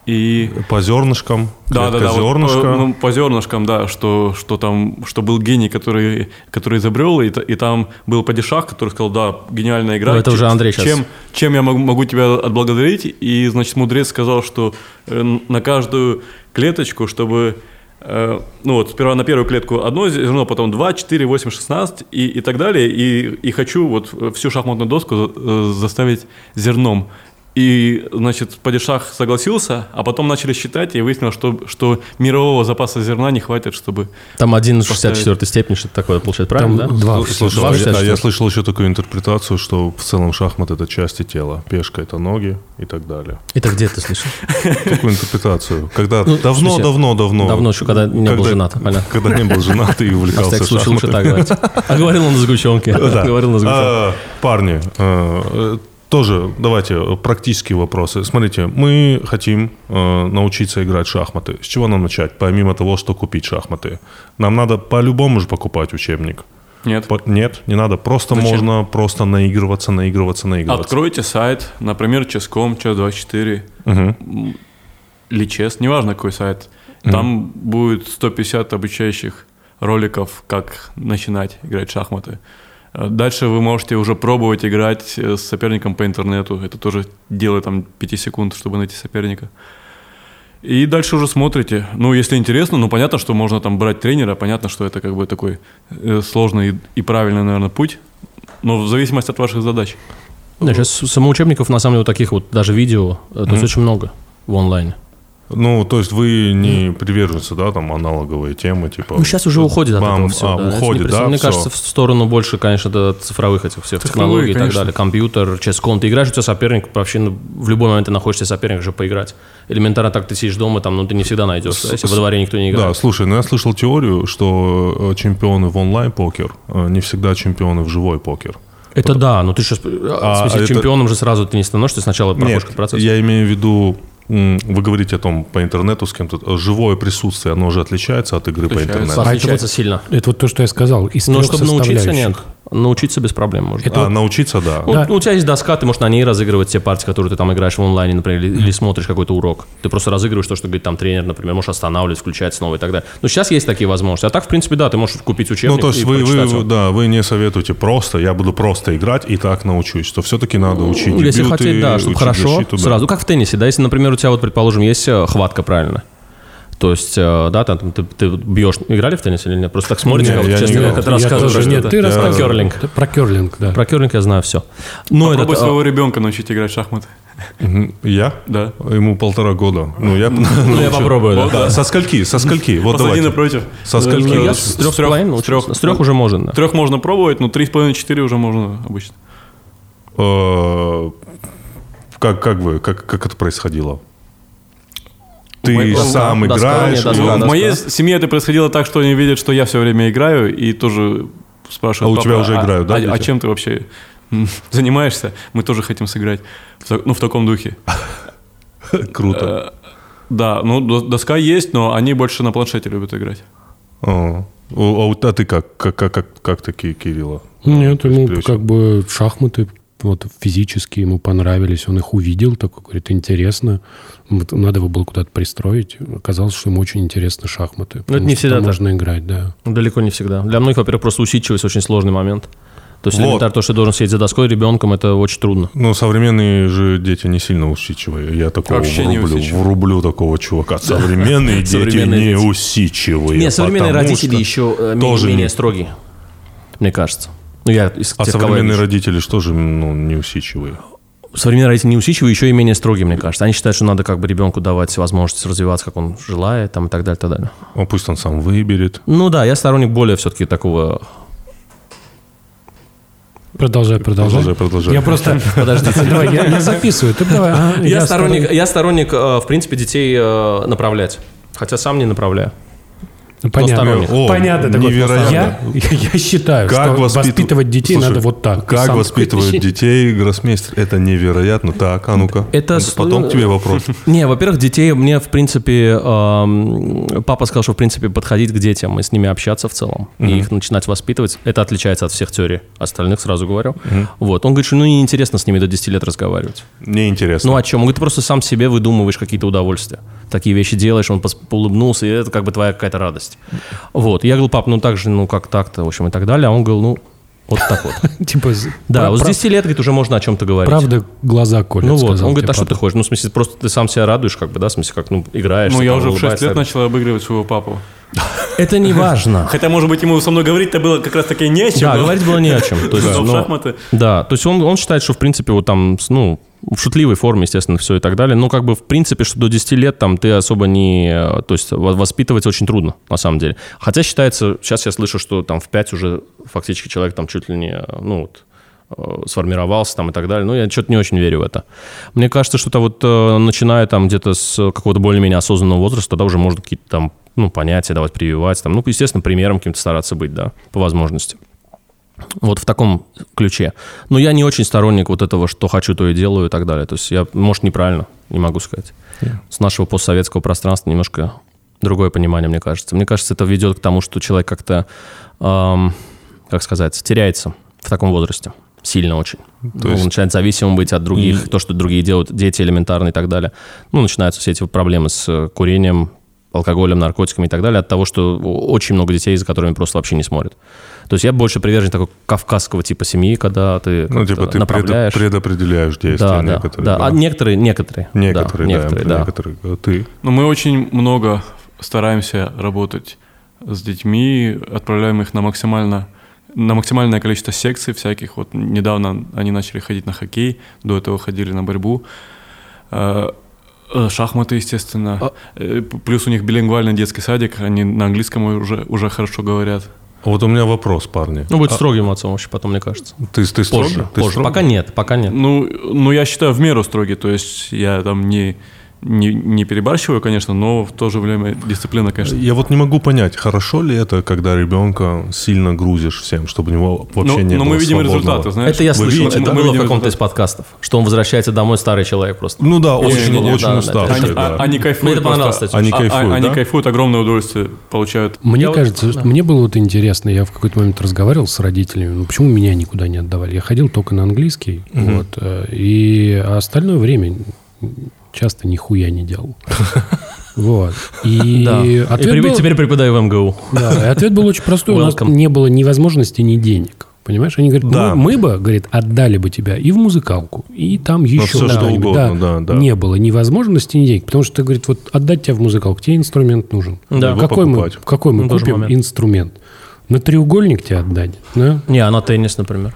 S4: И
S3: По зернышкам.
S4: Да, да,
S3: клетка
S4: да. вот
S3: зернышка.
S2: э,
S4: по, ну, по зернышкам, да, что, что там, что был гений, который, который изобрел, и, та- и там был падишах, который сказал, да, гениальная игра.
S2: Ну, это
S4: Ч-
S2: уже Андрей щас.
S4: Чем, чем я могу, могу тебя отблагодарить? И, значит, мудрец сказал, что э, н- на каждую клеточку, чтобы э, ну вот, сперва на первую клетку одно зерно, потом 2, 4, 8, 16 и, и так далее. И, и хочу вот э, всю шахматную доску за- э, заставить зерном. И, значит, Падишах согласился, а потом начали считать, и выяснилось, что, что мирового запаса зерна не хватит, чтобы...
S2: Там 1 на 64 степени, что-то такое получается,
S1: Там
S2: правильно, да?
S1: два.
S3: Ну, слушай,
S2: Два
S3: а я-
S2: считаешь,
S3: а
S2: что
S3: я
S2: ли?
S3: слышал еще такую интерпретацию, что в целом шахмат это части тела, пешка это ноги и так далее.
S2: Это где ты слышал?
S3: Такую интерпретацию. Когда
S2: Ну, в
S3: давно,
S2: смысле,
S3: давно, давно.
S2: давно еще, когда не был
S3: Когда-
S2: женат, понятно.
S3: Когда не был женат и
S2: На
S3: увлекался
S2: всякий случай лучше так
S3: шахматами.
S2: говорить. А говорил он на сгущенке.
S3: Да.
S2: Говорил на сгущенке.
S3: А, Парни, э, э, тоже давайте э, практические вопросы. Смотрите, мы хотим э, научиться играть в шахматы. С чего нам начать, помимо того, что купить шахматы? Нам надо по-любому же покупать учебник.
S4: Нет.
S3: По- Нет, не надо. Просто
S4: Зачем?
S3: можно просто наигрываться, наигрываться, наигрываться.
S4: Откройте сайт, например, Ческом, Че24,
S3: Мгм.
S4: или Чес, неважно какой сайт. Там будет 150 обучающих роликов, как начинать играть в шахматы. Э, Дальше вы можете уже пробовать играть э, с соперником по интернету. Это тоже дело там 5 секунд, чтобы найти соперника. И дальше уже смотрите. Ну, если интересно, ну, понятно, что можно там брать тренера, понятно, что это как бы такой э, сложный и- и правильный, наверное, путь. Но в зависимости от ваших задач.
S2: Да, сейчас самоучебников, на самом деле, вот таких вот, даже видео, э, то есть очень много в онлайне.
S3: Ну, то есть вы не приверженцы, да, там аналоговые темы, типа.
S2: Ну, сейчас уже уходит от
S3: бам,
S2: этого все.
S3: а, уходит, да,
S2: Мне
S3: всё. ну
S2: кажется, в сторону больше, конечно, до цифровых этих всех технологий и так
S4: конечно.
S2: далее. Компьютер, ческом. Ты играешь, у тебя соперник, вообще ну, в любой момент ты находишься соперник уже поиграть. Элементарно так ты сидишь дома, там, ну, ты не всегда найдешь, да, если во дворе никто не
S3: Да,
S2: играет.
S3: слушай, ну я слышал теорию, что э, чемпионы в онлайн-покер э, не всегда чемпионы в живой покер.
S2: Это да, но ты сейчас,
S3: А,
S2: в смысле,
S3: это-
S2: чемпионом же сразу ты не становишься, ты сначала проходишь
S3: Нет,
S2: процесс.
S3: я имею в виду, м, вы говорите о том по интернету с кем-то, э, живое присутствие, оно же отличается от игры по
S4: Отличается.
S3: интернету.
S2: Отличается сильно.
S1: Это вот то, что я сказал. Из
S2: Но
S1: трех
S2: Ну, чтобы научиться, нет.
S1: составляющих.
S2: Научиться без проблем можно.
S3: А, научиться, да.
S2: Вот, ну, у тебя есть доска, ты можешь на ней разыгрывать те партии, которые ты там играешь в онлайне, например, или, или смотришь какой-то урок. Ты просто разыгрываешь то, что говорит там тренер, например, можешь останавливать, включать снова и так далее. Ну, сейчас есть такие возможности. А так, в принципе, да, ты можешь купить учебник
S3: Ну, то есть
S2: и
S3: вы,
S2: прочитать
S3: вы,
S2: его.
S3: да, вы не советуете просто, я буду просто играть и так научусь, что все-таки надо учить
S2: Ну, Если
S3: дебюты,
S2: хотеть, да, чтобы
S3: учить
S2: хорошо,
S3: защиту, да.
S2: сразу. Ну, Как в теннисе, да, если, например, у тебя, вот, предположим, есть э, хватка правильно. То есть, э, да, там, ты, ты бьешь. Играли в теннис или нет? Просто так смотрите,
S3: Не,
S2: как,
S3: я не
S2: честно,
S3: играл.
S2: как это
S1: Я
S2: рассказываешь.
S1: тоже нет.
S2: что-то.
S1: Ты
S2: Про
S1: рассказывал.
S2: керлинг.
S1: Да, Про керлинг, да.
S2: Про керлинг я знаю все. Но
S4: Попробуй
S2: этот, э,
S4: своего ребенка научить играть в шахматы.
S3: Мгм. Я?
S4: Да.
S3: Ему полтора года. Ну, я...
S2: ну, я попробую, да.
S3: Да, со скольки, со скольки, вот
S4: Посади
S3: давайте.
S4: напротив.
S3: Со скольки?
S2: Ну, я
S3: Э,
S2: с
S4: с
S2: трех с
S4: трёх-
S2: половиной
S4: с трёх.
S2: научился. С трех уже можно. да.
S4: Трех можно пробовать, но 3,5-4 уже можно обычно.
S3: Э, Как, как вы, как, как это происходило? Ты
S2: Мы-
S3: сам
S2: доска,
S3: играешь,
S2: не
S3: и
S2: доска,
S3: он-
S4: Ну, В
S2: да,
S4: моей
S2: да.
S4: семье это происходило так, что они видят, что я все время играю, и тоже спрашивают.
S3: А у тебя
S4: «Папа,
S3: уже играют, да,
S4: а- А
S3: дети?»
S4: чем ты вообще м, занимаешься? Мы тоже хотим сыграть. В так- Ну, в таком духе.
S2: А.
S3: круто.
S4: Да, ну, до- доска есть, но они больше на планшете любят играть.
S2: Э,
S3: А, у- а у- а ты как, как, как, как, как такие Кирилла?
S1: Нет, ему
S3: Плюсик.
S1: как бы шахматы вот физически ему понравились, он их увидел, такой говорит, интересно, Вот надо его было куда-то пристроить. Оказалось, что ему очень интересны шахматы. потому
S2: Ну, не
S1: что
S2: всегда
S1: там
S2: так.
S1: можно играть, да.
S2: Ну, Далеко не всегда. Для многих, во-первых, просто усидчивость очень сложный момент. То есть
S3: Вот.
S2: элементарно то, что ты должен сидеть за доской ребенком, это очень трудно.
S3: Ну, современные же дети не сильно усидчивые. Я такого
S4: Вообще не
S3: врублю,
S4: усидчивые.
S3: врублю такого чувака. Современные дети
S2: Современные
S3: не
S2: дети.
S3: усидчивые.
S2: Нет, современные
S3: потому
S2: родители
S3: что-
S2: еще э, ме-
S3: тоже
S2: менее
S3: не-
S2: строгие, мне кажется. Ну, я из
S3: А
S2: тех, кого я
S3: современные
S2: вижу.
S3: родители что же ну, не усидчивые?
S2: современные родители не усидчивые, еще и менее строгие, мне кажется. Они считают, что надо как бы ребенку давать возможность развиваться, как он желает, там, и так далее, и так далее.
S3: А пусть он сам выберет.
S2: Ну да, я сторонник более все-таки такого...
S1: Продолжай, продолжай.
S3: Продолжай, продолжай.
S1: Я просто...
S2: Подождите.
S1: Давай, я, я записываю. Ты давай. Ага,
S2: Я сторонник,
S1: сторон-
S2: я сторонник, э, в принципе, детей э, направлять. Хотя сам не направляю.
S1: Ну, Понятно.
S2: сторонник.
S3: О,
S1: Понятно. такой.
S3: невероятно.
S1: Я, я считаю,
S3: Как
S1: что
S3: воспитыв-
S1: воспитывать детей
S3: Слушай,
S1: надо вот так.
S3: Как
S1: Сам-
S3: воспитывают детей гроссмейстер? Это невероятно. Так, а ну-ка.
S2: Это
S3: Потом
S2: с-
S3: к тебе вопрос.
S2: Не, во-первых, детей мне, в принципе, эм, папа сказал, что, в принципе, подходить к детям и с ними общаться в целом, и их начинать воспитывать, это отличается от всех теорий остальных, сразу говорю. Вот, он говорит, что ну неинтересно с ними до 10 лет разговаривать.
S3: Мне интересно.
S2: Ну о чем? Он говорит, ты просто сам себе выдумываешь какие-то удовольствия. Такие вещи делаешь, он пос- поулыбнулся, и это как бы твоя какая-то радость. Вот, я говорил, пап, ну так же, ну как так-то, в общем, и так далее. А он говорил, ну вот так вот.
S1: Типа, з-
S2: Да,
S1: про-
S2: вот с
S1: про-
S2: 10 лет, говорит, уже можно о чем-то говорить.
S1: Правда, глаза колят,
S2: Ну вот,
S1: сказал
S2: он говорит,
S1: тебе
S2: а
S4: типа,
S2: что ты
S1: папа.
S2: хочешь? Ну, в смысле, просто ты сам себя радуешь, как бы, да, в смысле, как, ну, играешь.
S4: Ну,
S2: там,
S4: я уже в 6
S2: улыбаешься.
S4: лет начал обыгрывать своего папу.
S2: Это не важно.
S4: Хотя, может быть, ему со мной говорить-то было как раз-таки не о чем.
S2: Да,
S4: но-
S2: говорить было не о чем. То есть,
S4: Да, в
S2: ну,
S4: шахматы.
S2: Да, то есть он, он считает, что, в принципе, вот там, с- ну, в шутливой форме, естественно, все и так далее. Но как бы, в принципе, что до 10 лет там ты особо не... э, То есть во- воспитывать очень трудно, на самом деле. Хотя считается, сейчас я слышу, что там в 5 уже фактически человек там чуть ли не, э, ну, вот, э, сформировался там и так далее. Ну, я что-то не очень верю в это. Мне кажется, что-то вот э, начиная там где-то с какого-то более-менее осознанного возраста, тогда уже можно какие-то там, ну, понятия давать, прививать там. Ну, естественно, примером каким-то стараться быть, да, по возможности. Вот в таком ключе. Но я не очень сторонник вот этого, что хочу, то и делаю и так далее. То есть я, может, неправильно, не могу сказать. С нашего постсоветского пространства немножко другое понимание, мне кажется. Мне кажется, это ведет к тому, что человек как-то, эм, как сказать, теряется в таком возрасте. Сильно очень. Ну,
S3: есть-
S2: Он начинает зависимым быть от других, то, что другие делают, дети элементарно и так далее. Ну, начинаются все эти проблемы с э, курением, алкоголем, наркотиками и так далее, от того, что о- очень много детей, за которыми просто вообще не смотрят. То есть я больше привержен такой кавказского типа семьи, когда ты
S3: Ну, типа ты
S2: как-то
S3: предо-
S2: направляешь.
S3: предопределяешь действия
S2: да, да,
S3: некоторые.
S2: да.
S3: да.
S2: А некоторые, некоторые. да,
S3: Некоторые, да,
S2: некоторые, да.
S3: некоторые. А Ты
S4: Но Ну, мы очень много стараемся работать с детьми, отправляем их на максимально на максимальное количество секций всяких. Вот недавно они начали ходить на хоккей, до этого ходили на борьбу. Э, э, Шахматы, естественно. Э, п- Плюс у них билингвальный детский садик, они на английском уже, уже хорошо говорят.
S3: Вот у меня вопрос, парни.
S2: Ну, будет строгим отцом вообще потом, мне кажется.
S3: Ты, ты строго?
S2: Позже,
S3: Ты
S2: позже.
S3: строго?
S2: Пока нет, пока нет.
S4: Ну, ну, я считаю, в меру строгий, то есть я там не, не, не перебарщиваю, конечно, но в то же время дисциплина, конечно,
S3: Я вот не могу понять, хорошо ли это, когда ребенка сильно грузишь всем, чтобы у него вообще
S4: Ну,
S3: не
S4: но
S3: было
S4: мы видим
S3: свободного.
S4: результаты, знаешь.
S2: это я
S4: Вы
S2: слышал,
S4: видите,
S2: это
S4: мы
S2: было в
S4: видим
S2: каком-то из
S4: результаты.
S2: подкастов, что он возвращается домой старый человек просто.
S3: Ну да, очень,
S2: не-не-не,
S3: очень
S2: да, да,
S3: уставший,
S4: Они,
S3: да.
S4: а- они кайфуют.
S2: Мне это понравилось,
S4: просто.
S2: кстати.
S3: Они
S4: А- а-
S3: кайфуют,
S4: Они
S3: да?
S4: кайфуют, огромное удовольствие получают.
S1: Мне
S2: Я вот-
S1: кажется, что мне было вот интересно, я в какой-то момент разговаривал с родителями, ну почему меня никуда не отдавали? Я ходил только на английский, вот, э, и а остальное время часто нихуя не делал. Вот. И
S2: Да. И
S1: ответ
S2: при-
S1: был-
S2: теперь преподаю в МГУ.
S1: да, и ответ был очень простой. У нас
S2: Welcome.
S1: не было ни возможности, ни денег. Понимаешь, они говорят,
S3: Да.
S1: «Ну, мы бы, говорит, отдали бы тебя и в музыкалку, и там еще
S3: Ну, всё, что
S1: куда-нибудь».
S3: угодно, да, да.
S1: Не было ни возможности, ни денег. Потому что, говорит, вот отдать тебя в музыкалку, тебе инструмент нужен.
S2: Да. Его
S1: какой мы,
S3: покупать.
S1: какой мы
S2: Ну, тоже
S1: купим
S2: момент.
S1: инструмент? На треугольник тебе отдать, да?
S2: Не, она теннис, например.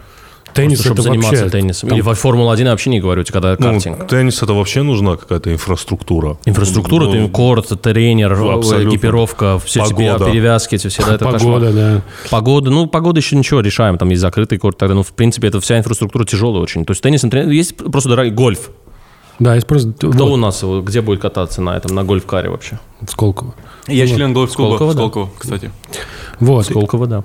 S1: Теннис
S2: Просто, чтобы
S1: это
S2: заниматься
S1: вообще...
S2: теннисом.
S1: там-
S2: Или во Формулу-1 я вообще не говорю, когда
S3: Ну,
S2: картинг.
S3: теннис это вообще нужна какая-то инфраструктура.
S2: Инфраструктура,
S3: Ну,
S2: ты- корт, тренер,
S3: Ну, абсолютно.
S2: экипировка, все эти
S3: Погода.
S2: перевязки, эти все, да, это
S1: Погода,
S2: кошмар.
S1: да.
S2: Погода, ну, погода еще ничего, решаем, там есть закрытый корт, тогда, ну, в принципе, это вся инфраструктура тяжелая очень. То есть теннис, например, есть просто дорогой гольф.
S1: Да, используют
S2: Кто у
S1: вот,
S2: нас, вот, где будет кататься на этом, на гольф-каре вообще?
S1: в Сколково.
S4: Я член Голф-клуба
S2: Сколково, да.
S4: Сколково, кстати.
S1: Вот,
S2: Сколково, да.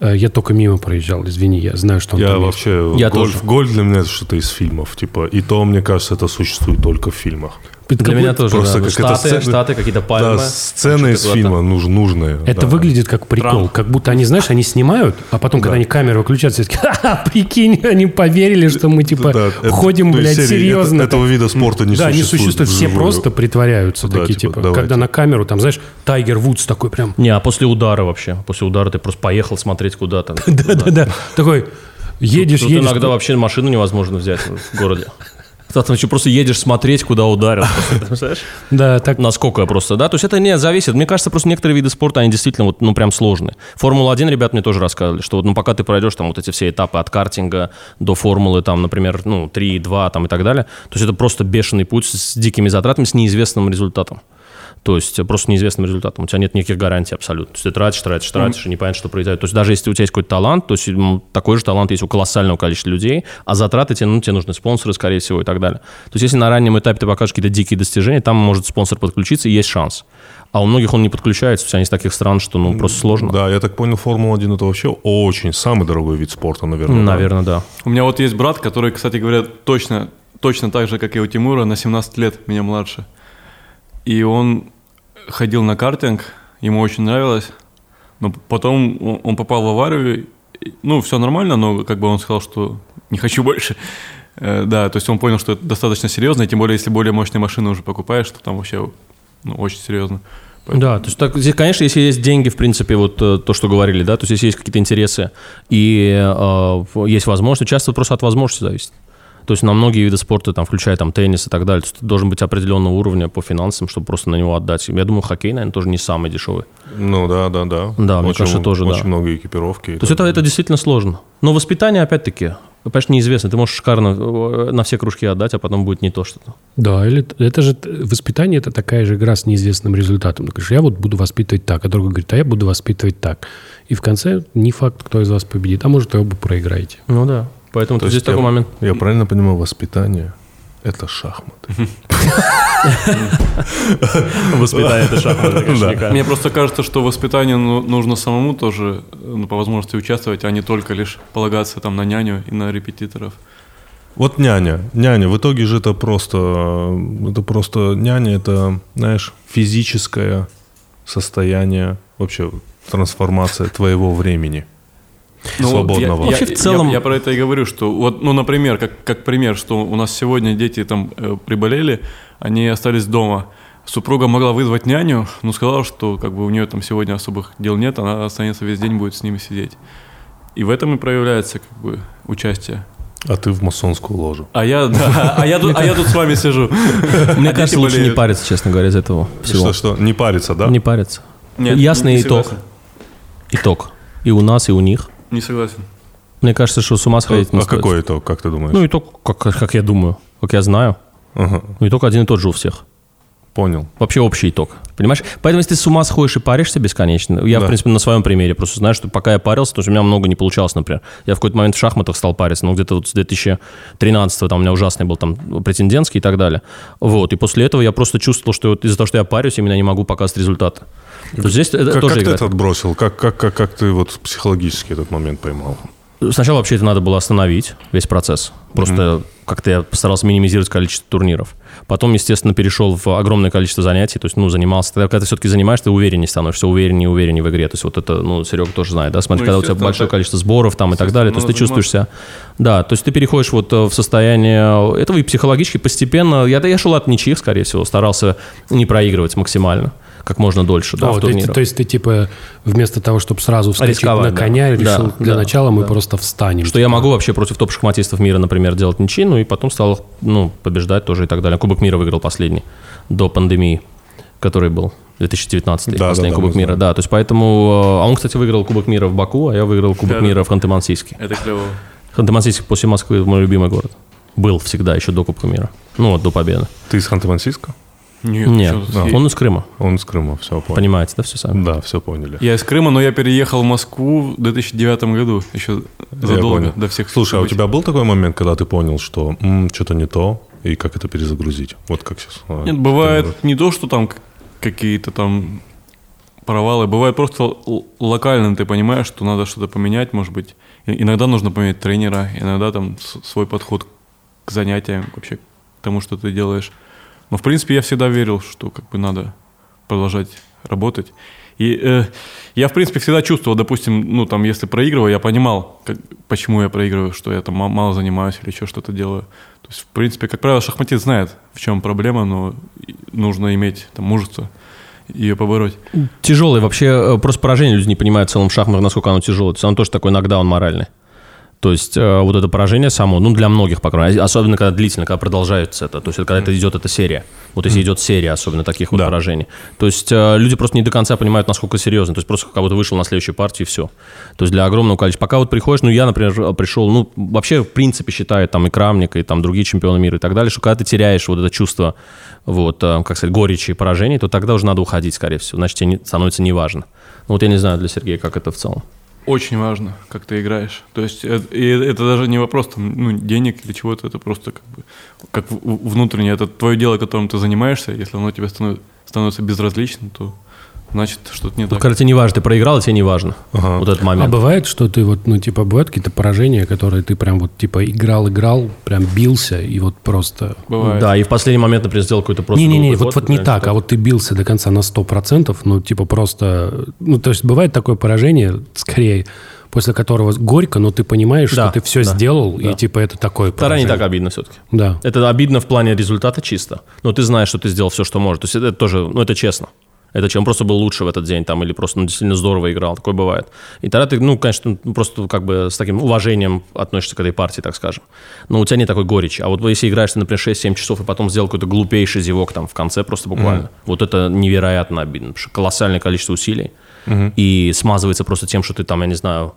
S1: э, я только мимо проезжал, извини, я знаю, что он
S3: Я
S1: там есть.
S3: вообще...
S2: Я
S3: гольф,
S2: тоже.
S3: гольф для меня это что-то из фильмов. Типа, и то, мне кажется, это существует только в фильмах.
S1: Это,
S2: Для
S1: как
S2: меня
S1: будто-
S2: тоже,
S3: просто
S2: да. Ну,
S3: как это
S2: Штаты,
S3: сцена-
S2: Штаты, какие-то
S3: Да,
S2: пальмы.
S3: сцены из
S2: что-то
S3: фильма нуж- нужные.
S1: это
S3: да.
S1: выглядит как прикол,
S4: Трамп.
S1: как будто они, знаешь, они снимают, а потом, когда они камеры выключают, все такие, «Ха-ха, прикинь, они поверили, что мы, типа,
S3: Да, это-
S1: ходим,
S3: то есть
S1: блядь,
S3: серии,
S1: серьезно.
S3: это- этого вида спорта не
S1: да,
S3: существует.
S1: не существует, все
S3: вживую.
S1: просто притворяются
S3: Да,
S1: такие,
S3: типа,
S1: типа,
S3: давайте.
S1: когда на камеру, там, знаешь, Тайгер Вудс такой прям,
S2: Не, а после удара вообще? После удара ты просто поехал смотреть куда-то.
S1: да-да-да, такой, едешь,
S3: Ну,
S2: Тут
S1: едешь.
S2: иногда вообще машину невозможно взять в городе. Да, Ты вообще просто едешь смотреть, куда ударил. Просто, ты представляешь?
S1: Да, так,
S2: Насколько просто, да? То есть это не зависит. Мне кажется, просто некоторые виды спорта, они действительно вот, ну, прям сложные. Формула-1, ребят, мне тоже рассказывали, что вот, ну, пока ты пройдешь там вот эти все этапы от картинга до формулы, там, например, ну, 3, 2 там и так далее, то есть это просто бешеный путь с дикими затратами, с неизвестным результатом. То есть э, просто неизвестным результатом. У тебя нет никаких гарантий абсолютно. То есть ты тратишь, тратишь, тратишь, и непонятно, что произойдет. То есть даже если у тебя есть какой-то талант, то есть м, такой же талант есть у колоссального количества людей, а затраты тебе, ну, тебе нужны спонсоры, скорее всего, и так далее. То есть если на раннем этапе ты покажешь какие-то дикие достижения, там может спонсор подключиться, и есть шанс. А у многих он не подключается, то есть они из таких стран, что, ну, просто сложно.
S3: Да, я так понял, Формула-1 это вообще очень самый дорогой вид спорта, наверное. да?
S2: Наверное, да.
S4: У меня вот есть брат, который, кстати говоря, точно, точно так же, как и у Тимура, на 17 лет меня младше. И он ходил на картинг, ему очень нравилось. Но потом он- он попал в аварию. и- Ну, все нормально, но как бы он сказал, что не хочу больше. Э, Да, то есть он понял, что это достаточно серьезно, и тем более, если более мощные машины уже покупаешь, то там вообще ну, очень серьезно.
S2: Да, то есть, так, здесь, конечно, если есть деньги, в принципе, вот э, то, что говорили, да, то есть, если есть какие-то интересы и э, в- есть возможность, часто просто от возможности зависит. То есть на многие виды спорта, там, включая там теннис и так далее, то есть ты должен быть определенного уровня по финансам, чтобы просто на него отдать. Я думаю, хоккей, наверное, тоже не самый дешевый.
S3: Ну да, да, да.
S2: Да, мне
S3: Очень-
S2: кажется, тоже, да.
S3: Очень много экипировки. и
S2: То есть
S3: так
S2: это, это действительно сложно. Но воспитание, опять-таки, конечно, неизвестно. Ты можешь шикарно э, на все кружки отдать, а потом будет не то что-то.
S1: Да, или т- это же т- воспитание, это такая же игра с неизвестным результатом. Ты говоришь, я вот буду воспитывать так, а другой говорит, а я буду воспитывать так. И в конце не факт, кто из вас победит, а может, и оба проиграете.
S2: Ну да. Поэтому
S3: То
S2: тут здесь
S3: есть я-
S2: такой момент.
S3: Я правильно понимаю, воспитание – это шахматы.
S2: Воспитание это шахматы,
S4: Мне просто кажется, что воспитание ну, нужно самому тоже э, ну, по возможности участвовать, а не только лишь полагаться там на няню и на репетиторов.
S3: Вот няня. Няня. В итоге же это просто... э, Это просто... Няня – это, знаешь, физическое состояние, вообще трансформация твоего времени.
S4: Ну, вот
S3: Свободного.
S4: я- я-
S2: Вообще, в
S4: я-
S2: целом-
S4: Я, про это и говорю, что вот, ну, например, как, как пример, что у нас сегодня дети там э, приболели, они остались дома. Супруга могла вызвать няню, но сказала, что как бы у нее там сегодня особых дел нет, она останется весь день, будет с ними сидеть. И в этом и проявляется как бы участие.
S3: А ты в масонскую ложу.
S4: А я, да, а я, тут, а я тут с вами сижу.
S2: Мне
S4: А дети
S2: кажется, лучше не
S4: болеют.
S2: париться, честно говоря, из этого всего.
S3: Что, что, не париться, да?
S2: Не париться.
S4: Нет,
S2: Ясный
S4: не
S2: итог.
S4: согласен.
S2: Итог. И у нас, и у них.
S4: Не согласен.
S2: Мне кажется, что с ума сходить не
S3: А
S2: стоит.
S3: какой итог, как ты думаешь?
S2: Ну, итог, как, как я думаю, как я знаю.
S3: Ага,
S2: Ну, итог один и тот же у всех.
S3: понял.
S2: Вообще общий итог. Понимаешь? Поэтому, если ты с ума сходишь и паришься бесконечно, я,
S3: Да.
S2: в принципе, на своем примере просто знаю, что пока я парился, потому что у меня много не получалось, например. Я в какой-то момент в шахматах стал париться, ну, где-то вот с 2013 там у меня ужасный был там претендентский и так далее. Вот, и после этого я просто чувствовал, что вот из-за того, что я парюсь, именно не могу показать результаты. То есть здесь это
S3: Как,
S2: Э, тоже
S3: как ты
S2: играет.
S3: это отбросил? Как, как, как, как ты вот психологически этот момент поймал?
S2: Сначала вообще это надо было остановить, весь процесс. Просто как-то я постарался минимизировать количество турниров. Потом, естественно, перешел в огромное количество занятий. То есть, ну, занимался. Тогда, когда ты все-таки занимаешься, ты увереннее становишься, увереннее и увереннее в игре. То есть, вот это, ну, Серега тоже знает, да? Смотри,
S4: Ну,
S2: когда у тебя
S4: естественно,
S2: большое
S4: так.
S2: количество сборов там и так
S4: Естественно,
S2: далее, то есть ты
S4: надо
S2: чувствуешь себя. Да, то есть ты переходишь вот э, в состояние этого и психологически постепенно. Я, да, я шел от ничьих, скорее всего, старался не проигрывать максимально, как можно дольше, да,
S1: А,
S2: в
S1: то, есть,
S2: турнирах.
S1: то есть ты, типа, вместо того, чтобы сразу вскочить на
S2: Рисковать, да.
S1: коня,
S2: Да,
S1: решил, для
S2: да,
S1: начала мы просто встанем.
S2: Что я могу вообще против топ-шахматистов мира, например, делать ничьи, ну и потом стал ну, побеждать тоже и так далее. Кубок мира выиграл последний до пандемии, который был. 2019
S3: Да,
S2: последний
S3: да, да, мы
S2: Кубок мира, да. То есть поэтому... э, А он, кстати, выиграл Кубок мира в Баку, а я выиграл Кубок
S4: Да.
S2: мира в Ханты-Мансийске.
S4: Это клево.
S2: Ханты-Мансийск после Москвы мой любимый город. Был всегда, еще до Кубка мира. Ну вот, до победы.
S3: Ты из Ханты-Мансийска?
S4: Нет,
S2: Нет,
S4: чё тут я-
S2: он из Крыма.
S3: Он из Крыма, все понял.
S2: Понимаете, да, все сами?
S3: Да, все поняли.
S4: Я из Крыма, но я переехал в Москву в 2009 году, еще
S3: Я
S4: задолго
S3: понял.
S4: до всех
S3: Слушай, а у
S4: событий.
S3: тебя был такой момент, когда ты понял, что что-то не то, и как это перезагрузить. Вот как сейчас. а,
S4: Нет, бывает
S3: тренировка.
S4: не то, что там к- какие-то там провалы, бывает просто л- локально ты понимаешь, что надо что-то поменять, может быть. И- Иногда нужно поменять тренера, иногда там с- свой подход к занятиям, вообще к тому, что ты делаешь. Но, в принципе, я всегда верил, что как бы надо продолжать работать. И э, я, в принципе, всегда чувствовал, допустим, ну, там, если проигрываю, я понимал, как- почему я проигрываю, что я там ма- мало занимаюсь или еще что-то делаю. То есть, в принципе, как правило, шахматист знает, в чем проблема, но и- нужно иметь там мужество ее побороть.
S2: Тяжелый вообще, э, просто поражение люди не понимают в целом шахмат, насколько оно тяжелое. То есть Оно тоже такой нокдаун моральный. То есть э, вот это поражение само, ну для многих, по крайней мере, особенно когда длительно, когда продолжается это, то есть это когда это идет эта серия. Вот если идет серия особенно таких вот
S3: Да.
S2: поражений. То есть э, люди просто не до конца понимают, насколько серьезно. То есть просто как будто вышел на следующую партию и все. То есть для огромного количества. Пока вот приходишь, ну я, например, пришел, ну вообще в принципе считают там и Крамник, и там другие чемпионы мира и так далее, что когда ты теряешь вот это чувство, вот, э, как сказать, горечи и поражений, то тогда уже надо уходить, скорее всего. Значит, тебе не- становится неважно. Ну вот я не знаю для Сергея, как это в целом.
S4: Очень важно, как ты играешь. То есть э, и это даже не вопрос там, ну, денег или чего-то, это просто как бы как в- в- внутреннее, это твое дело, которым ты занимаешься, если оно тебе станов- становится безразличным, то значит что-то не
S2: Вот,
S4: так.
S2: когда тебе не важно, ты проиграл, и тебе не важно.
S3: Ага.
S2: Вот этот
S1: А
S2: момент.
S1: бывает, что ты вот, ну, типа, бывают какие-то поражения, которые ты прям вот, типа, играл-играл, прям бился, и вот просто...
S4: Бывает.
S2: Да, и в последний момент, например, сделал какой-то просто...
S1: Не-не-не,
S2: глупый
S1: вот,
S2: ход,
S1: вот не
S2: например,
S1: так, а вот ты бился до конца на 100%, ну, типа, просто... Ну, то есть, бывает такое поражение, скорее, после которого горько, но ты понимаешь,
S2: Да,
S1: что ты все
S2: да,
S1: сделал,
S2: да.
S1: и, типа, это такое
S2: Вторая не
S1: поражение.
S2: так а? обидно все-таки.
S1: Да.
S2: Это обидно в плане результата чисто. Но ты знаешь, что ты сделал все, что можешь. То есть это тоже, ну это честно. Это чем просто был лучше в этот день там, или просто ну, действительно здорово играл, такое бывает. И тогда ты, ну, конечно, ну, просто как бы с таким уважением относишься к этой партии, так скажем. Но у тебя не такой горечи. А вот если играешь ты, например, 6-7 часов и потом сделал какой-то глупейший зевок там в конце просто буквально, вот это невероятно обидно, потому что колоссальное количество усилий и смазывается просто тем, что ты там, я не знаю,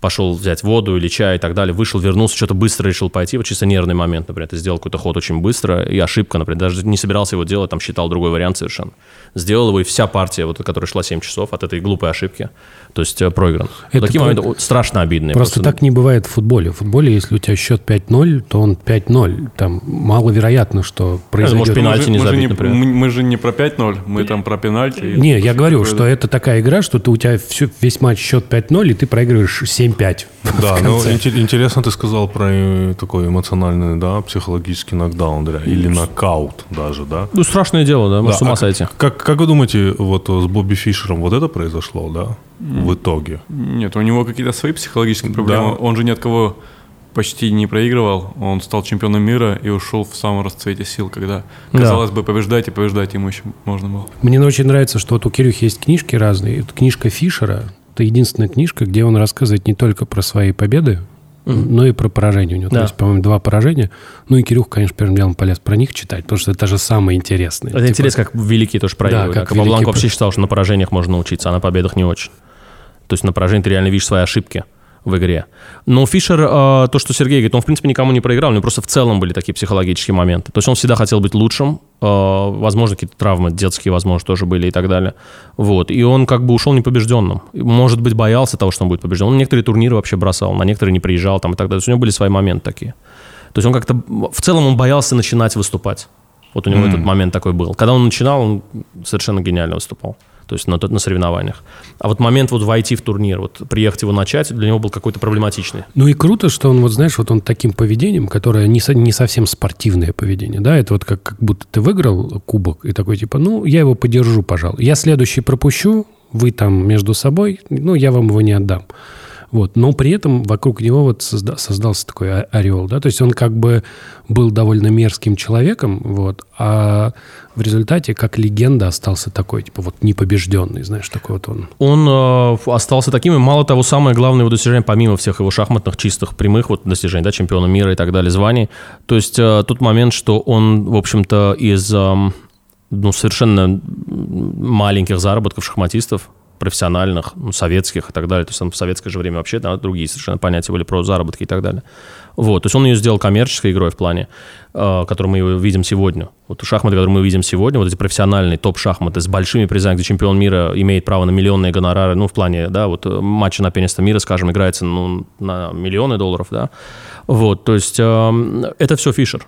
S2: пошел взять воду или чай и так далее, вышел, вернулся, что-то быстро решил пойти, вот чисто нервный момент, например, ты сделал какой-то ход очень быстро, и ошибка, например, даже не собирался его делать, там считал другой вариант совершенно. Сделал его, и вся партия, вот, которая шла 7 часов от этой глупой ошибки, то есть э, проигран.
S1: Это
S2: Такие
S1: про-
S2: моменты о, страшно обидные.
S1: Просто так не бывает в футболе. В футболе, если у тебя счет 5-0, то он 5-0. Там маловероятно, что произойдет.
S2: может, пенальти не
S4: Мы же- мы, же
S2: забить,
S4: не,
S2: например.
S4: мы- мы же не про 5-0, мы там про пенальти.
S1: Не, я говорю, что это такая игра, что ты, у тебя всю- весь матч счет 5-0, и ты проигрываешь 7-5.
S3: Да,
S1: в
S3: ну
S1: конце.
S3: инте- интересно ты сказал про э, такой эмоциональный, да, психологический нокдаун, да, или нокаут даже, да?
S2: Ну, страшное дело, да,
S3: Да,
S2: с ума
S3: а
S2: сойти.
S3: Как, как вы думаете, вот э, с Бобби Фишером вот это произошло, да, в итоге?
S4: Нет, у него какие-то свои психологические проблемы.
S3: Да.
S4: Он же ни от кого почти не проигрывал. Он стал чемпионом мира и ушел в самом расцвете сил, когда,
S2: Да.
S4: казалось бы, побеждать и побеждать ему еще можно было.
S1: Мне очень нравится, что вот у Кирюхи есть книжки разные. Это книжка Фишера. Это единственная книжка, где он рассказывает не только про свои победы, но и про поражения. У него,
S2: Да.
S1: то есть, по-моему, два поражения. Ну и Кирюх, конечно, первым делом полез про них читать, потому что это же самое интересное.
S2: Это
S1: Типа,
S2: интересно, как великие тоже проигрывают.
S1: как
S2: как Бабланко
S1: великие
S2: вообще
S1: про-
S2: считал, что на поражениях можно научиться, а на победах не очень. То есть на поражении ты реально видишь свои ошибки в игре. Но Фишер, э, то, что Сергей говорит, он, в принципе, никому не проиграл, у него просто в целом были такие психологические моменты. То есть он всегда хотел быть лучшим, э, возможно, какие-то травмы детские, возможно, тоже были и так далее. Вот. И он как бы ушел непобежденным. И, Может быть, боялся того, что он будет побежден. Он некоторые турниры вообще бросал, на некоторые не приезжал там и так далее. То есть у него были свои моменты такие. То есть он как-то... В целом он боялся начинать выступать. Вот у него этот момент такой был. Когда он начинал, он совершенно гениально выступал. То есть на, тот- на соревнованиях. А вот момент вот войти в турнир, вот приехать его начать, для него был какой-то проблематичный.
S1: Ну и круто, что он, вот знаешь, вот он таким поведением, которое не, со- не совсем спортивное поведение, да, это вот как, как будто ты выиграл кубок и такой типа, ну, я его подержу, пожалуй. Я следующий пропущу, вы там между собой, ну, я вам его не отдам. Вот. Но при этом вокруг него вот созда- создался такой о- орел, да, то есть он как бы был довольно мерзким человеком, вот, а в результате как легенда остался такой, типа вот непобежденный, знаешь, такой вот он.
S2: Он э, ф- остался таким, и мало того, самое главное его достижение, помимо всех его шахматных, чистых, прямых вот достижений, да, чемпиона мира и так далее, званий, то есть э, тот момент, что он, в общем-то, из эм, ну, совершенно маленьких заработков шахматистов, профессиональных, ну, советских и так далее. То есть там в советское же время вообще да, другие совершенно понятия были про заработки и так далее. Вот, то есть он ее сделал коммерческой игрой в плане, э, которую мы его видим сегодня. Вот шахматы, которые мы видим сегодня, вот эти профессиональные топ-шахматы с большими призами, где чемпион мира имеет право на миллионные гонорары, ну, в плане, да, вот э, матча на пенисто мира, скажем, играется ну, на миллионы долларов, да. Вот, то есть эм, это все Фишер.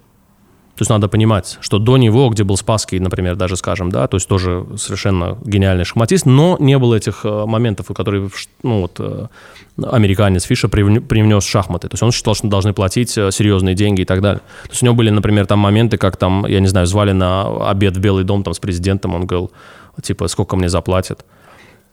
S2: То есть надо понимать, что до него, где был Спасский, например, даже скажем, да, то есть тоже совершенно гениальный шахматист, но не было этих э, моментов, которые в ш- ну, вот, э, американец Фиша привн- привнес шахматы. То есть он считал, что должны платить э, серьезные деньги и так далее. То есть у него были, например, там моменты, как там, я не знаю, звали на обед в Белый дом там с президентом, он говорил, типа, сколько мне заплатят.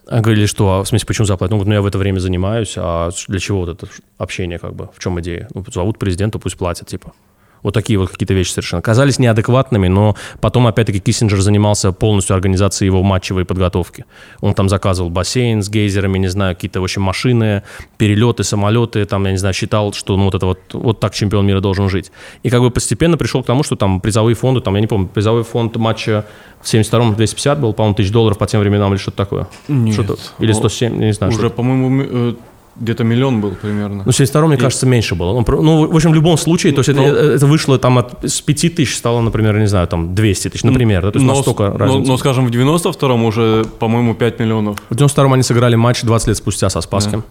S2: А Говорили, что, а, в смысле, почему заплатят? Ну, говорит, ну, я в это время занимаюсь, а для чего вот это общение, как бы, в чем идея? Ну, зовут президента, пусть платят, типа. Вот такие вот какие-то вещи совершенно. Казались неадекватными, но потом, опять-таки, Киссинджер занимался полностью организацией его матчевой подготовки. Он там заказывал бассейн с гейзерами, не знаю, какие-то, в общем, машины, перелеты, самолеты, там, я не знаю, считал, что, ну, вот это вот, вот так чемпион мира должен жить. И как бы постепенно пришел к тому, что там призовые фонды, там, я не помню, призовой фонд матча в 72-м 250 был, по-моему, тысяч долларов по тем временам или что-то такое.
S4: Нет.
S2: Что-то- или 107, я не знаю.
S4: Ну, Уже,
S2: что-то.
S4: по-моему, ми- э, где-то миллион был примерно.
S2: Ну, 72 мне кажется, меньше было. Ну, про- Ну, в общем, в любом случае, то есть это,
S4: Ну,
S2: это вышло там от, с 5 тысяч стало, например, не знаю, там 200 тысяч, например. Да, то есть
S4: но,
S2: настолько
S4: но-
S2: разница.
S4: но, скажем, в 92-м уже, по-моему, 5 миллионов.
S2: В 92-м они сыграли матч 20 лет спустя со Спасским.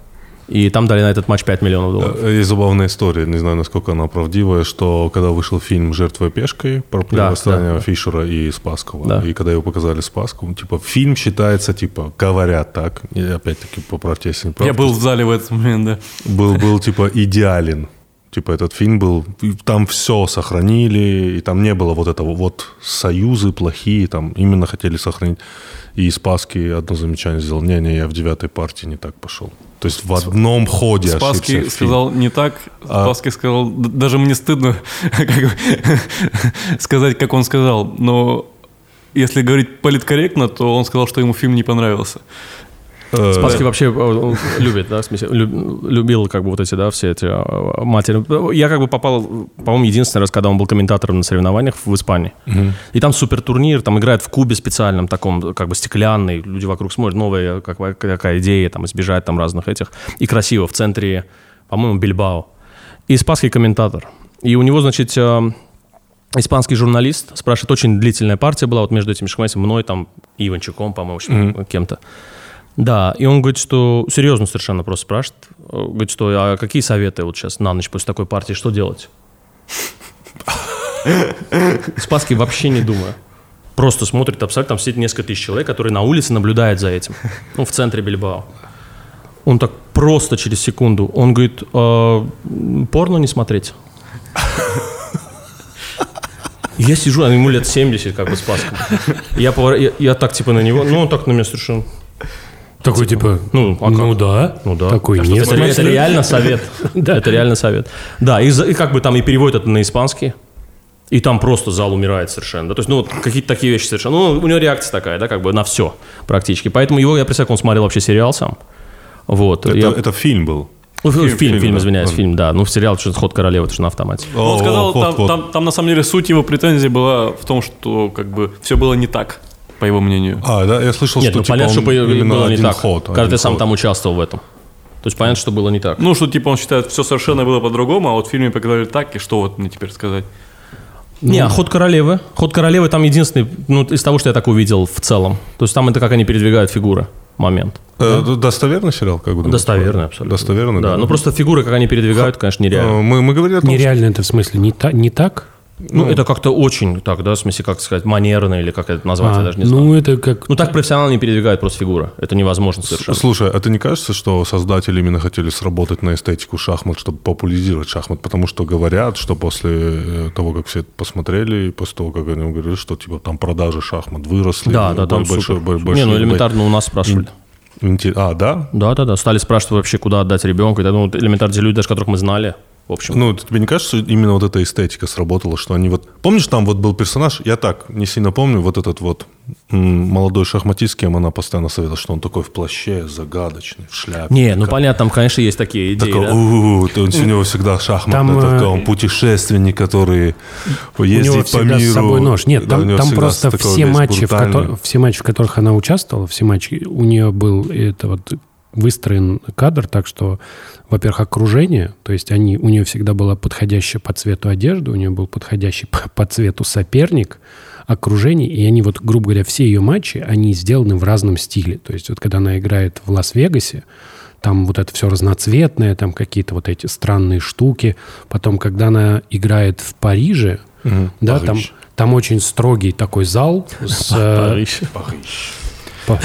S2: И там дали на этот матч 5 миллионов долларов.
S3: Э, Есть забавная история, не знаю, насколько она правдивая, что когда вышел фильм «Жертва пешкой» про противостояние
S2: да, да.
S3: Фишера и Спаскова,
S2: Да.
S3: и когда его показали Спаскову, типа, фильм считается, типа, говорят так, и опять-таки, поправьте, если не прав,
S4: Я был в зале в этот момент, да.
S3: был, был, типа, идеален. Типа, этот фильм был, и там все сохранили, и там не было вот этого, вот союзы плохие, там именно хотели сохранить. И Спаски одно замечание сделал, не-не, я в девятой партии не так пошел. То есть в одном ходе ошибся
S4: Спаски
S3: фильм.
S4: сказал не так.
S3: А-
S4: Спаски сказал, д- даже мне стыдно как бы, сказать, как он сказал. Но если говорить политкорректно, то он сказал, что ему фильм не понравился.
S3: Э,
S2: Спасский вообще э, он любит, да, в смысле, люб- любил как бы вот эти, да, все эти э, матери. Я как бы попал, по-моему, единственный раз, когда он был комментатором на соревнованиях в Испании. И там супер турнир, там играет в кубе специальном таком, как бы стеклянный, люди вокруг смотрят, новая как бы какая идея, там, избежать там разных этих. И красиво, в центре, по-моему, Бильбао. И Спасский комментатор. И у него, значит, э, Испанский журналист спрашивает, очень длительная партия была вот между этими шахматистами, мной, там, и Иванчуком, по-моему, в общем, кем-то. Да, и он говорит, что серьезно совершенно просто спрашивает, э, говорит, что а какие советы вот сейчас на ночь после такой партии, что делать? Спаски вообще не думаю. Просто смотрит абсолютно, там сидит несколько тысяч человек, которые на улице наблюдают за этим. Ну, в центре Бильбао. Он так просто через секунду, он говорит, «Э, порно не смотреть. Я сижу, а ему лет 70, как бы с паском. Я, повор- я, я так типа на него, ну он так на меня совершенно.
S1: Такой типа,
S2: Ну, а как?
S1: ну да,
S2: Ну да.
S1: такой
S2: Так что
S1: нет.
S2: Это, ре- это реально совет. Да, это реально совет. Да, и, за- и как бы там и переводят это на испанский. И там просто зал умирает совершенно. Да, то есть, ну, вот какие-то такие вещи совершенно. Ну, у него реакция такая, да, как бы на все практически. Поэтому его, я представляю, он смотрел вообще сериал сам. Вот.
S3: Это,
S2: я-
S3: это фильм был.
S2: Ну, фильм, фильм,
S3: фильм, да.
S2: извиняюсь, фильм, да. Ну, в сериал что-то «Ход королевы», это же на автомате.
S3: О,
S4: он сказал,
S3: ход,
S4: там,
S3: ход.
S4: там- там на самом деле суть его претензии была в том, что как бы все было не так, по его мнению.
S3: А, да, я слышал,
S2: Нет,
S3: что
S2: ну,
S3: типа,
S2: понятно,
S3: он
S2: что по-
S3: именно
S2: было не
S3: один
S2: так.
S3: ход.
S2: Когда
S3: один
S2: ты сам
S3: ход.
S2: там участвовал в этом. То есть, понятно, что было не так.
S4: Ну, что типа он считает, все совершенно было по-другому, а вот в фильме показали так, и что вот мне теперь сказать?
S2: Не, а ход королевы. Ход королевы там единственный, ну, из того, что я так увидел в целом. То есть там это как они передвигают фигуры. Момент.
S3: Э, д- Достоверный сериал, как бы?
S2: Достоверный абсолютно.
S3: Ну, Достоверный,
S2: Да,
S3: да.
S2: ну просто фигуры, как они передвигают, конечно, нереально.
S3: Э, Мы, мы говорили о том, что...
S1: Нереально это в смысле не, та- не так?
S2: Ну, это как-то очень так, да, в смысле, как сказать, манерно или как это назвать, я
S1: А,
S2: даже не знаю.
S1: ну это как...
S2: Ну, так профессионально не передвигают просто фигуры. Это невозможно совершенно.
S3: Слушай, а ты не кажется, что создатели именно хотели сработать на эстетику шахмат, чтобы популяризировать шахмат? Потому что говорят, что после э, того, как все это посмотрели, и после того, как они говорили, что типа там продажи шахмат выросли.
S2: Да,
S3: и
S2: да, там
S3: бо- большой-
S2: супер.
S3: бо-
S2: Не, ну
S3: большой-
S2: элементарно у нас спрашивали.
S3: Инте- А, да?
S2: Да, да, да. Стали спрашивать вообще, куда отдать ребенка. Это, ну, вот элементарно те люди, даже которых мы знали. В общем.
S3: Ну, тебе не кажется, что именно вот эта эстетика сработала, что они вот... Помнишь, там вот был персонаж, я так не сильно помню, вот этот вот м, молодой шахматист, с кем она постоянно советовала, что он такой в плаще, загадочный, в шляпе.
S2: не, ну понятно, там, конечно, есть такие идеи.
S3: Такой,
S2: да.
S3: «У-у-у», то есть у него всегда шахмат,
S1: Там,
S3: это
S1: э,
S3: он путешественник, который
S1: У него
S3: ездит по
S1: всегда
S3: миру.
S1: с собой нож. Нет,
S3: Да, у
S1: там,
S3: него
S1: там
S3: всегда
S1: просто
S3: такой
S1: все
S3: весь
S1: матчи, в
S3: брутальный.
S1: котор- все матчи, в которых она участвовала, все матчи, у нее был это вот выстроен кадр, так что, во-первых, окружение, то есть они, у нее всегда была подходящая по цвету одежда, у нее был подходящий по, по цвету соперник, окружение, и они вот, грубо говоря, все ее матчи, они сделаны в разном стиле. То есть вот когда она играет в Лас-Вегасе, там вот это все разноцветное, там какие-то вот эти странные штуки. Потом, когда она играет в Париже, Да, там, там очень строгий такой зал. с, э, по-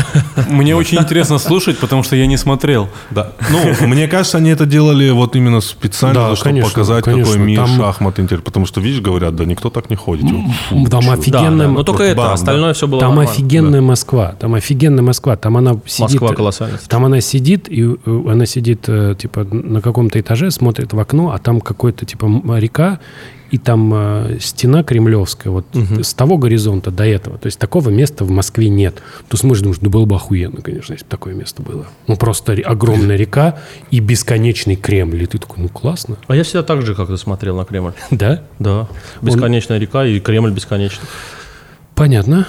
S4: Мне очень интересно слушать, потому что я не смотрел.
S3: Да. Ну, мне кажется, они это делали вот именно специально,
S1: Да,
S3: чтобы
S1: конечно,
S3: показать, какой
S1: конечно,
S3: мир
S1: там-
S3: шахмат интерес. Потому что, видишь, говорят, да никто так не ходит. Вот, фу,
S1: Там
S3: чё.
S2: Да, да,
S1: офигенная...
S2: но только это,
S3: бам,
S2: остальное все было
S1: Там
S2: нормально.
S1: офигенная Москва, там офигенная Москва, там она сидит...
S2: Москва колоссальная.
S1: Там она сидит, и э, она сидит, э, типа, на каком-то этаже, смотрит в окно, а там какой-то, типа, м- река, и там э, стена кремлевская, вот с того горизонта до этого. То есть такого места в Москве нет. Ты смотришь, думаешь, ну было бы охуенно, конечно, если бы такое место было. Ну просто ре- огромная река и бесконечный Кремль. И ты такой, ну классно,
S2: А я всегда так же как-то смотрел на Кремль.
S1: да?
S2: Да. Бесконечная река и Кремль бесконечный.
S1: Понятно.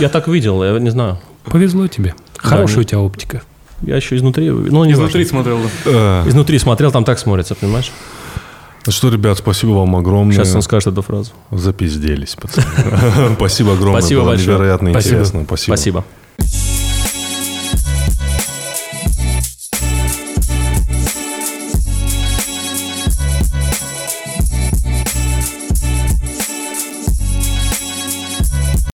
S2: Я так видел, я не знаю.
S1: Повезло тебе.
S2: ну,
S1: Хорошая у тебя оптика.
S2: Я еще изнутри... Ну, не
S4: Изнутри
S2: изнутри.
S4: смотрел. да.
S3: Э,
S2: Изнутри смотрел, там так смотрится, понимаешь?
S3: ну что, ребят, спасибо вам огромное.
S2: Сейчас он скажет эту фразу.
S3: Запизделись, пацаны. Спасибо огромное.
S2: Спасибо
S3: Было
S2: большое.
S3: Невероятно
S2: Спасибо.
S3: интересно. Спасибо.
S2: Спасибо.